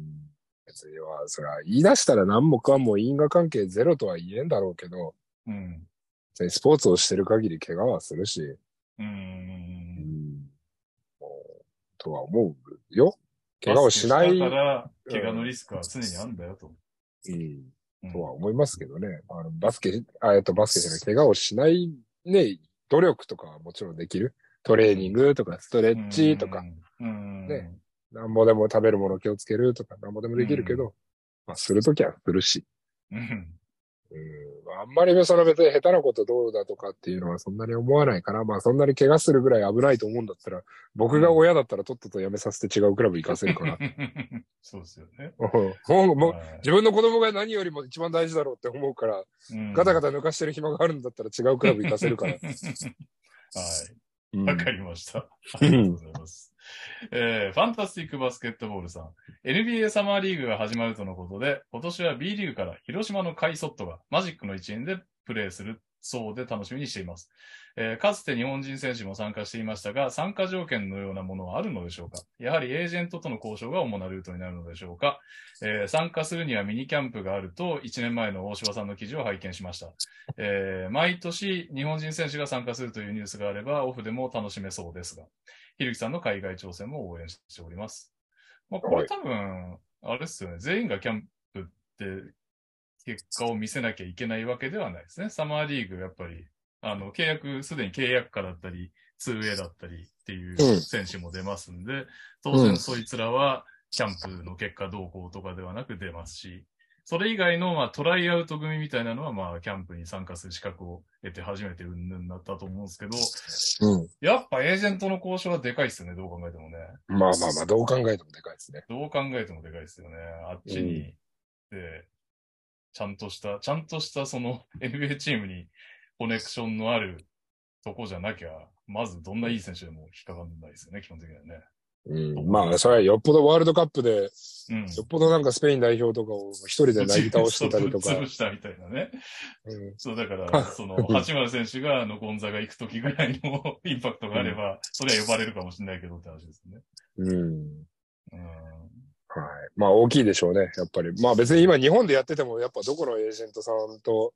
Speaker 2: 別には、それは言い出したら何もかも因果関係ゼロとは言えんだろうけど、
Speaker 1: うん。
Speaker 2: 別にスポーツをしてる限り怪我はするし、
Speaker 1: うー。
Speaker 2: うんんもうとは思うよ。怪我をしない、
Speaker 1: バスケたか
Speaker 2: う
Speaker 1: ら、怪我のリスクは常にあるんだよと。
Speaker 2: ん、
Speaker 1: うん
Speaker 2: とは思いますけどね。あのバスケ、あえっと、バスケじゃない、怪我をしないね、努力とかはもちろんできる。トレーニングとか、ストレッチとか、。
Speaker 1: うん。
Speaker 2: ねなんぼでも食べるもの気をつけるとか、なんぼでもできるけど、まあ、するときはするし。
Speaker 1: うん。
Speaker 2: うん、あんまりその別に下手なことどうだとかっていうのはそんなに思わないから、まあそんなに怪我するぐらい危ないと思うんだったら、僕が親だったらとっとと辞めさせて違うクラブ行かせる から。
Speaker 1: そうですよね。
Speaker 2: うんもう、もう、
Speaker 1: はい
Speaker 2: 自分の子供が何よりも一番大事だろうって思うから、
Speaker 1: うん。
Speaker 2: ガタガタ抜かしてる暇があるんだったら違うクラブ行かせるから
Speaker 1: はい。
Speaker 2: うん
Speaker 1: わかりま した。ありがとうございます。えーファンタスティックバスケットボールさん。NBA サマーリーグが始まるとのことで、今年は B リーグから広島のカイソットがマジックの一員でプレーするそうで楽しみにしています。えーかつて日本人選手も参加していましたが、参加条件のようなものはあるのでしょうかやはりエージェントとの交渉が主なルートになるのでしょうか、えー参加するにはミニキャンプがあると、1年前の大柴さんの記事を拝見しました。えー毎年日本人選手が参加するというニュースがあれば、オフでも楽しめそうですが、ひるきさんの海外挑戦も応援しております。まあ、こ
Speaker 2: は
Speaker 1: れ
Speaker 2: い
Speaker 1: 多分、あれですよね、全員がキャンプって結果を見せなきゃいけないわけではないですね。サマーリーグ、やっぱり、あの、契約、すでに契約家だったり、2A だったりっていううん選手も出ますんで、当
Speaker 3: う
Speaker 1: 然
Speaker 3: ん
Speaker 1: そいつらはキャンプの結果どうこうとかではなく出ますし、それ以外の、まあ、トライアウト組みたいなのは、まあ、キャンプに参加する資格を得て初めてうんぬんだったと思うんですけど、
Speaker 2: うん
Speaker 1: やっぱエージェントの交渉はでかいですよね、どう考えてもね。
Speaker 2: まあまあまあ、どう考えてもでかいですね。
Speaker 1: どう考えてもでかいですよね。あっちに、で、ちゃんとした、ちゃんとしたその NBA チームにコネクションのあるとこじゃなきゃ、まずどんないい選手でも引っかかんないですよね、基本的にはね。
Speaker 2: うん、まあ、それはよっぽどワールドカップで、よ
Speaker 1: うん。
Speaker 2: っぽどなんかスペイン代表とかを一人でなぎ倒してたりとか
Speaker 1: そうぶっ。潰したみたいなね。
Speaker 2: うん
Speaker 1: そう、だから、その、八村選手が、あの、ゴンザが行くときぐらいの インパクトがあれば、それは呼ばれるかもしれないけどって話ですね。
Speaker 2: うん
Speaker 1: うん。
Speaker 2: はい、まあ大きいでしょうね、やっぱり。まあ別に今日本でやってても、やっぱどこのエージェントさんと、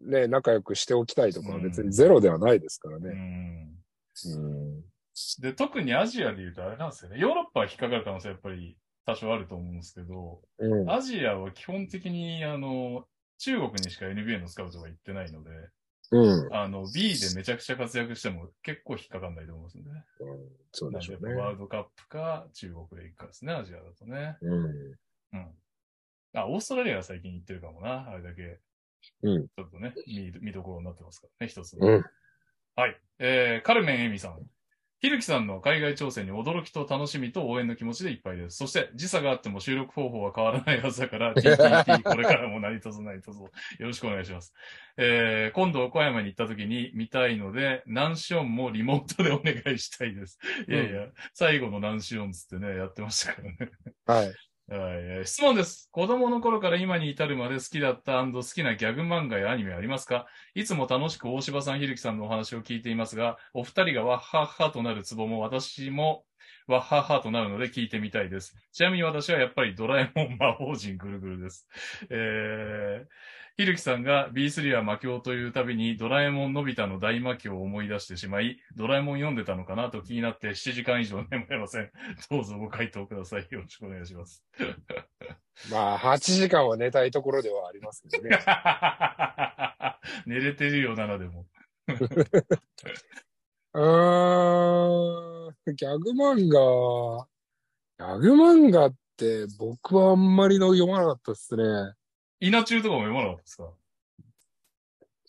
Speaker 2: ね、仲良くしておきたいとかは別にゼロではないですから
Speaker 1: う
Speaker 2: ね。
Speaker 1: ん。
Speaker 2: うん
Speaker 1: で、特にアジアで言うとあれなんですよね。ヨーロッパは引っかかる可能性やっぱり多少あると思うんですけど、
Speaker 2: うん
Speaker 1: アジアは基本的に、あの、中国にしか NBA のスカウトが行ってないので、
Speaker 2: うん、
Speaker 1: あの、B でめちゃくちゃ活躍しても結構引っかかんないと思うんですよね。
Speaker 2: そう
Speaker 1: な
Speaker 2: で
Speaker 1: ん
Speaker 2: し
Speaker 1: でや
Speaker 2: ょ
Speaker 1: っ
Speaker 2: う
Speaker 1: ぱ
Speaker 2: ね。
Speaker 1: ワールドカップか中国で行くかですね、アジアだとね。
Speaker 2: うん。
Speaker 1: うん。あ、オーストラリアが最近行ってるかもな、あれだけ。
Speaker 2: うん
Speaker 1: ちょっとね、見、見どころになってますからね、一つの。
Speaker 2: うん
Speaker 1: はい。えー、カルメンエミさん。ひるきさんの海外挑戦に驚きと楽しみと応援の気持ちでいっぱいです。そして、時差があっても収録方法は変わらないはずだ から、TTT これからも何卒何卒よろしくお願いします。えー、今度岡山に行った時に見たいので、ナンションもリモートでお願いしたいです。いやいや、最後のナンションつってね、やってましたからね。
Speaker 2: はい。
Speaker 1: はいえー質問です。子供の頃から今に至るまで好きだった好きなギャグ漫画やアニメありますかいつも楽しく大柴さん、ひるきさんのお話を聞いていますが、お二人がワッハッハとなるツボも私もワッハッハとなるので聞いてみたいです。ちなみに私はやっぱりドラえもん魔法陣ぐるぐるです。えー、ひるきさんが B3 は魔境というたびにドラえもんのび太の大魔境を思い出してしまい、ドラえもん読んでたのかなと気になって7時間以上眠れません。どうぞご回答ください。よろしくお願いします。
Speaker 2: まあ、8時間は寝たいところではありますけど ね。
Speaker 1: 寝れてるよ、ならでも。
Speaker 2: うーん、ギャグ漫画、ギャグ漫画って僕はあんまりの読まなかったですね。
Speaker 1: 稲中とかも読まなかったですか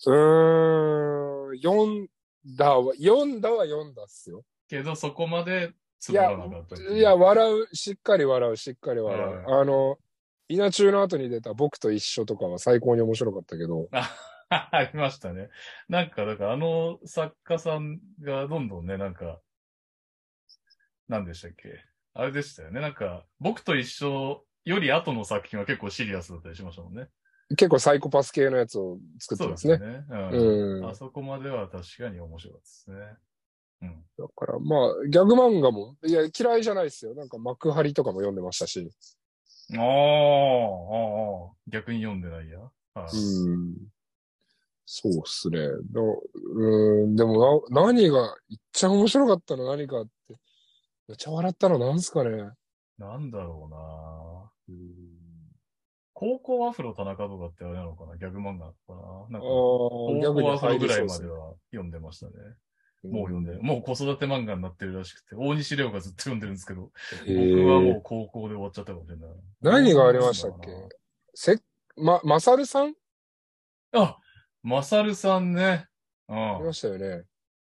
Speaker 2: うーん、読んだは、読んだは読んだっすよ。
Speaker 1: けど、そこまでつ
Speaker 2: い
Speaker 1: ぶら
Speaker 2: や
Speaker 1: なかったってう。
Speaker 2: いや、笑う、しっかり笑う、しっかり笑う。
Speaker 1: う
Speaker 2: あの、稲中の後に出た僕と一緒とかは最高に面白かったけど、
Speaker 1: あ ありましたね。なんか、だからあの作家さんがどんどんね、なんか、何でしたっけあれでしたよね。なんか、僕と一緒より後の作品は結構シリアスだったりしましたもんね。
Speaker 2: 結構サイコパス系のやつを作って
Speaker 1: そう
Speaker 2: ま
Speaker 1: ですす
Speaker 2: ね。
Speaker 1: ね。うん。
Speaker 2: うん
Speaker 1: あそこまでは確かに面白かったですね。うん。
Speaker 2: だからまあ、ギャグ漫画も、いや、嫌いじゃないですよ。なんか幕張とかも読んでましたし。
Speaker 1: あーあー、あー逆に読んでないや。はい
Speaker 2: うん。そうっすね。だうん、でもな、何が、いっちゃ面白かったの何かって。めっちゃ笑ったのなんすかね。
Speaker 1: なんだろうな高校アフロ田中とかってあれなのかなギャグ漫画なのかななん
Speaker 2: ああ
Speaker 1: か、
Speaker 2: ー、ギャ
Speaker 1: 高
Speaker 2: グ
Speaker 1: 校ア
Speaker 2: に
Speaker 1: フロ
Speaker 2: 入
Speaker 1: ぐ
Speaker 2: り
Speaker 1: らいうます
Speaker 2: そで
Speaker 1: で
Speaker 2: ね。
Speaker 1: は読んでましたね。もう
Speaker 2: 僕
Speaker 1: 読んでる。もう子育て漫画になってるらしくて、大西レオがずっと読んでるんですけど、僕はも
Speaker 2: は
Speaker 1: う高校で終わっちゃったかもしれない。
Speaker 2: 何がありましたっけ
Speaker 1: どうなんだろ
Speaker 2: せま、まさるさん
Speaker 1: うなあ、マサルさんね。う
Speaker 2: あり
Speaker 1: ん
Speaker 2: ま。したよね。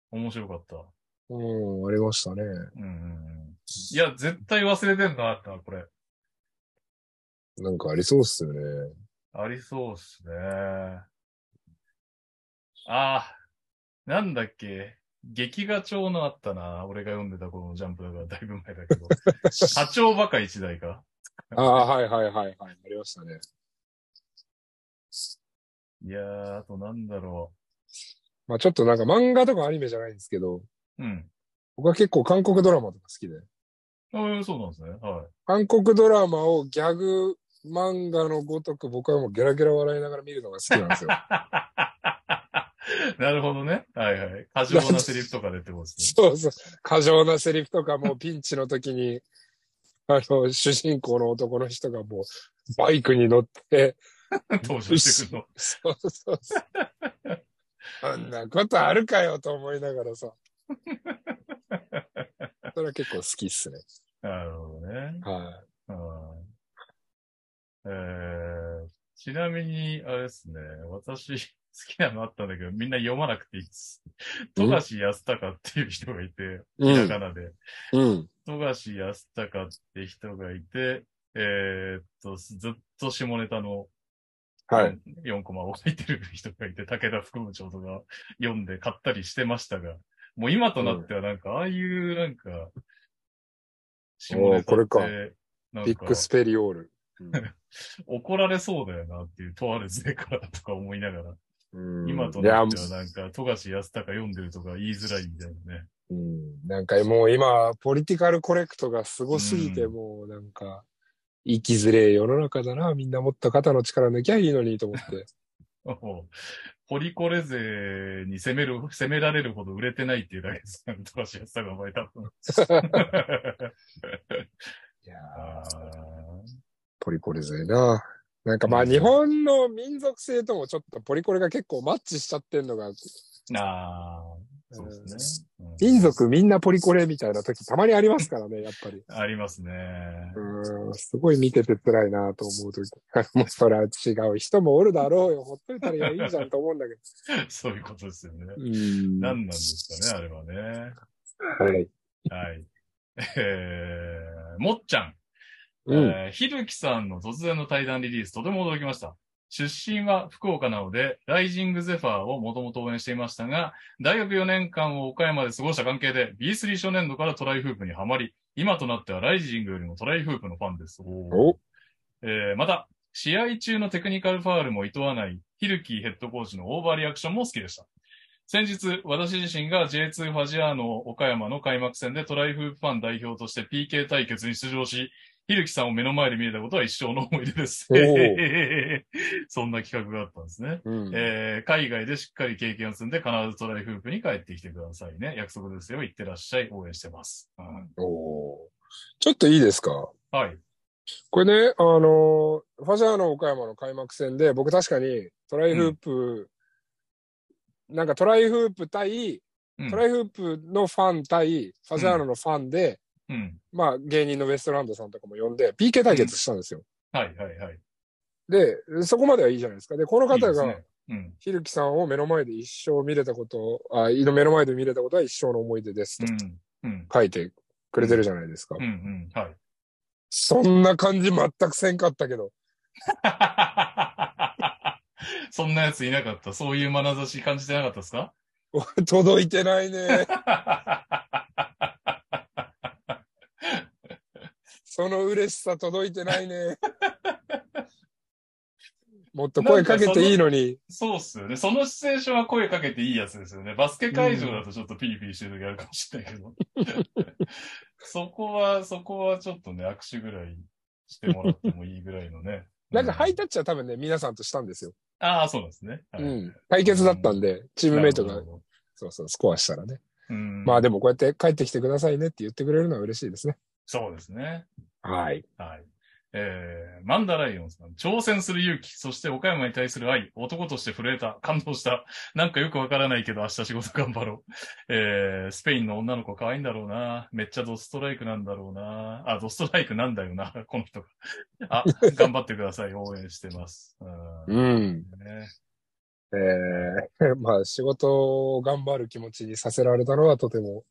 Speaker 1: 面白かった。
Speaker 2: うん、ありましたね。
Speaker 1: うんうんうん。いや、絶対忘れてんな、ってなこれ。
Speaker 2: なんかありそうっすよね。
Speaker 1: ありそうっすね。あーなんだっけ。劇画調のあったな。俺が読んでた頃のジャンプだからだいぶ前だけど。波長バカ一代か。
Speaker 2: ああ、はいはいはいはい。ありましたね。
Speaker 1: いやー、あとなんだろ
Speaker 2: まあちょっとなんか漫画とかアニメじゃないんですけど、
Speaker 1: う。うん。
Speaker 2: 僕は結構韓国ドラマとか好きで。
Speaker 1: あーそうなんですね。はい。
Speaker 2: 韓国ドラマをギャグ漫画のごとく僕はもうゲラゲラ笑いながら見るのが好きなんですよ。
Speaker 1: なるほどね。はいはい。過剰なセリフとか出てますね。
Speaker 2: そうそう。過剰なセリフとかもうピンチの時に、あの、主人公の男の人がもうバイクに乗って、
Speaker 1: 登場してくるの。
Speaker 2: そうそうそう。そんなことあるかよと思いながらさ。それは結構好きっすね。
Speaker 1: なるほどね。
Speaker 2: は
Speaker 1: はいえー、ちなみに、あれですね。私、好きなのあったんだけど、みんな読まなくていいです。富樫康隆っていう人がいて、
Speaker 2: い。
Speaker 1: ひ
Speaker 2: う
Speaker 1: ら
Speaker 2: ん。
Speaker 1: がなで。
Speaker 2: うん。
Speaker 1: 富樫康隆って人がいて、えーっと、ずっと下ネタの
Speaker 2: はい。
Speaker 1: 4コマを書いてる人がいて、武田副部長とか読んで買ったりしてましたが、もう今となってはなんか、ああいうなんか、下ネタ
Speaker 2: これ
Speaker 1: っ
Speaker 2: か
Speaker 1: て、なん
Speaker 2: ビッ
Speaker 1: か
Speaker 2: グスペリオール。
Speaker 1: 怒られそうだよなっていう問われずねからとか思いながら、
Speaker 2: うん
Speaker 1: 今と
Speaker 2: いや
Speaker 1: なってはなんか、富樫康隆読んでるとか言いづらいみたいなね。
Speaker 2: うんなんかもう今、ポリティカルコレクトがすごすぎて、
Speaker 1: うん
Speaker 2: もうなんか、生きづれえ世の中だな。みんなもっと肩の力抜きゃいいのにと思って。
Speaker 1: もうポリコレ勢に攻める、攻められるほど売れてないっていうだけです。富樫康隆の場合多分。
Speaker 2: いや
Speaker 1: あー
Speaker 2: ーポリコレ勢な。なんかまあ
Speaker 1: うん
Speaker 2: 日本の民族性ともちょっとポリコレが結構マッチしちゃってんのが、
Speaker 1: あー、そうですね。うん
Speaker 2: 民族みんなポリコレみたいな時たまにありますからね、やっぱり。
Speaker 1: ありますね。
Speaker 2: うーん、すごい見てて辛いなと思う時。 もうそら違う人もおるだろうよ。ほっといたらいいじゃんと思うんだけど。
Speaker 1: そういうことですよね。
Speaker 2: う
Speaker 1: 何
Speaker 2: ん
Speaker 1: なんですかね、あれはね。
Speaker 2: はい。
Speaker 1: はい。えー、もっちゃん。
Speaker 2: うん。
Speaker 1: えーひるきさんの突然の対談リリース、とても驚きました。出身は福岡なので、ライジングゼファーをもともと応援していましたが、大学4年間を岡山で過ごした関係で、B3 初年度からトライフープにはまり、今となってはライジングよりもトライフープのファンです。おー
Speaker 2: お
Speaker 1: えーまた、試合中のテクニカルファールも厭わない、ヒルキーヘッドコーチのオーバーリアクションも好きでした。先日、私自身が J2 ファジアーノ岡山の開幕戦でトライフープファン代表として PK 対決に出場し、ひるきさんを目の前で見れたことは一生の思い出です。
Speaker 2: お
Speaker 1: そんな企画があったんですね。
Speaker 2: うん
Speaker 1: えー海外でしっかり経験を積んで必ずトライフープに帰ってきてくださいね。約束ですよ。行ってらっしゃい。応援してます。うん
Speaker 2: おーちょっといいですか
Speaker 1: はい。
Speaker 2: これね、あのーファジャーの岡山の開幕戦で、僕確かにトライフープ、なんかトライフープ対、
Speaker 1: うん
Speaker 2: トライフープのファン対、ファジャーノのファンで、
Speaker 1: うん。
Speaker 2: まあ芸人のウエストランドさんとかも呼んで、PK 対決したんですよ。
Speaker 1: はい、はい、はい。
Speaker 2: で、そこまではいいじゃないですか。で、この
Speaker 1: いい
Speaker 2: 方
Speaker 1: です
Speaker 2: が
Speaker 1: ね、うん。
Speaker 2: ひるきさんを目の前で一生見れたこと、あ、いの目の前で見れたことは一生の思い出です
Speaker 1: う
Speaker 2: と
Speaker 1: ん。うん。
Speaker 2: 書いてくれてるじゃないですか
Speaker 1: うん、う。ん。はい。
Speaker 2: そんな感じ全くせんかったけど。
Speaker 1: そんなやついなかった。そういう眼差し感じてなかったですか
Speaker 2: 届いてないね。 その嬉しさ届いてないね。もっと声かけていいのに。
Speaker 1: そうっすよね。そのシチュエーションは声かけていいやつですよね。バスケ会場だとちょっとピリピリしてる時あるかもしれないけど。 そこは、そこはちょっとね、握手ぐらいしてもらってもいいぐらいのね。
Speaker 2: なんかハイ
Speaker 1: た
Speaker 2: タッチは多分ね、皆さんとしたんですよ。
Speaker 1: ああ、そうなんですね。は
Speaker 2: う
Speaker 1: い
Speaker 2: ん。対決だったんで、チームメイト。
Speaker 1: な
Speaker 2: が
Speaker 1: る、ほど
Speaker 2: そうそう、スコアしたらね。
Speaker 1: うん。
Speaker 2: まあでもこうやって帰ってきてくださいねって言ってくれるのは嬉しいですね。
Speaker 1: そうですね。
Speaker 2: はい。
Speaker 1: はい。えー、マンダライオンさん、挑戦する勇気、そして岡山に対する愛、男として震えた、感動した、なんかよくわからないけど明日仕事頑張ろう。えー、スペインの女の子可愛いんだろうな、めっちゃドストライクなんだろうな、あ、ドストライクなんだよな、この人が。あ、頑張ってください、応援してます。うん
Speaker 2: うん。
Speaker 1: ね、
Speaker 2: えー、 まあ仕事を頑張る気持ちにさせられたのはとても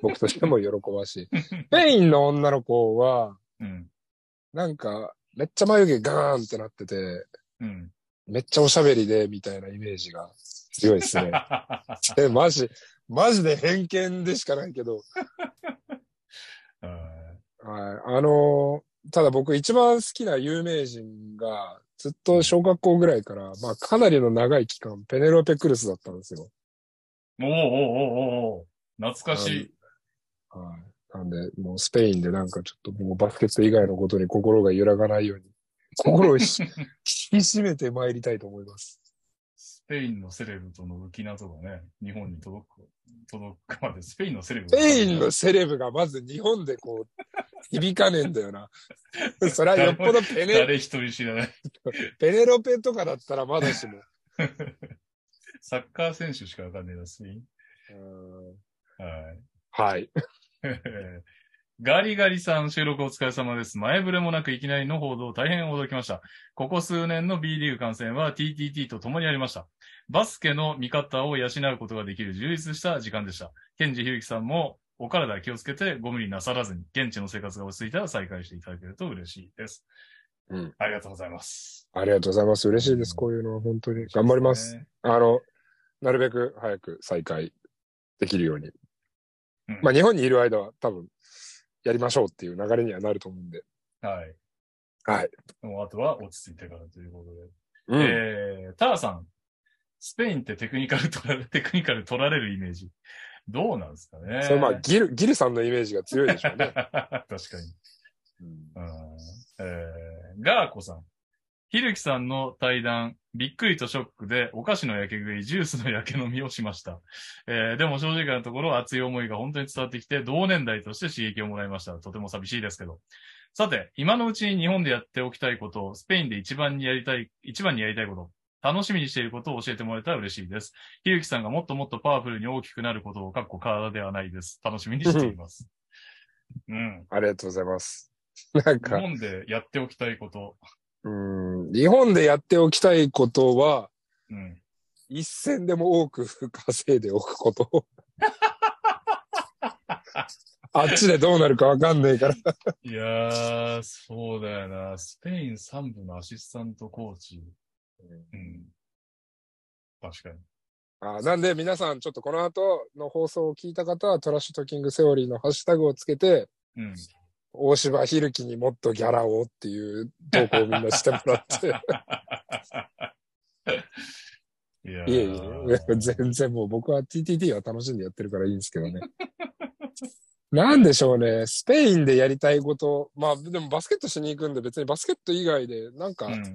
Speaker 2: 僕としても喜ばしい。スペインの女の子は、
Speaker 1: うん、
Speaker 2: なんかめっちゃ眉毛ガーンってなってて、
Speaker 1: うん。
Speaker 2: めっちゃおしゃべりでみたいなイメージが強いですね。 え、マジ、マジで偏見でしかないけど。
Speaker 1: うん
Speaker 2: はい。あのーただ僕一番好きな有名人が、ずっと小学校ぐらいから、まあかなりの長い期間、ペネロペクルスだったんですよ。
Speaker 1: おうおうおうおうおう懐かしい。
Speaker 2: はい。なんで、もうスペインでなんかちょっともうバスケット以外のことに心が揺らがないように、心を ひ引き締めて参りたいと思います。
Speaker 1: スペインのセレブとの浮き謎がね、日本に届く、届くまで、スペインのセレブ
Speaker 2: ス
Speaker 1: が。
Speaker 2: ペインのセレブがまず日本でこう、響かねえんだよ な。それはよっぽどペネ
Speaker 1: 誰一人知らない。
Speaker 2: ペネロペとかだったらまだしも。
Speaker 1: サッカー選手しかわかんねえな、スペイン。
Speaker 2: うん
Speaker 1: はい。
Speaker 2: はい。
Speaker 1: ガリガリさん、収録お疲れ様です。前触れもなくいきなりの報道、大変驚きました。ここ数年の B リーグ観戦は TTT と共にありました。バスケの見方を養うことができる充実した時間でした。ケンジヒルキさんもお体気をつけてご無理なさらずに、現地の生活が落ち着いたら再開していただけると嬉しいです。
Speaker 2: うん
Speaker 1: ありがとうございます。
Speaker 2: ありがとうございます。嬉しいです。こういうのは本当に。頑張ります。。あの、なるべく早く再開できるように。
Speaker 1: うん
Speaker 2: まあ、日本にいる間は多分、やりましょうっていう流れにはなると思うんで。
Speaker 1: はい。
Speaker 2: はい。
Speaker 1: もうあとは落ち着いてからということで。
Speaker 2: うん。
Speaker 1: えー、ターさん、スペインってテクニカル取られ、 テクニカル取られるイメージ。どうなんですかね。
Speaker 2: それまあ、ギル、ギルさんのイメージが強いでしょうね。
Speaker 1: 確かに。 うんえー、ガーコさん。ひるきさんの対談、びっくりとショックで、お菓子の焼け食い、ジュースの焼け飲みをしました。えーでも正直なところ、熱い思いが本当に伝わってきて、同年代として刺激をもらいました。とても寂しいですけど。さて、今のうちに日本でやっておきたいこと、スペインで一番にやりたい、一番にやりたいこと、楽しみにしていることを教えてもらえたら嬉しいです。ひるきさんがもっともっとパワフルに大きくなることを、かっこ体ではないです。楽しみにしています。うん。
Speaker 2: ありがとうございます。 なん
Speaker 1: 日
Speaker 2: か、
Speaker 1: 本でやっておきたいこと。
Speaker 2: うん、日本でやっておきたいことは、
Speaker 1: うん。
Speaker 2: 一銭でも多く稼いでおく こと。あっちでどうなるかわかんないから。
Speaker 1: いやー、そうだよな。スペイン3部のアシスタントコーチ。うん。確かに。
Speaker 2: あなんで皆さん、ちょっとこの後の放送を聞いた方は、トラッシュトキングセオリーのハッシュタグをつけて、
Speaker 1: うん。
Speaker 2: 大柴ひるきにもっとギャラをっていう投稿をみんなしてもらって。
Speaker 1: いやー
Speaker 2: いえいえ、全然もう僕は TTT は楽しんでやってるからいいんですけどね。なんでしょうね。スペインでやりたいこと。まあ、でもバスケットしに行くんで別にバスケット以外で、なんか、
Speaker 1: うん。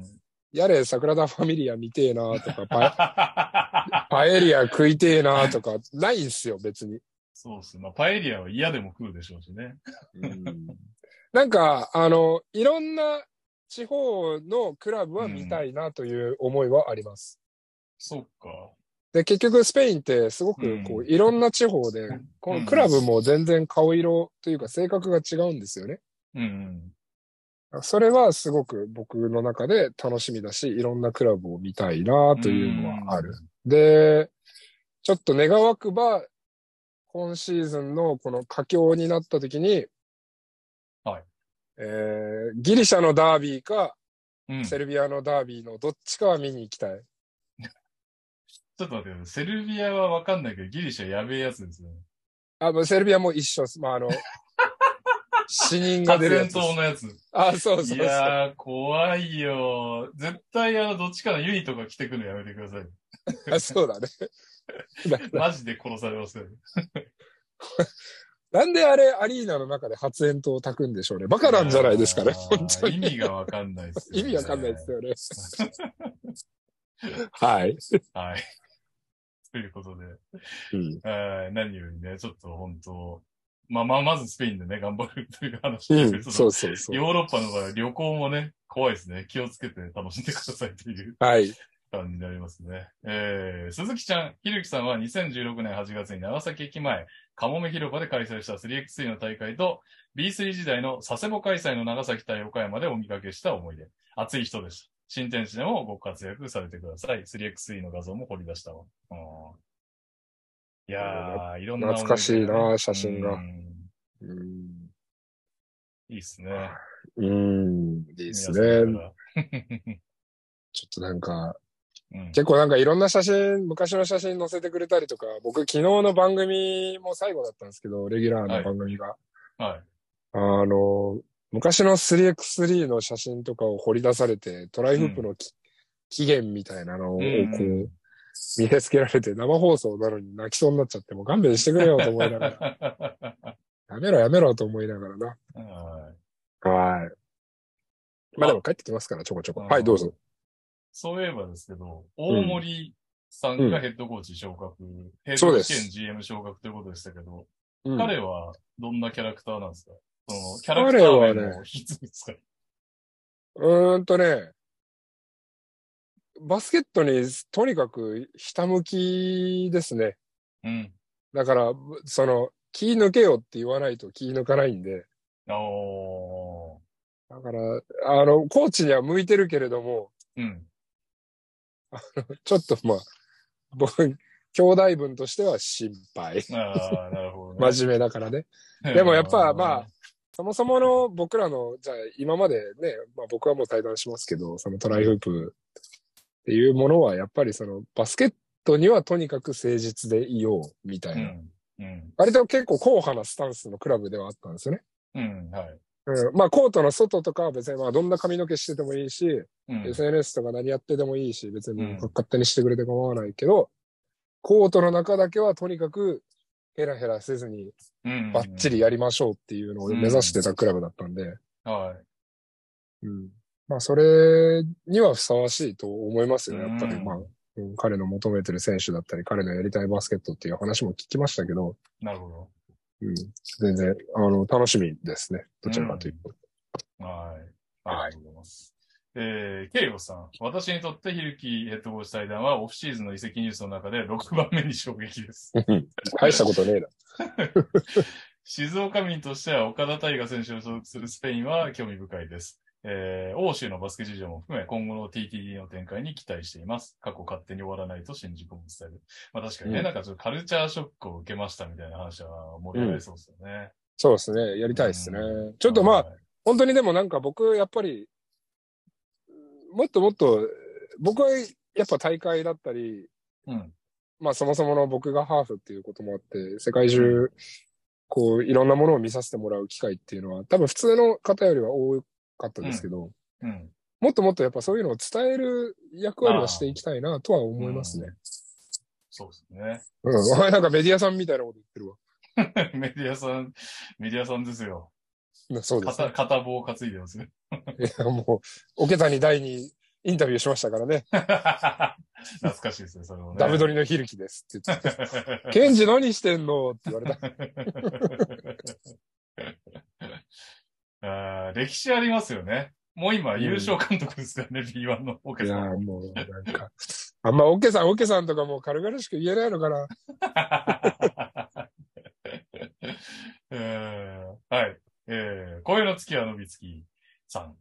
Speaker 2: やれ、桜田ファミリア見てえなとか、パエパエリア食いてえなとか、ないんすよ、別に。
Speaker 1: そうっす。まあ、パエリアは嫌でも食うでしょうしね。
Speaker 2: なんか、あの、いろんな地方のクラブは見たいなという思いはあります。
Speaker 1: そっか。
Speaker 2: で、結局スペインってすご
Speaker 1: う
Speaker 2: く
Speaker 1: ん
Speaker 2: こう、いろんな地方で、こ
Speaker 1: うん
Speaker 2: のクラブも全然顔色というか性格が違うんですよね。
Speaker 1: うん
Speaker 2: それはすごく僕の中で楽しみだし、いろんなクラブを見たいな
Speaker 1: うん。
Speaker 2: というのはある。。で、ちょっと願わくば、今シーズンのこの佳境になった時に、
Speaker 1: はい。
Speaker 2: えー、ギリシャのダービーか、
Speaker 1: うん。ちょ
Speaker 2: セ
Speaker 1: っ
Speaker 2: ルビアのダービーのどっちかは見に行きたい。
Speaker 1: と待ってください。セルビアはわかんないけど、ギリシャやべえやつですよね。
Speaker 2: あ、もうセルビアも一緒です。まあ、あの、死人が
Speaker 1: 発
Speaker 2: 出るや
Speaker 1: 煙
Speaker 2: つで
Speaker 1: 筒
Speaker 2: す。
Speaker 1: のやつ。
Speaker 2: あ、そうそうそ。
Speaker 1: いうやー、怖いよー。絶対、あの、どっちかのユニとか着てくのやめてくださ い。
Speaker 2: あそうだね。だから
Speaker 1: マジで殺されますよ、ね。
Speaker 2: なんであれ、アリーナの中で発煙筒を焚くんでしょうね。バカなんじゃないですかね、
Speaker 1: やー
Speaker 2: 本当に。
Speaker 1: 意味がわかんないっすよ
Speaker 2: 意
Speaker 1: ね
Speaker 2: 味わかんないです よね。はい。
Speaker 1: はい。ということで、
Speaker 2: うん
Speaker 1: えー何よりね、ちょっと本当、まあまあ、まずスペインでね、頑張るという話
Speaker 2: う
Speaker 1: ですけ
Speaker 2: ん、そ
Speaker 1: ど、
Speaker 2: うそうそう。
Speaker 1: ヨーロッパの場合、旅行もね、怖いですね。気をつけて楽しんでくださいという
Speaker 2: はい。
Speaker 1: 感じになりますね。えー、鈴木ちゃん、ひるきさんは2016年8月に長崎駅前、かもめ広場で開催した 3x3 の大会と、B3 時代の佐世保開催の長崎対岡山でお見かけした思い出。熱い人でした。新天地でもご活躍されてください。3x3 の画像も掘り出したわ。うんいやー、いろんな思出がね、
Speaker 2: 懐かしいな写真が
Speaker 1: うん
Speaker 2: うん。
Speaker 1: いいっすね。
Speaker 2: うん、いいです
Speaker 1: いやそれ
Speaker 2: ね
Speaker 1: か。ら
Speaker 2: ちょっとなんか、
Speaker 1: うん
Speaker 2: 結構なんかいろんな写真、昔の写真載せてくれたりとか、僕昨日の番組も最後だったんですけど、レギュラーの番組が。
Speaker 1: はい。
Speaker 2: あの、昔の 3x3 の写真とかを掘り出されて、トライフープのき、起源みたいなのをこう、
Speaker 1: うん
Speaker 2: 見せつけられて、生放送なのに泣きそうになっちゃって、もう勘弁してくれよと思いなが ら、やめろやめろと思いながらな。
Speaker 1: はい
Speaker 2: はい。まあでも帰ってきますから、ちょこちょこ。
Speaker 1: うん
Speaker 2: はい、どうぞ。
Speaker 1: そういえばですけど、大森さんがヘッドコーチ昇格、ヘッ
Speaker 2: そう
Speaker 1: ド
Speaker 2: で
Speaker 1: 試
Speaker 2: す
Speaker 1: 験 GM 昇格ということでしたけど、
Speaker 2: うん
Speaker 1: 彼はどんなキャラクターなんですかそのキャラクター名もひつですか、
Speaker 2: うーんとね、バスケットにとにかくひたむきですね。
Speaker 1: うん。
Speaker 2: だから、その、気抜けよって言わないと気抜かないんで。
Speaker 1: あー。
Speaker 2: だから、あの、コーチには向いてるけれども、
Speaker 1: うん。
Speaker 2: ちょっとまあ、僕、兄弟分としては心配。
Speaker 1: ああ、なるほど、ね。
Speaker 2: 真面目だからね。でもやっぱまあ
Speaker 1: あ、
Speaker 2: そもそもの僕らの、じゃあ今までね、まあ僕はもう対談しますけど、そのトライフープっていうものはやっぱりそのバスケットにはとにかく誠実でいようみたいうな。
Speaker 1: ん。うん。
Speaker 2: 割と結構硬派なスタンスのクラブではあったんですよね。
Speaker 1: うん。はい。
Speaker 2: うん、まあコートの外とかは別にまあどんな髪の毛しててもいいし、
Speaker 1: うん。
Speaker 2: SNS とか何やってでもいいし、別に
Speaker 1: うん
Speaker 2: 勝手にしてくれて構わないけど、コートの中だけはとにかくヘラヘラせずに
Speaker 1: うん。
Speaker 2: バッチリやりましょうっていうのを目指してたクラブだったんで、
Speaker 1: は
Speaker 2: うんまあ、それにはふさわしいと思いますよね。やっぱ
Speaker 1: う
Speaker 2: り、
Speaker 1: ん
Speaker 2: まあ、うん彼の求めてる選手だったり、彼のやりたいバスケットっていう話も聞きましたけど、
Speaker 1: い。なるほど。
Speaker 2: うん、全然、あの、楽しみですね。どちらかというと。
Speaker 1: はい。あ
Speaker 2: はい
Speaker 1: りがとうございます。えー、ケイオさん。私にとってヒルキヘッドコーチ対談はオフシーズンの移籍ニュースの中で6番目に衝撃です。
Speaker 2: 大したことねえだ。
Speaker 1: 静岡民としては岡田大河選手を所属するスペインは興味深いです。えー、欧州のバスケ事情も含め今後の TTD の展開に期待しています。過去勝手に終わらないと新宿も伝える。まあ確かにね、
Speaker 2: うん
Speaker 1: なんかちょっとカルチャーショックを受けましたみたいな話は盛り上がりそうですよね。
Speaker 2: そうですね。やりたいですね
Speaker 1: う。
Speaker 2: ちょっとま
Speaker 1: は
Speaker 2: あ、本当にでもなんか僕、やっぱり、もっともっと、僕はやっぱ大会だったり、
Speaker 1: い、うん。
Speaker 2: まあそもそもの僕がハーフっていうこともあって、世界中、こういろんなものを見させてもらう機会っていうのは、多分普通の方よりは多かったですけど、
Speaker 1: うん。
Speaker 2: もっともっとやっぱそういうのを伝える役割はしていきたいなとは思いますね。
Speaker 1: そうですね。
Speaker 2: うん、お前なんかメディアさんみたいなこと言ってるわ。
Speaker 1: メディアさん、メディアさんですよ。
Speaker 2: なそうです、
Speaker 1: 片
Speaker 2: ね。
Speaker 1: 片棒担いでますね。
Speaker 2: いやもう、桶谷大にインタビューしましたからね。
Speaker 1: 懐かしいですね、それもね。
Speaker 2: ダブドリのひるきですって言って。
Speaker 1: リ。
Speaker 2: ケンジ何してんのって言われた。
Speaker 1: あー歴史ありますよね。もう今、優勝監督ですからね、B1 のオケ
Speaker 2: い
Speaker 1: さ
Speaker 2: や
Speaker 1: ん。
Speaker 2: もうなんか、あんまオケさん、オケさんとかもう軽々しく言えないのかな。
Speaker 1: えーはい。えー、声の月は伸びつきさん。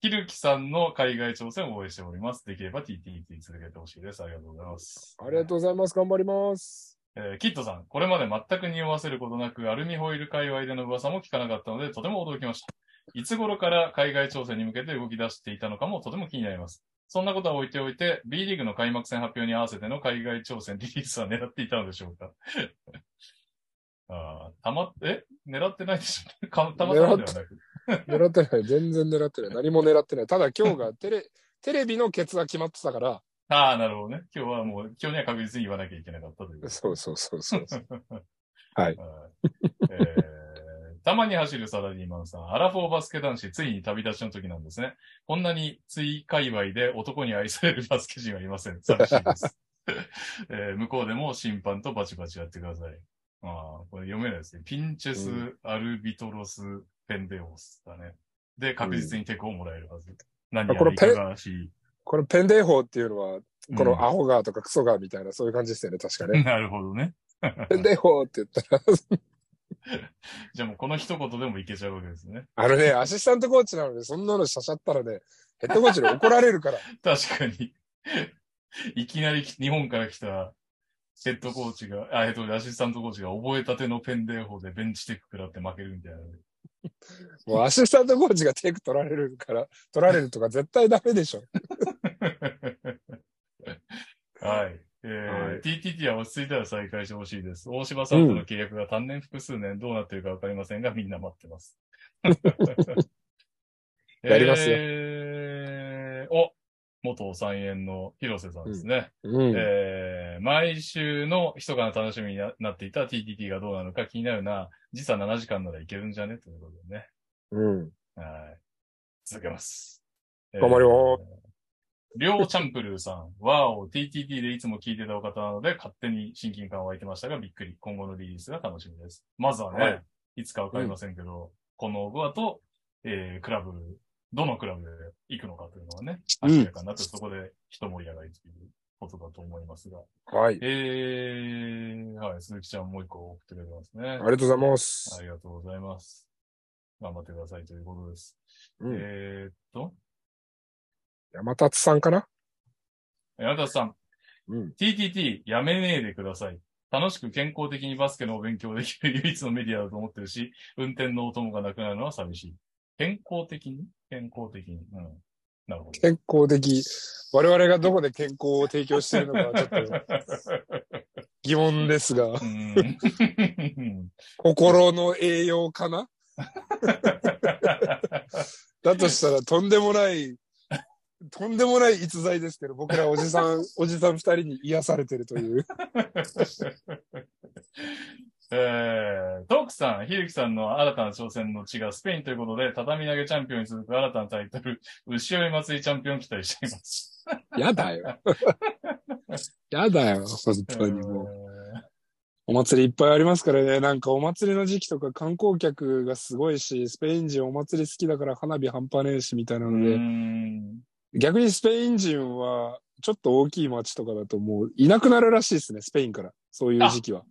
Speaker 1: ひるきさんの海外挑戦を応援しております。できれば TTT 続けてほしいです。ありがとうございます。
Speaker 2: ありがとうございます。頑張ります。
Speaker 1: えーキットさん、これまで全く匂わせることなく、アルミホイル界隈での噂も聞かなかったので、とても驚きました。いつ頃から海外挑戦に向けて動き出していたのかもとても気になります。そんなことは置いておいて、B リーグの開幕戦発表に合わせての海外挑戦リリースは狙っていたのでしょうか あーたまっ、え狙ってないでしょ かたまたまではない。
Speaker 2: 狙ってない。全然狙ってない。何も狙ってない。ただ今日がテレ、 テレビのケツが決まってたから、
Speaker 1: ああ、なるほどね。今日はもう、今日には確実に言わなきゃいけなかったという。
Speaker 2: そうそうそうそう。
Speaker 1: はいえーたまに走るサラリーマンさん、アラフォーバスケ男子、ついに旅立ちの時なんですね。こんなについ界隈で男に愛されるバスケ人はいません。寂しいです。 えー向こうでも審判とバチバチやってください。ああ、これ読めないですね。ピンチェス、
Speaker 2: う
Speaker 1: アルビトロス、ペンデオスだね。で、確実にテコをもらえるはず。何や
Speaker 2: こ
Speaker 1: ら
Speaker 2: れ
Speaker 1: い
Speaker 2: ペ
Speaker 1: か
Speaker 2: ン
Speaker 1: がわしい。
Speaker 2: このペンデー法っていうのは、こ
Speaker 1: うん
Speaker 2: のアホガーとかクソガーみたいな、そういう感じですよね、確かね。
Speaker 1: なるほどね。
Speaker 2: ペンデー法って言ったら、
Speaker 1: じゃあもうこの一言でもいけちゃうわけですね。
Speaker 2: あのね、アシスタントコーチなので、そんなのしゃしゃったらね、ヘッドコーチに怒られる から。
Speaker 1: 確かに。いきなり日本から来たヘッドコーチが、あ、えっと、アシスタントコーチが覚えたてのペンデー法でベンチテック食らって負けるみたいな。
Speaker 2: もうアシスタントコーチがテイク取られるから、取られるとか絶対ダメで しょ。
Speaker 1: はい。えー
Speaker 2: はい
Speaker 1: TTT は落ち着いたら再開してほしいです。大柴さんとの契約が単年複数年どうなってるかわかりませんが、みんな待ってます。
Speaker 2: やりますよ
Speaker 1: えーお、元三円の広瀬さんですね。
Speaker 2: うん。
Speaker 1: えー毎週の密かな楽しみにななっていた TTT がどうなるか気になるな。時差7時間ならいけるんじゃねということでね。
Speaker 2: うん。
Speaker 1: はい。続けます。。
Speaker 2: 頑張ります
Speaker 1: りょうチャンプルーさん、わーお、TTT でいつも聞いてたお方なので、勝手に親近感湧いてましたが、びっくり。今後のリリースが楽しみです。まずはね、
Speaker 2: はいい、
Speaker 1: つかわかりませんけど、この後はと、えークラブ、どのクラブで行くのかというのはね、
Speaker 2: うん
Speaker 1: 明らかになって、そこで一盛り上がりということだと思いますが。
Speaker 2: はい。
Speaker 1: えー、はい、鈴木ちゃんもう一個送ってくれてますね。
Speaker 2: ありがとうございます。
Speaker 1: ありがとうございます。頑張ってくださいということです。
Speaker 2: うん。
Speaker 1: えーっと、
Speaker 2: 山達さんかな
Speaker 1: 矢田さん、
Speaker 2: うん。
Speaker 1: TTT やめねえでください。楽しく健康的にバスケのお勉強できる唯一のメディアだと思ってるし、運転のお供がなくなるのは寂しい。健康的に健康的に。うん。なるほど。
Speaker 2: 健康的。我々がどこで健康を提供しているのかはちょっと 疑問ですが、
Speaker 1: うん
Speaker 2: 心の栄養かな だとしたらとんでもない、とんでもない逸材ですけど、僕らおじさ ん、おじさん二人に癒されてるという。
Speaker 1: えー、トークさん、ひるきさんの新たな挑戦の地がスペインということで、畳投げチャンピオンに続く新たなタイトル、牛追い祭りチャンピオン期待しています。
Speaker 2: やだ よ。やだよ、本当にもう。お祭りいっぱいありますからね。なんかお祭りの時期とか観光客がすごいし、スペイン人お祭り好きだから花火半端ねえしみたいな
Speaker 1: う
Speaker 2: ので、
Speaker 1: ん。
Speaker 2: 逆にスペイン人はちょっと大きい街とかだともういなくなるらしいですね、スペインから。そういう時期は。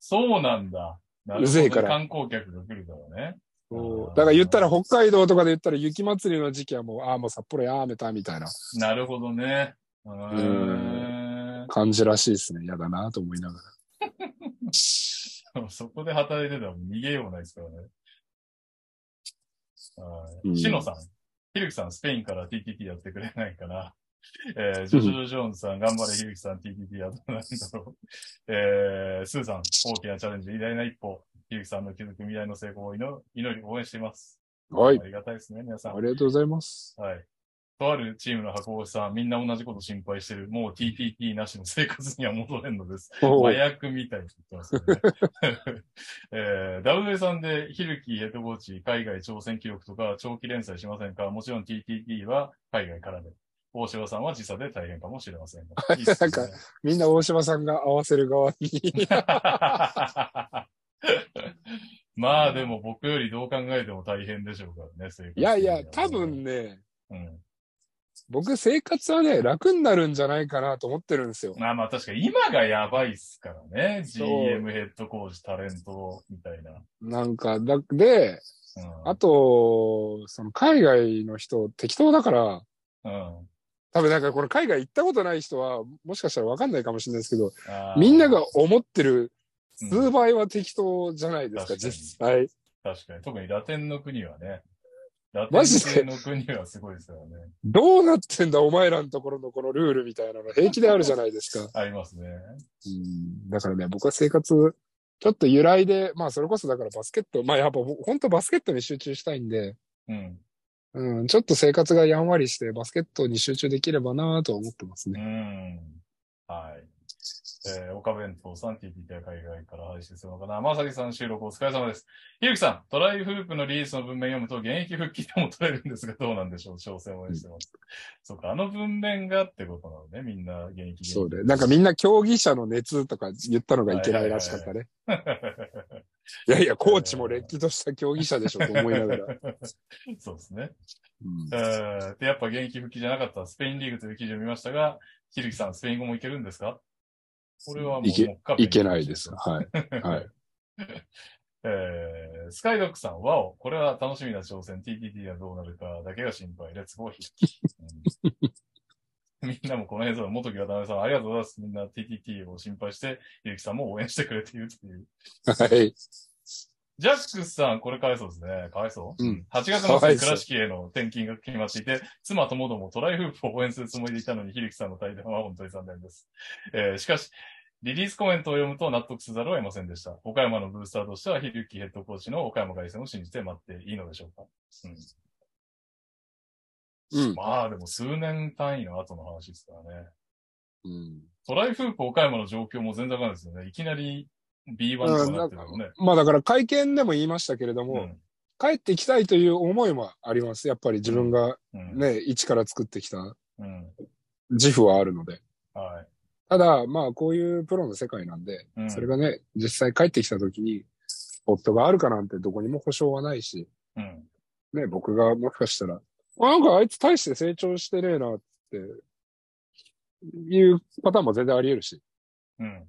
Speaker 1: そうなんだ。なる
Speaker 2: う
Speaker 1: ほ
Speaker 2: ぜえ
Speaker 1: ど。
Speaker 2: から
Speaker 1: 観光客が来るからね。
Speaker 2: そ
Speaker 1: あー
Speaker 2: うだから言ったら北海道とかで言ったら雪祭りの時期はもう、ああ、もう札幌やめたみたいな
Speaker 1: なるほどね。うーん。
Speaker 2: 感じらしいですね。やだなと思いながら。
Speaker 1: そこで働いてたらもう逃げようもないですからね。
Speaker 2: う
Speaker 1: は
Speaker 2: ん
Speaker 1: い。しのさん。ひるきさん、スペインから TTT やってくれないかな。えー、ジョジョジョジョーンズさん、頑張れ、ひるきさん、TTT やどうなんだろう。えー、スーさん、大きなチャレンジ、偉大な一歩。ひるきさんの気づく未来の成功を祈祈り、応援しています。
Speaker 2: はい
Speaker 1: あ。りがたいですね、皆さん
Speaker 2: あ。りがとうございます。
Speaker 1: はい。とあるチームの箱押しさん、みんな同じこと心配してる。もう TTT なしの生活には戻れんのです。
Speaker 2: お
Speaker 1: 麻
Speaker 2: う
Speaker 1: 薬みたいに言ってますよね。 えー、WA さんで、ヒルキヘッドコーチ、海外挑戦記録とか、長期連載しませんかもちろん TTT は海外からで。大柴さんは時差で大変かもしれませんが。いいっすね
Speaker 2: み んな大島さんが合わせる側 に。
Speaker 1: まあでも僕よりどう考えても大変でしょうからね、生活
Speaker 2: いやいや、多分。ね、
Speaker 1: うん。
Speaker 2: 僕生活はね、楽になるんじゃないかなと思ってるんですよ。
Speaker 1: まあまあ確かに今がやばいっすからね。
Speaker 2: そう
Speaker 1: GM ヘッドコーチ、タレントみたいな。
Speaker 2: なんか、だ、で、
Speaker 1: うん。
Speaker 2: あと、その海外の人適当だから、
Speaker 1: うん
Speaker 2: 多分なんかこれ海外行ったことない人は、もしかしたらわかんないかもしれないですけど、
Speaker 1: あー
Speaker 2: みんなが思ってる
Speaker 1: う
Speaker 2: 数
Speaker 1: ん
Speaker 2: 倍は適当じゃないですか、
Speaker 1: うん
Speaker 2: 実際。
Speaker 1: 確かに。特にラテンの国はね。ラテン
Speaker 2: マジ
Speaker 1: 系
Speaker 2: で
Speaker 1: の国はすごいですからね。
Speaker 2: どうなってんだ、お前らのところのこのルールみたいなの平気であるじゃないですか。
Speaker 1: ありますね。
Speaker 2: だからね、僕は生活ちょっと由来で、まあそれこそだからバスケット、まあやっぱ本当バスケットに集中したいんで、
Speaker 1: うん。
Speaker 2: うん、ちょっと生活がやんわりしてバスケットに集中できればなぁとは思ってます
Speaker 1: う
Speaker 2: ね。
Speaker 1: ん。はい。えー、岡弁当さん、TPT は海外から配信するのかな。まさきさん、収録お疲れ様です。ひゆきさん、トライフープのリリースの文面読むと、現役復帰でも取れるんですが、どうなんでしょう挑戦応援してます。そうか、あの文面がってことなのね、みんな現役。
Speaker 2: そうで。なんか みんな競技者の熱とか言ったのがいけないらしかったね。いやいや、コーチもれっきとした競技者でしょと思い ながら。
Speaker 1: そうですね。
Speaker 2: うん
Speaker 1: えーで、やっぱ現役復帰じゃなかったスペインリーグという記事を見ましたが、ひるきさん、スペイン語もいけるんですかこれはもう
Speaker 2: いけ
Speaker 1: もっかべ
Speaker 2: いけないです。はい。 はい。
Speaker 1: えースカイドックさん、ワオ、これは楽しみな挑戦、TTT はどうなるかだけが心配、レッツゴーヒー。うん みんなもこの映像、元木渡辺さん、ありがとうございます。みんな TTT を心配して、ゆうきさんも応援してくれているという。
Speaker 2: はい。
Speaker 1: ジャックスさん、これかわいそうですね。かわいそう。
Speaker 2: うん
Speaker 1: 8月
Speaker 2: かわ
Speaker 1: 末
Speaker 2: い
Speaker 1: に
Speaker 2: そう
Speaker 1: 倉敷への転勤が決まっていて、妻ともどもトライフープを応援するつもりでいたのに、ひるきさんの対談は本当に残念です。えーしかし、リリースコメントを読むと納得せざるを得ませんでした。岡山のブースターとしては、ひるきヘッドコーチの岡山凱旋を信じて待っていいのでしょうか。うん、
Speaker 2: うん。
Speaker 1: まあ、でも数年単位の後の話ですからね。
Speaker 2: うん
Speaker 1: トライフープ岡山の状況も全然わかんないですよね。いきなり B1 とかなってるのね。
Speaker 2: まあだから会見でも言いましたけれども、
Speaker 1: うん
Speaker 2: 帰ってきたいという思いもあります。やっぱり自分が
Speaker 1: うん。
Speaker 2: ね、一から作ってきた
Speaker 1: うん。
Speaker 2: 自負はあるので。
Speaker 1: はい。
Speaker 2: ただ、まあこういうプロの世界なんで、
Speaker 1: うん
Speaker 2: それがね、実際帰ってきた時に、夫があるかなんてどこにも保証はないし、
Speaker 1: うん。
Speaker 2: ね、僕がもしかしたら、あなんかあいつ大して成長してねえなって、いうパターンも全然あり得るし。
Speaker 1: うん。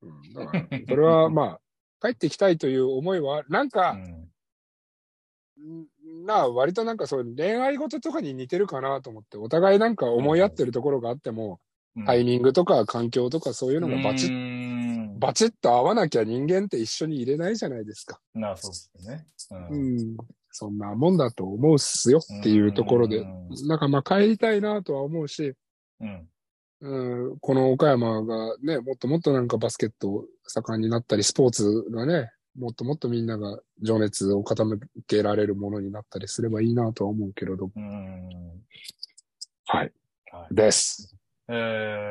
Speaker 2: うん、だから、それはまあ、帰ってきたいという思いはある、なんか、
Speaker 1: うん
Speaker 2: んなあ、割となんかそういう恋愛事とかに似てるかなと思って、お互いなんか思い合ってるところがあっても、
Speaker 1: うん
Speaker 2: タイミングとか環境とかそういうのがバチ
Speaker 1: うー
Speaker 2: ッ、
Speaker 1: ん
Speaker 2: バチッと合わなきゃ人間って一緒に入れないじゃないですか。
Speaker 1: なあ、そうですね。う。
Speaker 2: うんん。そんなもんだと思うっすよっていうところで
Speaker 1: う、ん
Speaker 2: なんかまあ帰りたいなとは思うし、
Speaker 1: うん。
Speaker 2: うん、この岡山がね、もっともっとなんかバスケット盛んになったり、スポーツがね、もっともっとみんなが情熱を傾けられるものになったりすればいいなとは思うけれど。
Speaker 1: うん。
Speaker 2: はい。
Speaker 1: はい。
Speaker 2: です。
Speaker 1: え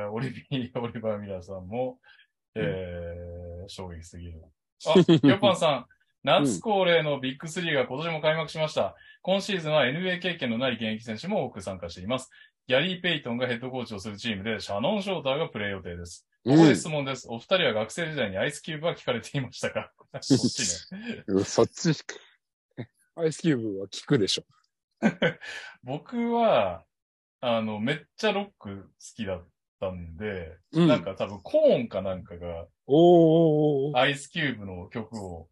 Speaker 1: ー、オリビ、オリバー・ミ ラーさんも、えー、衝撃すぎる。あ、ヨパンさ ん、夏恒例のビッグ3が今年も開幕しました。今シーズンは NBA 経験のない現役選手も多く参加しています。ギャリー・ペイトンがヘッドコーチをするチームで、シャノン・ショーターがプレー予定です。ここで質問です。お二人は学生時代にアイスキューブは聞かれていましたかそっちね。
Speaker 2: うんそっち。 アイスキューブは聞くでしょ。
Speaker 1: 僕は、あの、めっちゃロック好きだったんで、
Speaker 2: う
Speaker 1: なんか多分コーンかなんかが
Speaker 2: おーおーおーおー
Speaker 1: アイスキューブの曲を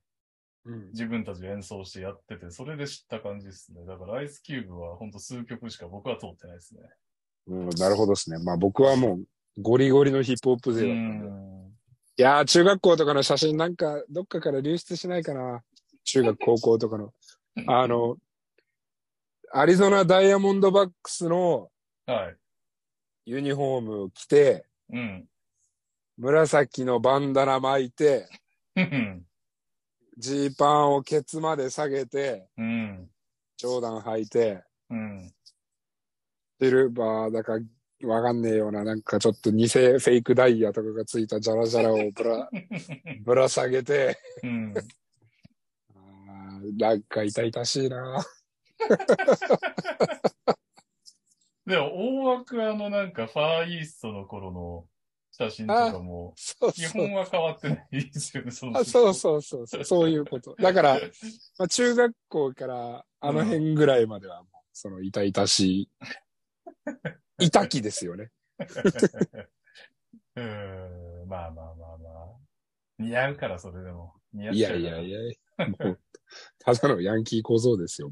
Speaker 2: うん
Speaker 1: 自分たちで演奏してやってて、それで知った感じですね。だからアイスキューブはほんと数曲しか僕は通ってないですね。
Speaker 2: うんなるほどですね。まあ僕はもうゴリゴリのヒップホップ
Speaker 1: う
Speaker 2: 勢だったんで。
Speaker 1: ん。
Speaker 2: いやー、中学校とかの写真なんか、どっかから流出しないかな。中学、高校とかの。あの、アリゾナダイヤモンドバックスの
Speaker 1: はい。
Speaker 2: ユニフォームを着て、
Speaker 1: うん。
Speaker 2: 紫のバンダナ巻いて、
Speaker 1: うん。
Speaker 2: ジーパンをケツまで下げて、
Speaker 1: うん。
Speaker 2: ジョーダン履いて、
Speaker 1: うん。
Speaker 2: シルバーだか、わかんねえような、なんかちょっと偽フェイクダイヤとかがついたジャラジャラをぶら、ぶら下げて、
Speaker 1: うん。
Speaker 2: あーなんか痛々しいな
Speaker 1: でも、大枠あのなんか、ファーイーストの頃の写真とかも、
Speaker 2: そう
Speaker 1: 基
Speaker 2: そう
Speaker 1: 本。は変わってないですよね、その
Speaker 2: あそうそうそうそう、そういうこと。だから、まあ、中学校からあの辺ぐらいまではもう、その痛々し い、痛きですよね。
Speaker 1: うーん、まあまあまあまあ。似合うから、それでも。似合っ
Speaker 2: い
Speaker 1: ちゃう
Speaker 2: や
Speaker 1: から
Speaker 2: いやいや、もう、ただのヤンキー小僧ですよ。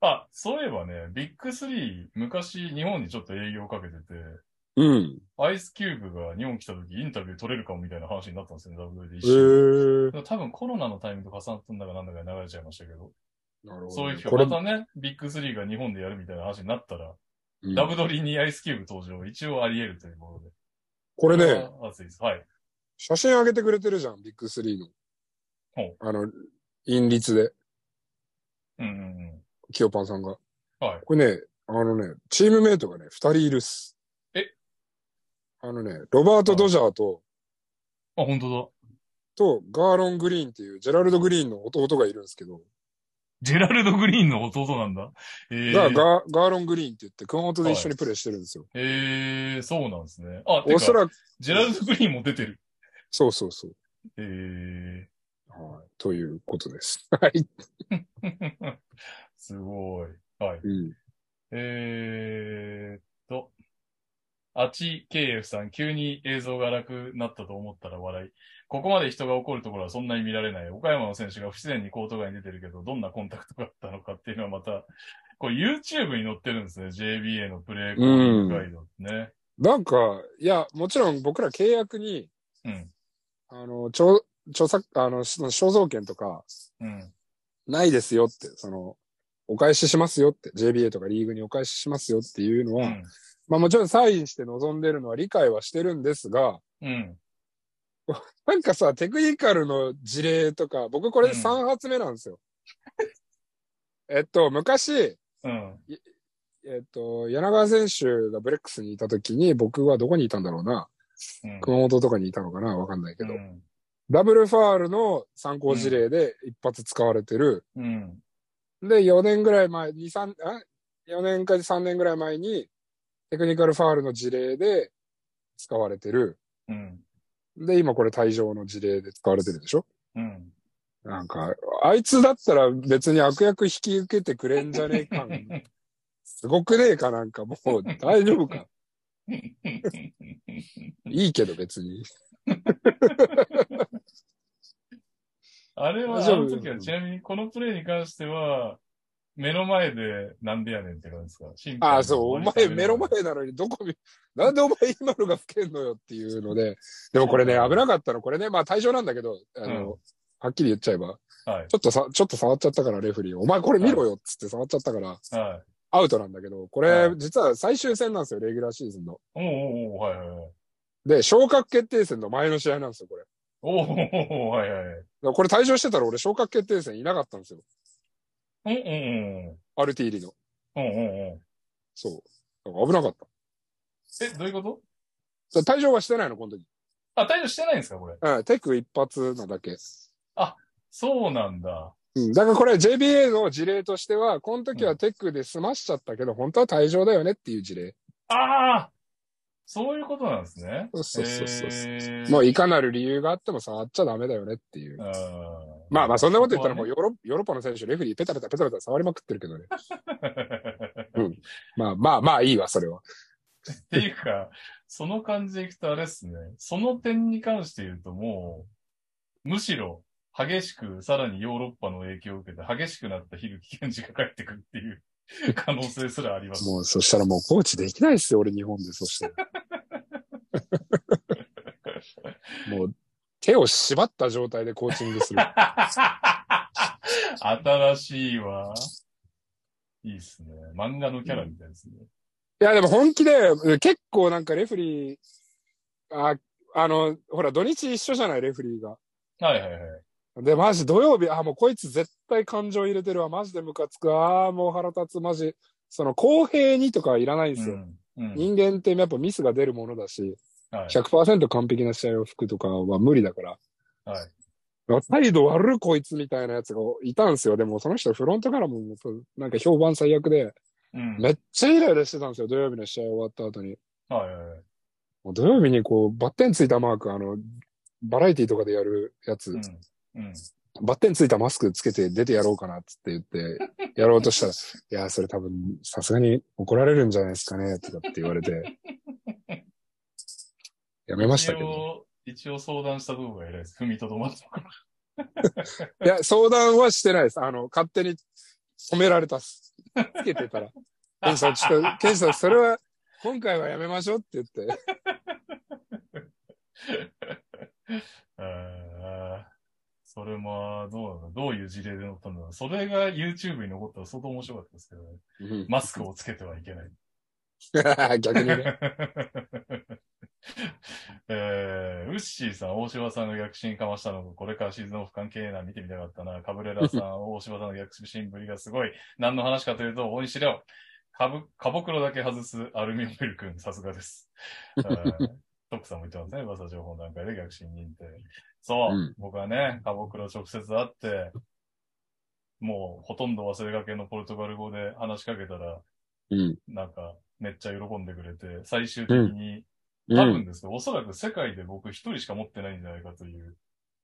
Speaker 1: あ、そういえばね、ビッグ3、昔日本にちょっと営業かけてて、
Speaker 2: うん。
Speaker 1: アイスキューブが日本来た時インタビュー取れるかもみたいな話になったんですよね、WD
Speaker 2: えー。
Speaker 1: 多分コロナのタイミングと重なったんだかなんだかで流れちゃいましたけど。
Speaker 2: なるほどね
Speaker 1: そういう日
Speaker 2: これ
Speaker 1: ま、たね、ビッグ3が日本でやるみたいな話になったら、
Speaker 2: うん
Speaker 1: ダブドリにアイスキューブ登場、一応あり得るというもので。
Speaker 2: これね、
Speaker 1: あ熱いです。はい。
Speaker 2: 写真上げてくれてるじゃん、ビッグスリーの
Speaker 1: ほう。
Speaker 2: あの、陰律で、
Speaker 1: うんうん
Speaker 2: キヨパンさんが。
Speaker 1: はい
Speaker 2: これね、あのね、チームメイトがね、二人いるっす。
Speaker 1: え
Speaker 2: あのね、ロバート・ドジャーと、
Speaker 1: うん。あ、本当
Speaker 2: と、ガーロン・グリーンっていう、ジェラルド・グリーンの弟がいるんですけど、
Speaker 1: だ。ジェラルド・グリーンの弟なんだ。ええ
Speaker 2: が
Speaker 1: ー。
Speaker 2: ガーガーロン・グリーンって言って、熊本で一緒にプレーしてるんですよ。
Speaker 1: ええー、そうなんですね。あ、て
Speaker 2: おそ
Speaker 1: か、
Speaker 2: らく、
Speaker 1: ジェラルド・グリーンも出てる。
Speaker 2: そうそうそう。
Speaker 1: ええ
Speaker 2: はい、ということです。 はい。
Speaker 1: ー。 すごい。はい。
Speaker 2: うん。
Speaker 1: えーっと、アチ・ケイエフさん、急に映像が楽になったと思ったら笑い。ここまで人が怒るところはそんなに見られない。岡山の選手が不自然にコート外に出てるけど、どんなコンタクトがあったのかっていうのはまた、これ YouTube に載ってるんですね。JBA のプレイコールガイドね。
Speaker 2: なんか、いや、もちろん僕ら契約に、
Speaker 1: うん。
Speaker 2: あの、著、著作、あの、その肖像権とか、
Speaker 1: うん。
Speaker 2: ないですよって、その、お返ししますよって、JBA とかリーグにお返ししますよっていうの
Speaker 1: う
Speaker 2: は、
Speaker 1: ん。
Speaker 2: まあもちろんサインして望んでるのは理解はしてるんですが、
Speaker 1: うん。
Speaker 2: なんかさ、テクニカルの事例とか、僕これ3発目なんですよ。 えっと、昔、
Speaker 1: うん。
Speaker 2: えっと、柳川選手がブレックスにいた時に、僕はどこにいたんだろうな。
Speaker 1: うん。
Speaker 2: 熊本とかにいたのかなわかんないけど、
Speaker 1: うん
Speaker 2: ダブルファールの参考事例で一発使われてる。
Speaker 1: うん。
Speaker 2: で、4年ぐらい前、2、3、あ ?4 年か3年ぐらい前に、テクニカルファールの事例で使われてる。
Speaker 1: うん。
Speaker 2: で、今これ退場の事例で使われてるでしょ
Speaker 1: うん。
Speaker 2: なんか、あいつだったら別に悪役引き受けてくれんじゃね えか。すごくねえかなんかもう大丈夫か。いいけど別に。
Speaker 1: あれは、
Speaker 2: 大
Speaker 1: あ
Speaker 2: 丈夫
Speaker 1: の時は、ちなみにこのプレーに関しては、目の前でなんでやねんって感じですか審判
Speaker 2: ああ、そう、お前目の。前なのにどこ見、なんでお前今のが吹けんのよっていうので、でもこれね、危なかったの、これね、まあ対象なんだけど、あの、
Speaker 1: う
Speaker 2: はっきり言っちゃえば、
Speaker 1: はい。
Speaker 2: ちょっとさ、ちょっと触っちゃったからレフェリー、お前これ見ろよっつって触っちゃったから、
Speaker 1: は
Speaker 2: アウトなんだけど、こ
Speaker 1: は
Speaker 2: れ
Speaker 1: い
Speaker 2: 実は最終戦なんですよ、レギュラーシーズンの。
Speaker 1: い。おうおうおう、はいはいはい。
Speaker 2: で、昇格決定戦の前の試合なんですよ、これ。
Speaker 1: おうおうおう、はいはい。
Speaker 2: だからこれ退場してたら俺昇格決定戦いなかったんですよ。
Speaker 1: うんうん
Speaker 2: アルティーリの。
Speaker 1: うん。うんうんうん。
Speaker 2: そう。だから危なかっ
Speaker 1: え、どういうこと
Speaker 2: た。だから退場はしてないの、この時。
Speaker 1: あ、退場してないんですかこれ。
Speaker 2: うん、テク一発なだけ。
Speaker 1: そうなんだ。
Speaker 2: うん、だからこれ JBA の事例としては、この時はテクで済ましちゃったけど、本当は退場だよねっていう事例。
Speaker 1: ああそういうことなんですね。
Speaker 2: そうそうそうそ
Speaker 1: へ
Speaker 2: う
Speaker 1: ー
Speaker 2: もういかなる理由があっても触っちゃダメだよねっていう。
Speaker 1: あー
Speaker 2: まあまあそんなこと言ったらも
Speaker 1: こ
Speaker 2: う ヨーロ,、ヨーロッパの選手、レフェリーペタペタペタペタ触りまくってるけどね。
Speaker 1: こはね
Speaker 2: まあまあまあいいわ、それは。
Speaker 1: っていうか、その感じでいくとあれですね、その点に関して言うともう、むしろ激しく、さらにヨーロッパの影響を受けて激しくなった樋口健二が帰ってくるっていう 可能性すらあります。
Speaker 2: もうそしたらもうコーチできないっすよ、俺日本で。そしたら。もう手を縛った状態でコーチングする。
Speaker 1: 新しいわ。いいっすね。漫画のキャラみたいですね。
Speaker 2: いや、でも本気で、結構なんかレフェリー、あ、あの、ほら、土日一緒じゃない、レフェリーが。
Speaker 1: はいはいはい。
Speaker 2: で、マジ土曜日、あ、もうこいつ絶対感情入れてるわ、マジでムカつくわ、あーもう腹立つ、マジ。その、公平にとかはいらないんです
Speaker 1: う
Speaker 2: よ。
Speaker 1: ん。うん
Speaker 2: 人間ってやっぱミスが出るものだし、
Speaker 1: はい
Speaker 2: 100%完璧な試合を吹くとかは無理だから。
Speaker 1: はい
Speaker 2: 態度悪いこいつみたいなやつがいたんですよ。でもその人フロントからももうなんか評判最悪で、
Speaker 1: うん
Speaker 2: めっちゃイライラしてたんですよ。土曜日の試合終わった後に。
Speaker 1: はいはいはい
Speaker 2: もう土曜日にこう、バッテンついたマーク、あの、バラエティとかでやるやつ、
Speaker 1: うんうん
Speaker 2: バッテンついたマスクつけて出てやろうかなっつって 言って、やろうとしたら、いや、それ多分、さすがに怒られるんじゃないですかね、とかって言われて。 やめましたけ
Speaker 1: 一
Speaker 2: ど。
Speaker 1: 応、一応相談したとこが偉いです。踏みとどまったから。
Speaker 2: いや、相談はしてないです。あの、勝手に止められたっす。つけて たら。ケンジさん、ちょっと、ケンジさん、それは、今回はやめましょうって言って。
Speaker 1: あーそれも、どうなんだどういう事例で載ったんだろう。それが YouTube に残ったら相当面白かったですけどね。マスクをつけてはいけない。
Speaker 2: 逆にね。
Speaker 1: えー、ウッシーさん、大島さんが逆進かましたのが、これからシーズンオフ関係ない見てみたかったな。カブレラさん、大島さんの逆進ぶりがすごい。何の話かというと、大西亮。かぶ、かぼくろだけ外すアルミホイル君、さすがです。えートックさんも言ってますね。噂情報の段階で逆進認定。そう、
Speaker 3: うん
Speaker 1: 僕はね、かぼくろ直接会って、もうほとんど忘れがけのポルトガル語で話しかけたら、
Speaker 3: うん。
Speaker 1: なんか、めっちゃ喜んでくれて、最終的に、
Speaker 3: う
Speaker 1: 多
Speaker 3: ん。
Speaker 1: 分ですけど、おそらく世界で僕一人しか持ってないんじゃないかという、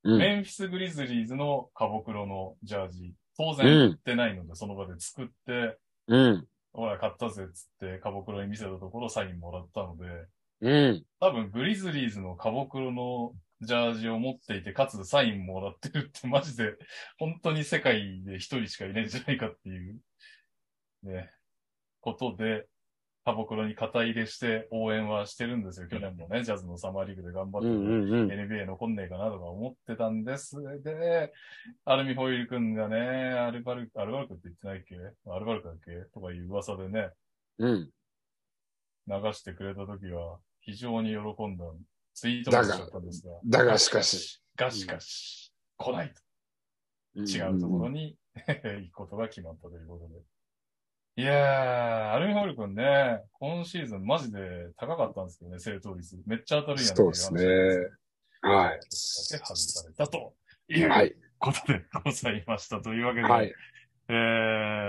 Speaker 3: うん。
Speaker 1: メンフィス・グリズリーズのカボクロのジャージ、当
Speaker 3: う
Speaker 1: 然
Speaker 3: ん
Speaker 1: 売ってないので、その場で作って、
Speaker 3: うん。
Speaker 1: ほら、買ったぜっつって、カボクロに見せたところサインもらったので、
Speaker 3: うん。
Speaker 1: 多分グリズリーズのカボクロのジャージを持っていて、かつサインもらってるって、マジで、本当に世界で一人しかいないんじゃないかっていう、ね、ことで、カボクロに肩入れして応援はしてるんですよ。去年もね、ジャズのサマーリーグで頑張っ
Speaker 3: う
Speaker 1: てて、
Speaker 3: ん。うん。
Speaker 1: NBA 残んねえかなとか思ってたんです。で、アルミホイル君がね、アルバルク、アルバルクって言ってないっけアルバルクだっけとかいう噂でね、
Speaker 3: うん。
Speaker 1: 流してくれた時は非常に喜んだツイートもしちゃったんですが。
Speaker 2: だがしかし。。
Speaker 1: がしかし、来ないと違うところに 行くことが決まったということで。いやー、アルミホイル君ね、今シーズンマジで高かったんですけどね、正答率。めっちゃ当たるやんってい
Speaker 2: そう
Speaker 1: 話
Speaker 2: ですね。はい。
Speaker 1: で外されたという
Speaker 2: はい。
Speaker 1: ことでございました。というわけで、
Speaker 2: はい。
Speaker 1: えー、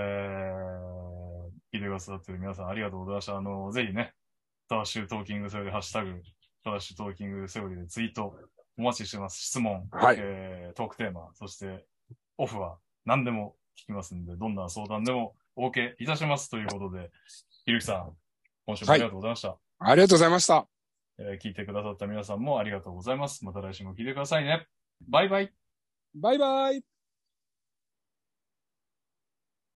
Speaker 1: 聞いてくださってる皆さんありがとうございました。あの、ぜひね、トラッシュトーキングセオリー、ハッシュタグ、トラッシュトーキングセオリーでツイートお待ちしてます。質問、
Speaker 2: はい
Speaker 1: えートークテーマ、そしてオフは何でも聞きますんで、どんな相談でも OK いたしますということで、ひるきさん、今週もありがとうございました。
Speaker 2: ありがとうございました。
Speaker 1: えー聞いてくださった皆さんもありがとうございます。また来週も聞いてくださいね。バイバイ。
Speaker 2: バイバイ。